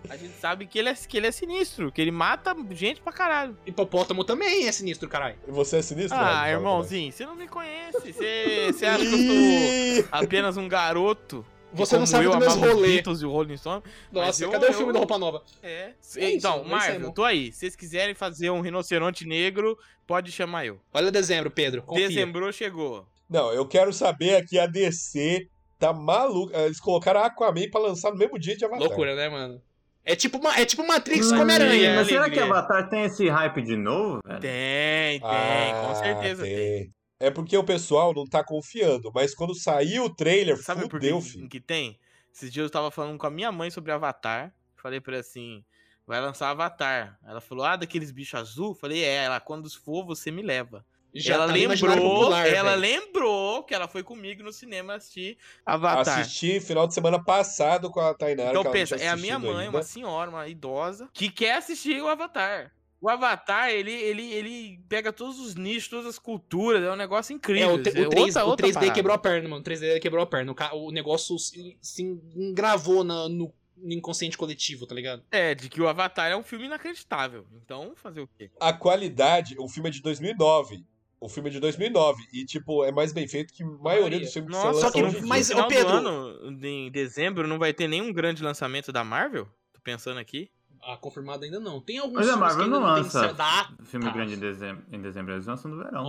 [SPEAKER 1] a gente sabe que ele, é, que ele é sinistro, que ele mata gente pra caralho.
[SPEAKER 2] Hipopótamo também é sinistro, caralho.
[SPEAKER 5] E Você é sinistro?
[SPEAKER 1] Ah,
[SPEAKER 5] Raigor?
[SPEAKER 1] irmãozinho, você não me conhece. Você, você acha que eu
[SPEAKER 5] Ih,
[SPEAKER 1] sou apenas um garoto?
[SPEAKER 2] Você não
[SPEAKER 1] Como
[SPEAKER 2] sabe
[SPEAKER 1] eu
[SPEAKER 2] dos meus
[SPEAKER 1] amava os
[SPEAKER 2] rolês.
[SPEAKER 1] Beatles e o Rolling Stone. mas
[SPEAKER 2] Nossa,
[SPEAKER 1] eu-
[SPEAKER 2] cadê o
[SPEAKER 1] eu-
[SPEAKER 2] filme da Roupa Nova?
[SPEAKER 1] É.
[SPEAKER 2] É isso, é
[SPEAKER 1] então,
[SPEAKER 2] isso aí,
[SPEAKER 1] Marvel,
[SPEAKER 2] irmão.
[SPEAKER 1] tô aí. Se vocês quiserem fazer um rinoceronte negro, pode chamar eu.
[SPEAKER 2] Olha dezembro, Pedro. Confia.
[SPEAKER 1] Dezembrou chegou.
[SPEAKER 5] Não, eu quero saber aqui a DC tá maluca. Eles colocaram a Aquaman pra lançar no mesmo dia de Avatar.
[SPEAKER 2] Loucura, né, mano? É tipo, uma, é tipo Matrix
[SPEAKER 3] Mas-
[SPEAKER 2] com
[SPEAKER 1] é,
[SPEAKER 2] Homem-Aranha.
[SPEAKER 3] Mas será que
[SPEAKER 1] Alegria.
[SPEAKER 3] Avatar tem esse hype de novo, velho?
[SPEAKER 1] Tem, tem,
[SPEAKER 5] Ah,
[SPEAKER 1] com certeza tem.
[SPEAKER 5] É porque o pessoal não tá confiando, mas quando saiu o trailer,
[SPEAKER 1] Sabe por
[SPEAKER 5] fudeu,
[SPEAKER 1] que,
[SPEAKER 5] filho.
[SPEAKER 1] que tem? Esses dias eu tava falando com a minha mãe sobre Avatar. Falei pra ela assim, vai lançar Avatar. Ela falou, ah, daqueles bichos azul? Falei, é, ela, quando for, você me leva. ela
[SPEAKER 2] tá no
[SPEAKER 1] lembrou,
[SPEAKER 2] imaginário popular,
[SPEAKER 1] ela
[SPEAKER 2] velho.
[SPEAKER 1] lembrou que ela foi comigo no cinema assistir Avatar.
[SPEAKER 5] Assisti final de semana passado com a Tainara. que
[SPEAKER 1] Então
[SPEAKER 5] ela não
[SPEAKER 1] pensa,
[SPEAKER 5] tinha
[SPEAKER 1] é a minha
[SPEAKER 5] assistido
[SPEAKER 1] mãe,
[SPEAKER 5] ainda.
[SPEAKER 1] uma senhora, uma idosa, que quer assistir o Avatar. O Avatar, ele, ele, ele pega todos os nichos, todas as culturas, é um negócio
[SPEAKER 2] É,
[SPEAKER 1] incrível.
[SPEAKER 2] o, te-
[SPEAKER 1] é
[SPEAKER 2] o, 3,
[SPEAKER 1] outra- outra
[SPEAKER 2] d
[SPEAKER 1] parada.
[SPEAKER 2] quebrou a perna, mano. O 3D quebrou a perna. O, ca- o negócio se, se engravou na- no, no inconsciente coletivo, tá ligado?
[SPEAKER 1] É, de que o Avatar é um filme inacreditável. Então, fazer o quê?
[SPEAKER 5] A qualidade, o filme é de 2009. O filme é de 2009 e tipo é mais bem feito que a maioria
[SPEAKER 2] maioria.
[SPEAKER 5] dos filmes
[SPEAKER 1] Nossa,
[SPEAKER 5] que
[SPEAKER 1] só
[SPEAKER 5] são
[SPEAKER 1] que,
[SPEAKER 5] lançados hoje em
[SPEAKER 1] mas,
[SPEAKER 5] dia.
[SPEAKER 1] no
[SPEAKER 2] ô,
[SPEAKER 1] final
[SPEAKER 2] Pedro-
[SPEAKER 1] do ano, em dezembro, não vai ter nenhum grande lançamento da Marvel? Tô pensando aqui.
[SPEAKER 2] Ah, confirmado ainda não. Tem alguns
[SPEAKER 3] Mas a
[SPEAKER 2] filmes
[SPEAKER 3] Marvel
[SPEAKER 2] que ainda
[SPEAKER 3] não
[SPEAKER 2] não tem
[SPEAKER 3] lança
[SPEAKER 2] certo- Ah,
[SPEAKER 3] filme
[SPEAKER 2] tá.
[SPEAKER 3] grande em dezembro, em dezembro, eles lançam no verão.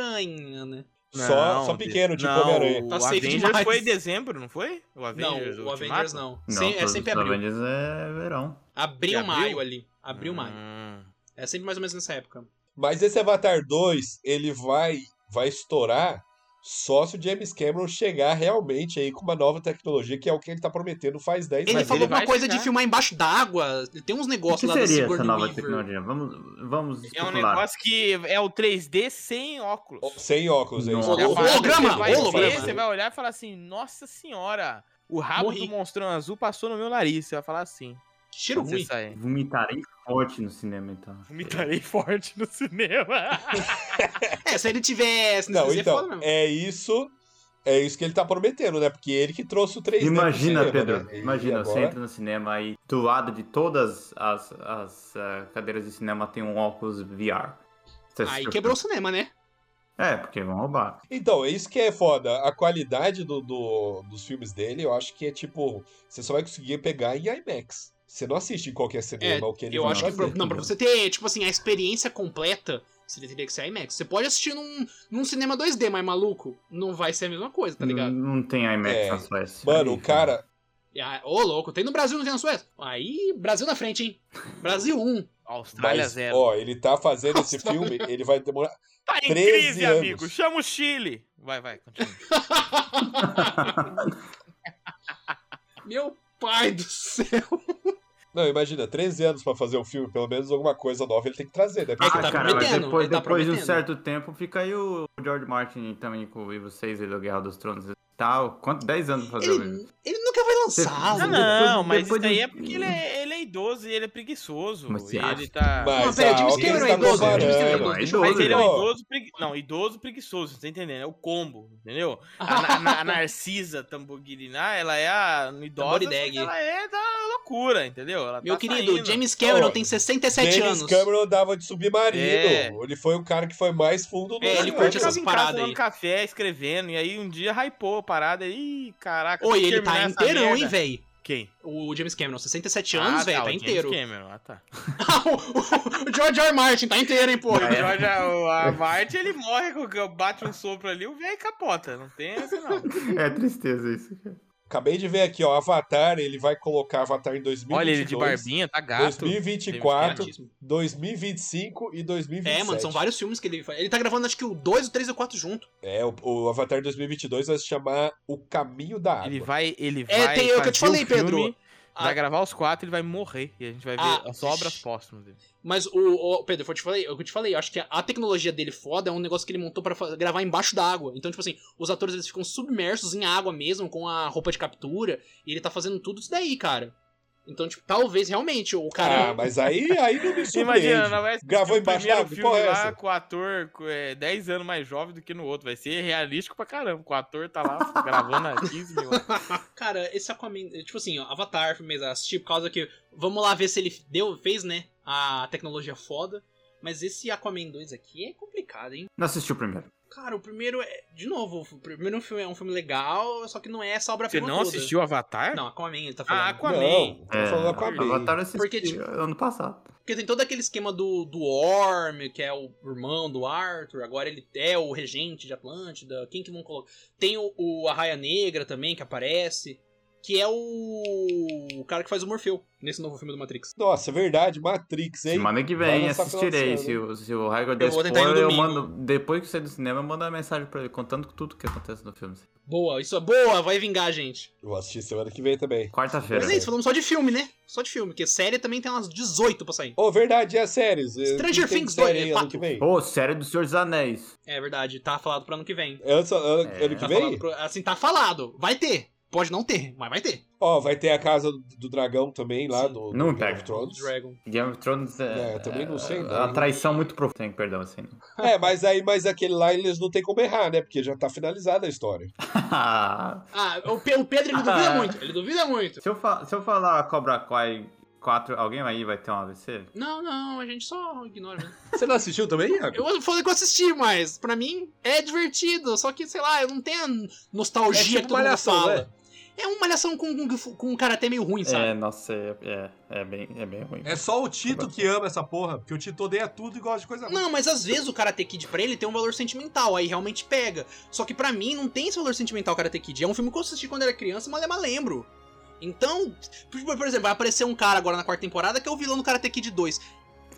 [SPEAKER 2] Homem-Aranha, né?
[SPEAKER 5] Só, só
[SPEAKER 1] de-
[SPEAKER 5] pequeno, tipo
[SPEAKER 1] não,
[SPEAKER 5] Homem-Aranha.
[SPEAKER 1] O
[SPEAKER 2] Tá safe
[SPEAKER 1] Avengers
[SPEAKER 2] demais.
[SPEAKER 1] foi em dezembro, não foi? O
[SPEAKER 2] Não,
[SPEAKER 1] Avengers
[SPEAKER 2] o Avengers
[SPEAKER 1] Ultimato?
[SPEAKER 2] não.
[SPEAKER 3] Não,
[SPEAKER 2] Sem- é
[SPEAKER 3] todos
[SPEAKER 2] sempre
[SPEAKER 3] os
[SPEAKER 2] abril.
[SPEAKER 3] Avengers é verão.
[SPEAKER 2] Abril,
[SPEAKER 1] É abril?
[SPEAKER 2] maio ali. Abril, maio.
[SPEAKER 1] Hum.
[SPEAKER 2] É sempre mais ou menos nessa época.
[SPEAKER 5] Mas esse Avatar 2, ele vai, vai estourar só se o James Cameron chegar realmente aí com uma nova tecnologia, que é o que ele tá prometendo faz 10
[SPEAKER 2] Ele
[SPEAKER 1] Mas
[SPEAKER 5] anos.
[SPEAKER 2] falou
[SPEAKER 1] ele vai
[SPEAKER 2] alguma coisa
[SPEAKER 1] chegar.
[SPEAKER 2] de filmar embaixo d'água. Tem uns
[SPEAKER 3] O
[SPEAKER 2] negócios
[SPEAKER 3] que
[SPEAKER 2] lá da
[SPEAKER 3] seria essa
[SPEAKER 2] Sigourney
[SPEAKER 3] nova
[SPEAKER 2] Weaver.
[SPEAKER 3] tecnologia? Vamos, vamos
[SPEAKER 1] É um
[SPEAKER 3] especular.
[SPEAKER 1] negócio que é o 3D sem óculos.
[SPEAKER 5] Sem óculos, é isso.
[SPEAKER 3] Nossa.
[SPEAKER 1] Já
[SPEAKER 2] Ô,
[SPEAKER 1] fala que
[SPEAKER 2] holograma,
[SPEAKER 1] você vai ver,
[SPEAKER 2] holograma.
[SPEAKER 1] Você vai olhar e falar assim, nossa senhora, o rabo
[SPEAKER 2] Morri.
[SPEAKER 1] do monstrão azul passou no meu nariz. Você vai falar assim.
[SPEAKER 2] Que Cheiro
[SPEAKER 1] quando você
[SPEAKER 2] ruim.
[SPEAKER 1] sair.
[SPEAKER 3] Vomitarei forte no cinema, então.
[SPEAKER 1] Vomitarei forte no cinema.
[SPEAKER 2] É, se ele tiver. Se ele
[SPEAKER 5] Não,
[SPEAKER 2] fizer, foda
[SPEAKER 5] então,
[SPEAKER 2] mesmo.
[SPEAKER 5] é isso. É isso que ele tá prometendo, né? Porque ele que trouxe o 3D. pro
[SPEAKER 3] Imagina,
[SPEAKER 5] cinema,
[SPEAKER 3] Pedro.
[SPEAKER 5] né? E
[SPEAKER 3] Imagina,
[SPEAKER 5] agora-
[SPEAKER 3] você entra no cinema e do lado de todas as, as ah, cadeiras de cinema tem um óculos VR. Você
[SPEAKER 2] Aí
[SPEAKER 3] se-
[SPEAKER 2] quebrou o cinema, né?
[SPEAKER 3] É, porque vão roubar.
[SPEAKER 5] Então, é isso que é foda. A qualidade do, do- dos filmes dele, eu acho que é tipo. Você só vai conseguir pegar em IMAX. Você não assiste em qualquer cinema
[SPEAKER 2] É,
[SPEAKER 5] o que ele
[SPEAKER 2] Eu
[SPEAKER 5] vai
[SPEAKER 2] acho que.
[SPEAKER 5] fazer.
[SPEAKER 2] pra- Não, pra você ter, tipo assim, a experiência completa, você teria que ser IMAX. Você pode assistir num, num cinema 2D, mas maluco, não vai ser a mesma coisa, tá ligado?
[SPEAKER 3] Não, não tem IMAX
[SPEAKER 5] É.
[SPEAKER 3] na Suécia.
[SPEAKER 5] Mano,
[SPEAKER 3] Aí,
[SPEAKER 5] o cara.
[SPEAKER 1] Hum.
[SPEAKER 2] E aí, Ô, louco, tem no Brasil, não tem na Suécia? Aí, Brasil na frente, hein? Brasil 1.
[SPEAKER 1] Austrália
[SPEAKER 5] Mas,
[SPEAKER 1] zero.
[SPEAKER 5] ó, ele tá fazendo esse filme, ele vai demorar.
[SPEAKER 1] tá em
[SPEAKER 5] 13
[SPEAKER 1] crise,
[SPEAKER 5] anos.
[SPEAKER 1] amigo. Chama o Chile. Vai, vai, continua.
[SPEAKER 2] Meu pai do céu.
[SPEAKER 5] Não, imagina, 13 anos pra fazer um filme, pelo menos alguma coisa nova ele tem que trazer, né?
[SPEAKER 2] É que
[SPEAKER 3] Ah,
[SPEAKER 2] tá
[SPEAKER 3] cara, mas
[SPEAKER 2] prometendo,
[SPEAKER 3] depois,
[SPEAKER 2] ele tá
[SPEAKER 3] depois de um
[SPEAKER 2] prometendo.
[SPEAKER 3] certo tempo fica aí o George Martin também com o Vivo 6 e do Guerra dos Tronos e tal. Quanto? 10 anos pra fazer o Vivo.
[SPEAKER 2] Ele, ele nunca vai lançar.
[SPEAKER 1] Ah,
[SPEAKER 3] Depois-
[SPEAKER 2] mano.
[SPEAKER 1] não, mas
[SPEAKER 3] depois
[SPEAKER 1] isso aí
[SPEAKER 3] de-
[SPEAKER 1] é porque ele é, ele é idoso e ele é preguiçoso.
[SPEAKER 3] Mas você
[SPEAKER 1] e
[SPEAKER 3] acha?
[SPEAKER 1] ele tá.
[SPEAKER 5] Mas,
[SPEAKER 2] Não, pera,
[SPEAKER 5] ah,
[SPEAKER 2] James
[SPEAKER 5] alguém
[SPEAKER 2] Cameron
[SPEAKER 5] está
[SPEAKER 2] é idoso, James
[SPEAKER 1] né?
[SPEAKER 2] Cameron é
[SPEAKER 5] comparando.
[SPEAKER 2] idoso. deixa eu
[SPEAKER 3] É
[SPEAKER 1] Mas
[SPEAKER 3] idoso,
[SPEAKER 2] ver.
[SPEAKER 1] ele é um
[SPEAKER 5] pô.
[SPEAKER 1] idoso, pregui... não, idoso preguiçoso, você tá entendendo? É o combo, entendeu? A, na- na- a Narcisa Tamboguiriná, ela é a idosa, só que
[SPEAKER 2] Tamborideg.
[SPEAKER 1] ela é da loucura, entendeu? Ela
[SPEAKER 2] Meu
[SPEAKER 1] tá
[SPEAKER 2] querido,
[SPEAKER 1] saindo.
[SPEAKER 2] James Cameron
[SPEAKER 5] Ó,
[SPEAKER 2] tem 67
[SPEAKER 5] James
[SPEAKER 2] anos.
[SPEAKER 5] Cameron dava de submarino.
[SPEAKER 1] É.
[SPEAKER 5] Ele foi o cara que foi mais fundo do
[SPEAKER 2] É, ele
[SPEAKER 1] Eu
[SPEAKER 2] curte
[SPEAKER 1] ficava
[SPEAKER 2] essas
[SPEAKER 1] em casa
[SPEAKER 2] paradas
[SPEAKER 1] tomando
[SPEAKER 2] aí.
[SPEAKER 1] café, escrevendo, e aí um dia hypou a parada, e ih, caraca,
[SPEAKER 2] Oi,
[SPEAKER 1] tem que
[SPEAKER 2] ele tá
[SPEAKER 1] terminar essa
[SPEAKER 2] inteirão,
[SPEAKER 1] merda.
[SPEAKER 2] hein, véi.
[SPEAKER 1] Quem?
[SPEAKER 2] O James Cameron, 67 anos,
[SPEAKER 1] Ah,
[SPEAKER 2] velho,
[SPEAKER 1] o
[SPEAKER 2] tá
[SPEAKER 1] James
[SPEAKER 2] inteiro.
[SPEAKER 1] Cameron, ah, tá.
[SPEAKER 2] o o George R. Martin tá inteiro, hein, pô.
[SPEAKER 1] O Jorge, a, a Marte, ele morre, com- bate um sopro ali, o velho capota. Não tem essa, não.
[SPEAKER 3] É tristeza isso. cara.
[SPEAKER 5] Acabei de ver aqui, ó, Avatar, ele vai colocar Avatar em 2022.
[SPEAKER 1] Olha ele de barbinha, tá gato.
[SPEAKER 5] 2024, 2025 e 2027.
[SPEAKER 2] É, mano, são vários filmes que ele faz. Ele tá gravando acho que o 2, o 3 e o 4 junto.
[SPEAKER 5] É, o, o Avatar 2022 vai se chamar O Caminho da Água.
[SPEAKER 1] Ele vai, ele vai
[SPEAKER 2] É, tem- é o que eu te
[SPEAKER 1] fazer
[SPEAKER 2] falei, Pedro.
[SPEAKER 1] Vai
[SPEAKER 2] Ah.
[SPEAKER 1] gravar os quatro, ele vai morrer. E a gente vai ver
[SPEAKER 2] Ah.
[SPEAKER 1] as obras póstumas dele.
[SPEAKER 2] Mas o, o- Pedro, foi o que eu te falei, é o que eu te falei, eu acho que a, a tecnologia dele foda é um negócio que ele montou pra fa- gravar embaixo da água. Então, tipo assim, os atores eles ficam submersos em água mesmo com a roupa de captura, e ele tá fazendo tudo isso daí, cara. Então, tipo, talvez realmente o cara
[SPEAKER 5] Ah, mas aí, aí não me surpreende.
[SPEAKER 1] Imagina, não vai ser
[SPEAKER 5] Gravou
[SPEAKER 1] o
[SPEAKER 5] embaixo da
[SPEAKER 1] primeiro
[SPEAKER 5] água? Qual
[SPEAKER 1] filme
[SPEAKER 5] é
[SPEAKER 1] lá
[SPEAKER 5] essa?
[SPEAKER 1] com o ator com, é, 10 anos mais jovem do que no outro. Vai ser realístico pra caramba. Com o ator tá lá gravando há 15 mil anos.
[SPEAKER 2] Cara, esse Aquaman, é, tipo assim, ó, Avatar mesmo, assisti por causa que, vamos lá ver se ele deu, fez, né, a tecnologia foda, mas esse Aquaman 2 aqui é complicado, hein?
[SPEAKER 3] Não assisti o primeiro.
[SPEAKER 2] Cara, o primeiro é, de novo, o primeiro filme é um filme legal, só que não é
[SPEAKER 1] Você
[SPEAKER 2] essa obra-prima
[SPEAKER 1] não
[SPEAKER 2] toda.
[SPEAKER 1] assistiu Avatar?
[SPEAKER 2] Não, Aquaman ele tá falando.
[SPEAKER 1] Ah, Aquaman.
[SPEAKER 5] Não, tô
[SPEAKER 3] É,
[SPEAKER 5] falando Aquaman.
[SPEAKER 3] Avatar eu assisti
[SPEAKER 2] Porque, tipo-
[SPEAKER 3] ano passado.
[SPEAKER 2] Porque tem todo aquele esquema do, do Orm, que é o irmão do Arthur, agora ele é o regente de Atlântida, quem que vão colocar? Tem o, o Arraia Negra também, que aparece, que é o, o cara que faz o Morfeu, nesse novo filme do Matrix.
[SPEAKER 5] Nossa, verdade, Matrix, hein?
[SPEAKER 3] Semana que
[SPEAKER 5] Vai
[SPEAKER 3] vem
[SPEAKER 5] lançar né?
[SPEAKER 3] assistirei.
[SPEAKER 5] final de
[SPEAKER 3] Se, o- se o Raigo der
[SPEAKER 2] Eu vou tentar ir no
[SPEAKER 3] spoiler, eu
[SPEAKER 2] domingo.
[SPEAKER 3] mando. Depois que eu sair do cinema, eu mando uma mensagem pra ele contando tudo que acontece no filme. assim.
[SPEAKER 2] Boa, isso é boa, vai vingar, gente.
[SPEAKER 5] Eu Vou assistir semana que vem também.
[SPEAKER 3] Quarta-feira.
[SPEAKER 2] Mas é isso, falamos só de filme, né? Só de filme, porque série também tem umas 18 pra sair.
[SPEAKER 5] Ô, verdade, é séries. É,
[SPEAKER 2] Stranger
[SPEAKER 5] tem
[SPEAKER 2] Things
[SPEAKER 5] série
[SPEAKER 2] dois,
[SPEAKER 5] aí
[SPEAKER 2] é
[SPEAKER 5] ano
[SPEAKER 2] quatro.
[SPEAKER 5] que vem.
[SPEAKER 3] Ô, série do Senhor dos Anéis.
[SPEAKER 2] É verdade, tá falado pro ano que vem.
[SPEAKER 5] Ano, ano-
[SPEAKER 3] É.
[SPEAKER 5] ano que
[SPEAKER 2] Tá
[SPEAKER 5] vem?
[SPEAKER 2] falado pro- assim, tá falado. Vai ter. Pode não ter, mas vai ter.
[SPEAKER 5] Ó, vai ter a Casa do Dragão também lá
[SPEAKER 2] Sim.
[SPEAKER 5] do, do
[SPEAKER 3] Não
[SPEAKER 5] Game
[SPEAKER 3] pega.
[SPEAKER 5] of Thrones.
[SPEAKER 2] Dragon.
[SPEAKER 3] Game of Thrones é.
[SPEAKER 5] É, eu também não sei,
[SPEAKER 3] é,
[SPEAKER 5] não.
[SPEAKER 3] A traição muito profunda. Tem perdão, assim.
[SPEAKER 5] É, mas aí, mas aquele lá eles não tem como errar, né? Porque já tá finalizada a história.
[SPEAKER 2] Ah, o, Pe- o Pedro ele duvida
[SPEAKER 3] Ah.
[SPEAKER 2] muito, ele duvida muito.
[SPEAKER 3] se, eu fa- se eu falar Cobra Kai 4, alguém aí vai ter um AVC?
[SPEAKER 2] Não, não, a gente só ignora. né?
[SPEAKER 5] Você não assistiu também, Iago?
[SPEAKER 2] Eu falei que eu assisti, mas pra mim é divertido, só que, sei lá, eu não tenho a nostalgia
[SPEAKER 5] É
[SPEAKER 2] que
[SPEAKER 5] tipo
[SPEAKER 2] todo mundo
[SPEAKER 5] Malhação,
[SPEAKER 2] fala. É uma malhação com, com, com um karatê meio ruim, sabe?
[SPEAKER 3] É, nossa, é, é, é bem, é bem ruim.
[SPEAKER 5] só o Tito que ama essa porra, porque o Tito odeia tudo e gosta de coisa
[SPEAKER 2] Não, mas às vezes o Karate Kid pra ele tem um valor sentimental, aí realmente pega. Só que pra mim não tem esse valor sentimental Karate Kid. É um filme que eu assisti quando era criança, mas eu mal lembro. Então, por por exemplo, vai aparecer um cara agora na quarta temporada que é o vilão do Karate Kid 2.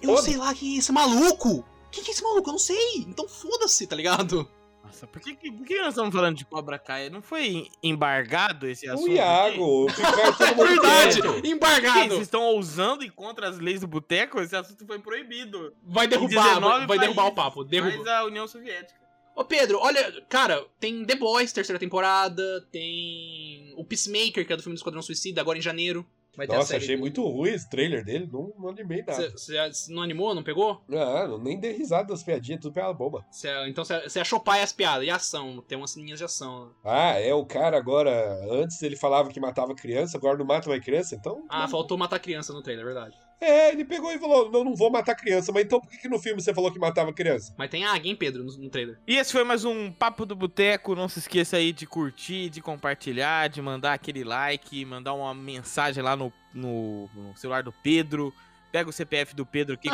[SPEAKER 2] Eu
[SPEAKER 5] Foda.
[SPEAKER 2] sei lá quem é esse maluco! Quem que é esse maluco? Eu não sei. Então foda-se, tá ligado?
[SPEAKER 1] Nossa, por que, que- por que nós estamos falando de Cobra Kai? Não foi embargado esse assunto?
[SPEAKER 5] O
[SPEAKER 1] aqui?
[SPEAKER 5] Iago, ficar
[SPEAKER 2] Tá
[SPEAKER 5] todo mundo
[SPEAKER 2] É Verdade!
[SPEAKER 5] quieto.
[SPEAKER 1] Que, Vocês
[SPEAKER 2] Embargado!
[SPEAKER 1] estão ousando e contra as leis do boteco? Esse assunto foi proibido.
[SPEAKER 2] Vai
[SPEAKER 1] Em
[SPEAKER 2] derrubar,
[SPEAKER 1] 19
[SPEAKER 2] vai, vai derrubar o
[SPEAKER 1] países,
[SPEAKER 2] papo. Derruba.
[SPEAKER 1] Mas a União Soviética.
[SPEAKER 2] Ô Pedro, olha, cara, tem The Boys, terceira temporada, tem o Peacemaker, que é do filme do Esquadrão Suicida, agora em janeiro. Vai ter a
[SPEAKER 5] Nossa,
[SPEAKER 2] série
[SPEAKER 5] achei
[SPEAKER 2] do-
[SPEAKER 5] muito ruim esse trailer dele, não, não animei nada.
[SPEAKER 2] Você você não animou, não pegou?
[SPEAKER 5] Ah, não- nem dei risada das piadinhas, tudo pela boba.
[SPEAKER 2] Cê- então você achou pai as piadas, e ação, tem umas linhas de ação.
[SPEAKER 5] Ah, é o cara agora. Antes ele falava que matava criança, agora não mata mais criança, então.
[SPEAKER 2] Ah, faltou matar criança no trailer, é verdade.
[SPEAKER 5] É, ele pegou e falou: Não, não vou matar criança, mas então por que, que no filme você falou que matava criança?
[SPEAKER 2] Mas tem a Águia, hein, Pedro, no, no trailer.
[SPEAKER 1] E esse foi mais um Papo do Boteco. Não se esqueça aí de curtir, de compartilhar, de mandar aquele like, mandar uma mensagem lá no, no- no celular do Pedro. Pega o CPF do Pedro aqui,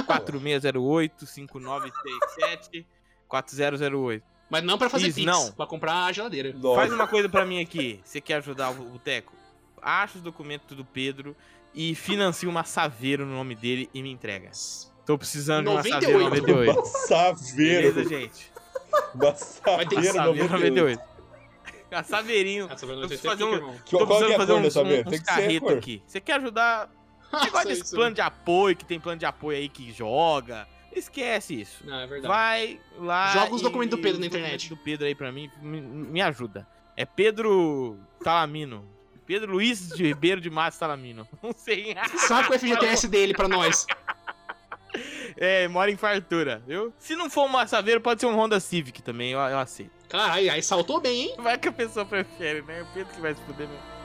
[SPEAKER 1] 4608-5937. 4008.
[SPEAKER 2] Mas não pra fazer
[SPEAKER 1] Isso,
[SPEAKER 2] pix,
[SPEAKER 1] não.
[SPEAKER 2] pra comprar a geladeira.
[SPEAKER 1] Faz
[SPEAKER 5] Nossa,
[SPEAKER 1] uma coisa pra mim aqui. Você quer ajudar o Boteco? Acha os documentos do Pedro e financia uma Saveiro no nome dele e me entrega. Tô precisando de uma Saveiro 98.
[SPEAKER 2] 98.
[SPEAKER 1] Beleza,
[SPEAKER 5] massaveiro,
[SPEAKER 1] gente?
[SPEAKER 2] ter
[SPEAKER 5] massaveiro
[SPEAKER 1] Saveiro
[SPEAKER 5] 98.
[SPEAKER 1] 98. A Saveirinho.
[SPEAKER 2] Ah, sobre
[SPEAKER 1] Eu
[SPEAKER 2] 98
[SPEAKER 1] preciso fazer um-
[SPEAKER 2] fica, irmão.
[SPEAKER 5] Qual- Qual que é a cor
[SPEAKER 1] uns,
[SPEAKER 5] dessa
[SPEAKER 1] uns,
[SPEAKER 5] merda? Tem
[SPEAKER 1] uns
[SPEAKER 5] que ser a
[SPEAKER 1] carretos
[SPEAKER 5] cor.
[SPEAKER 1] aqui. Você quer ajudar? Você
[SPEAKER 2] Nossa,
[SPEAKER 1] gosta desse
[SPEAKER 2] isso- né?
[SPEAKER 1] plano de apoio, que tem plano de apoio aí que joga. Esquece isso.
[SPEAKER 2] Não, é verdade.
[SPEAKER 1] Vai lá.
[SPEAKER 2] Joga os
[SPEAKER 1] e-
[SPEAKER 2] documentos do Pedro
[SPEAKER 1] os
[SPEAKER 2] na
[SPEAKER 1] documentos
[SPEAKER 2] internet.
[SPEAKER 1] Do Pedro aí pra mim, me, me ajuda. É Pedro Talamino. Pedro Luiz de Ribeiro de Massa Talamino. Não sei.
[SPEAKER 2] Saca o FGTS dele pra nós.
[SPEAKER 1] É, mora em fartura, viu? Se não for um Massaveiro, pode ser um Honda Civic também, eu, eu aceito.
[SPEAKER 2] Caralho, aí saltou bem, hein?
[SPEAKER 1] Vai que a pessoa prefere, né? O Pedro que vai se fuder mesmo.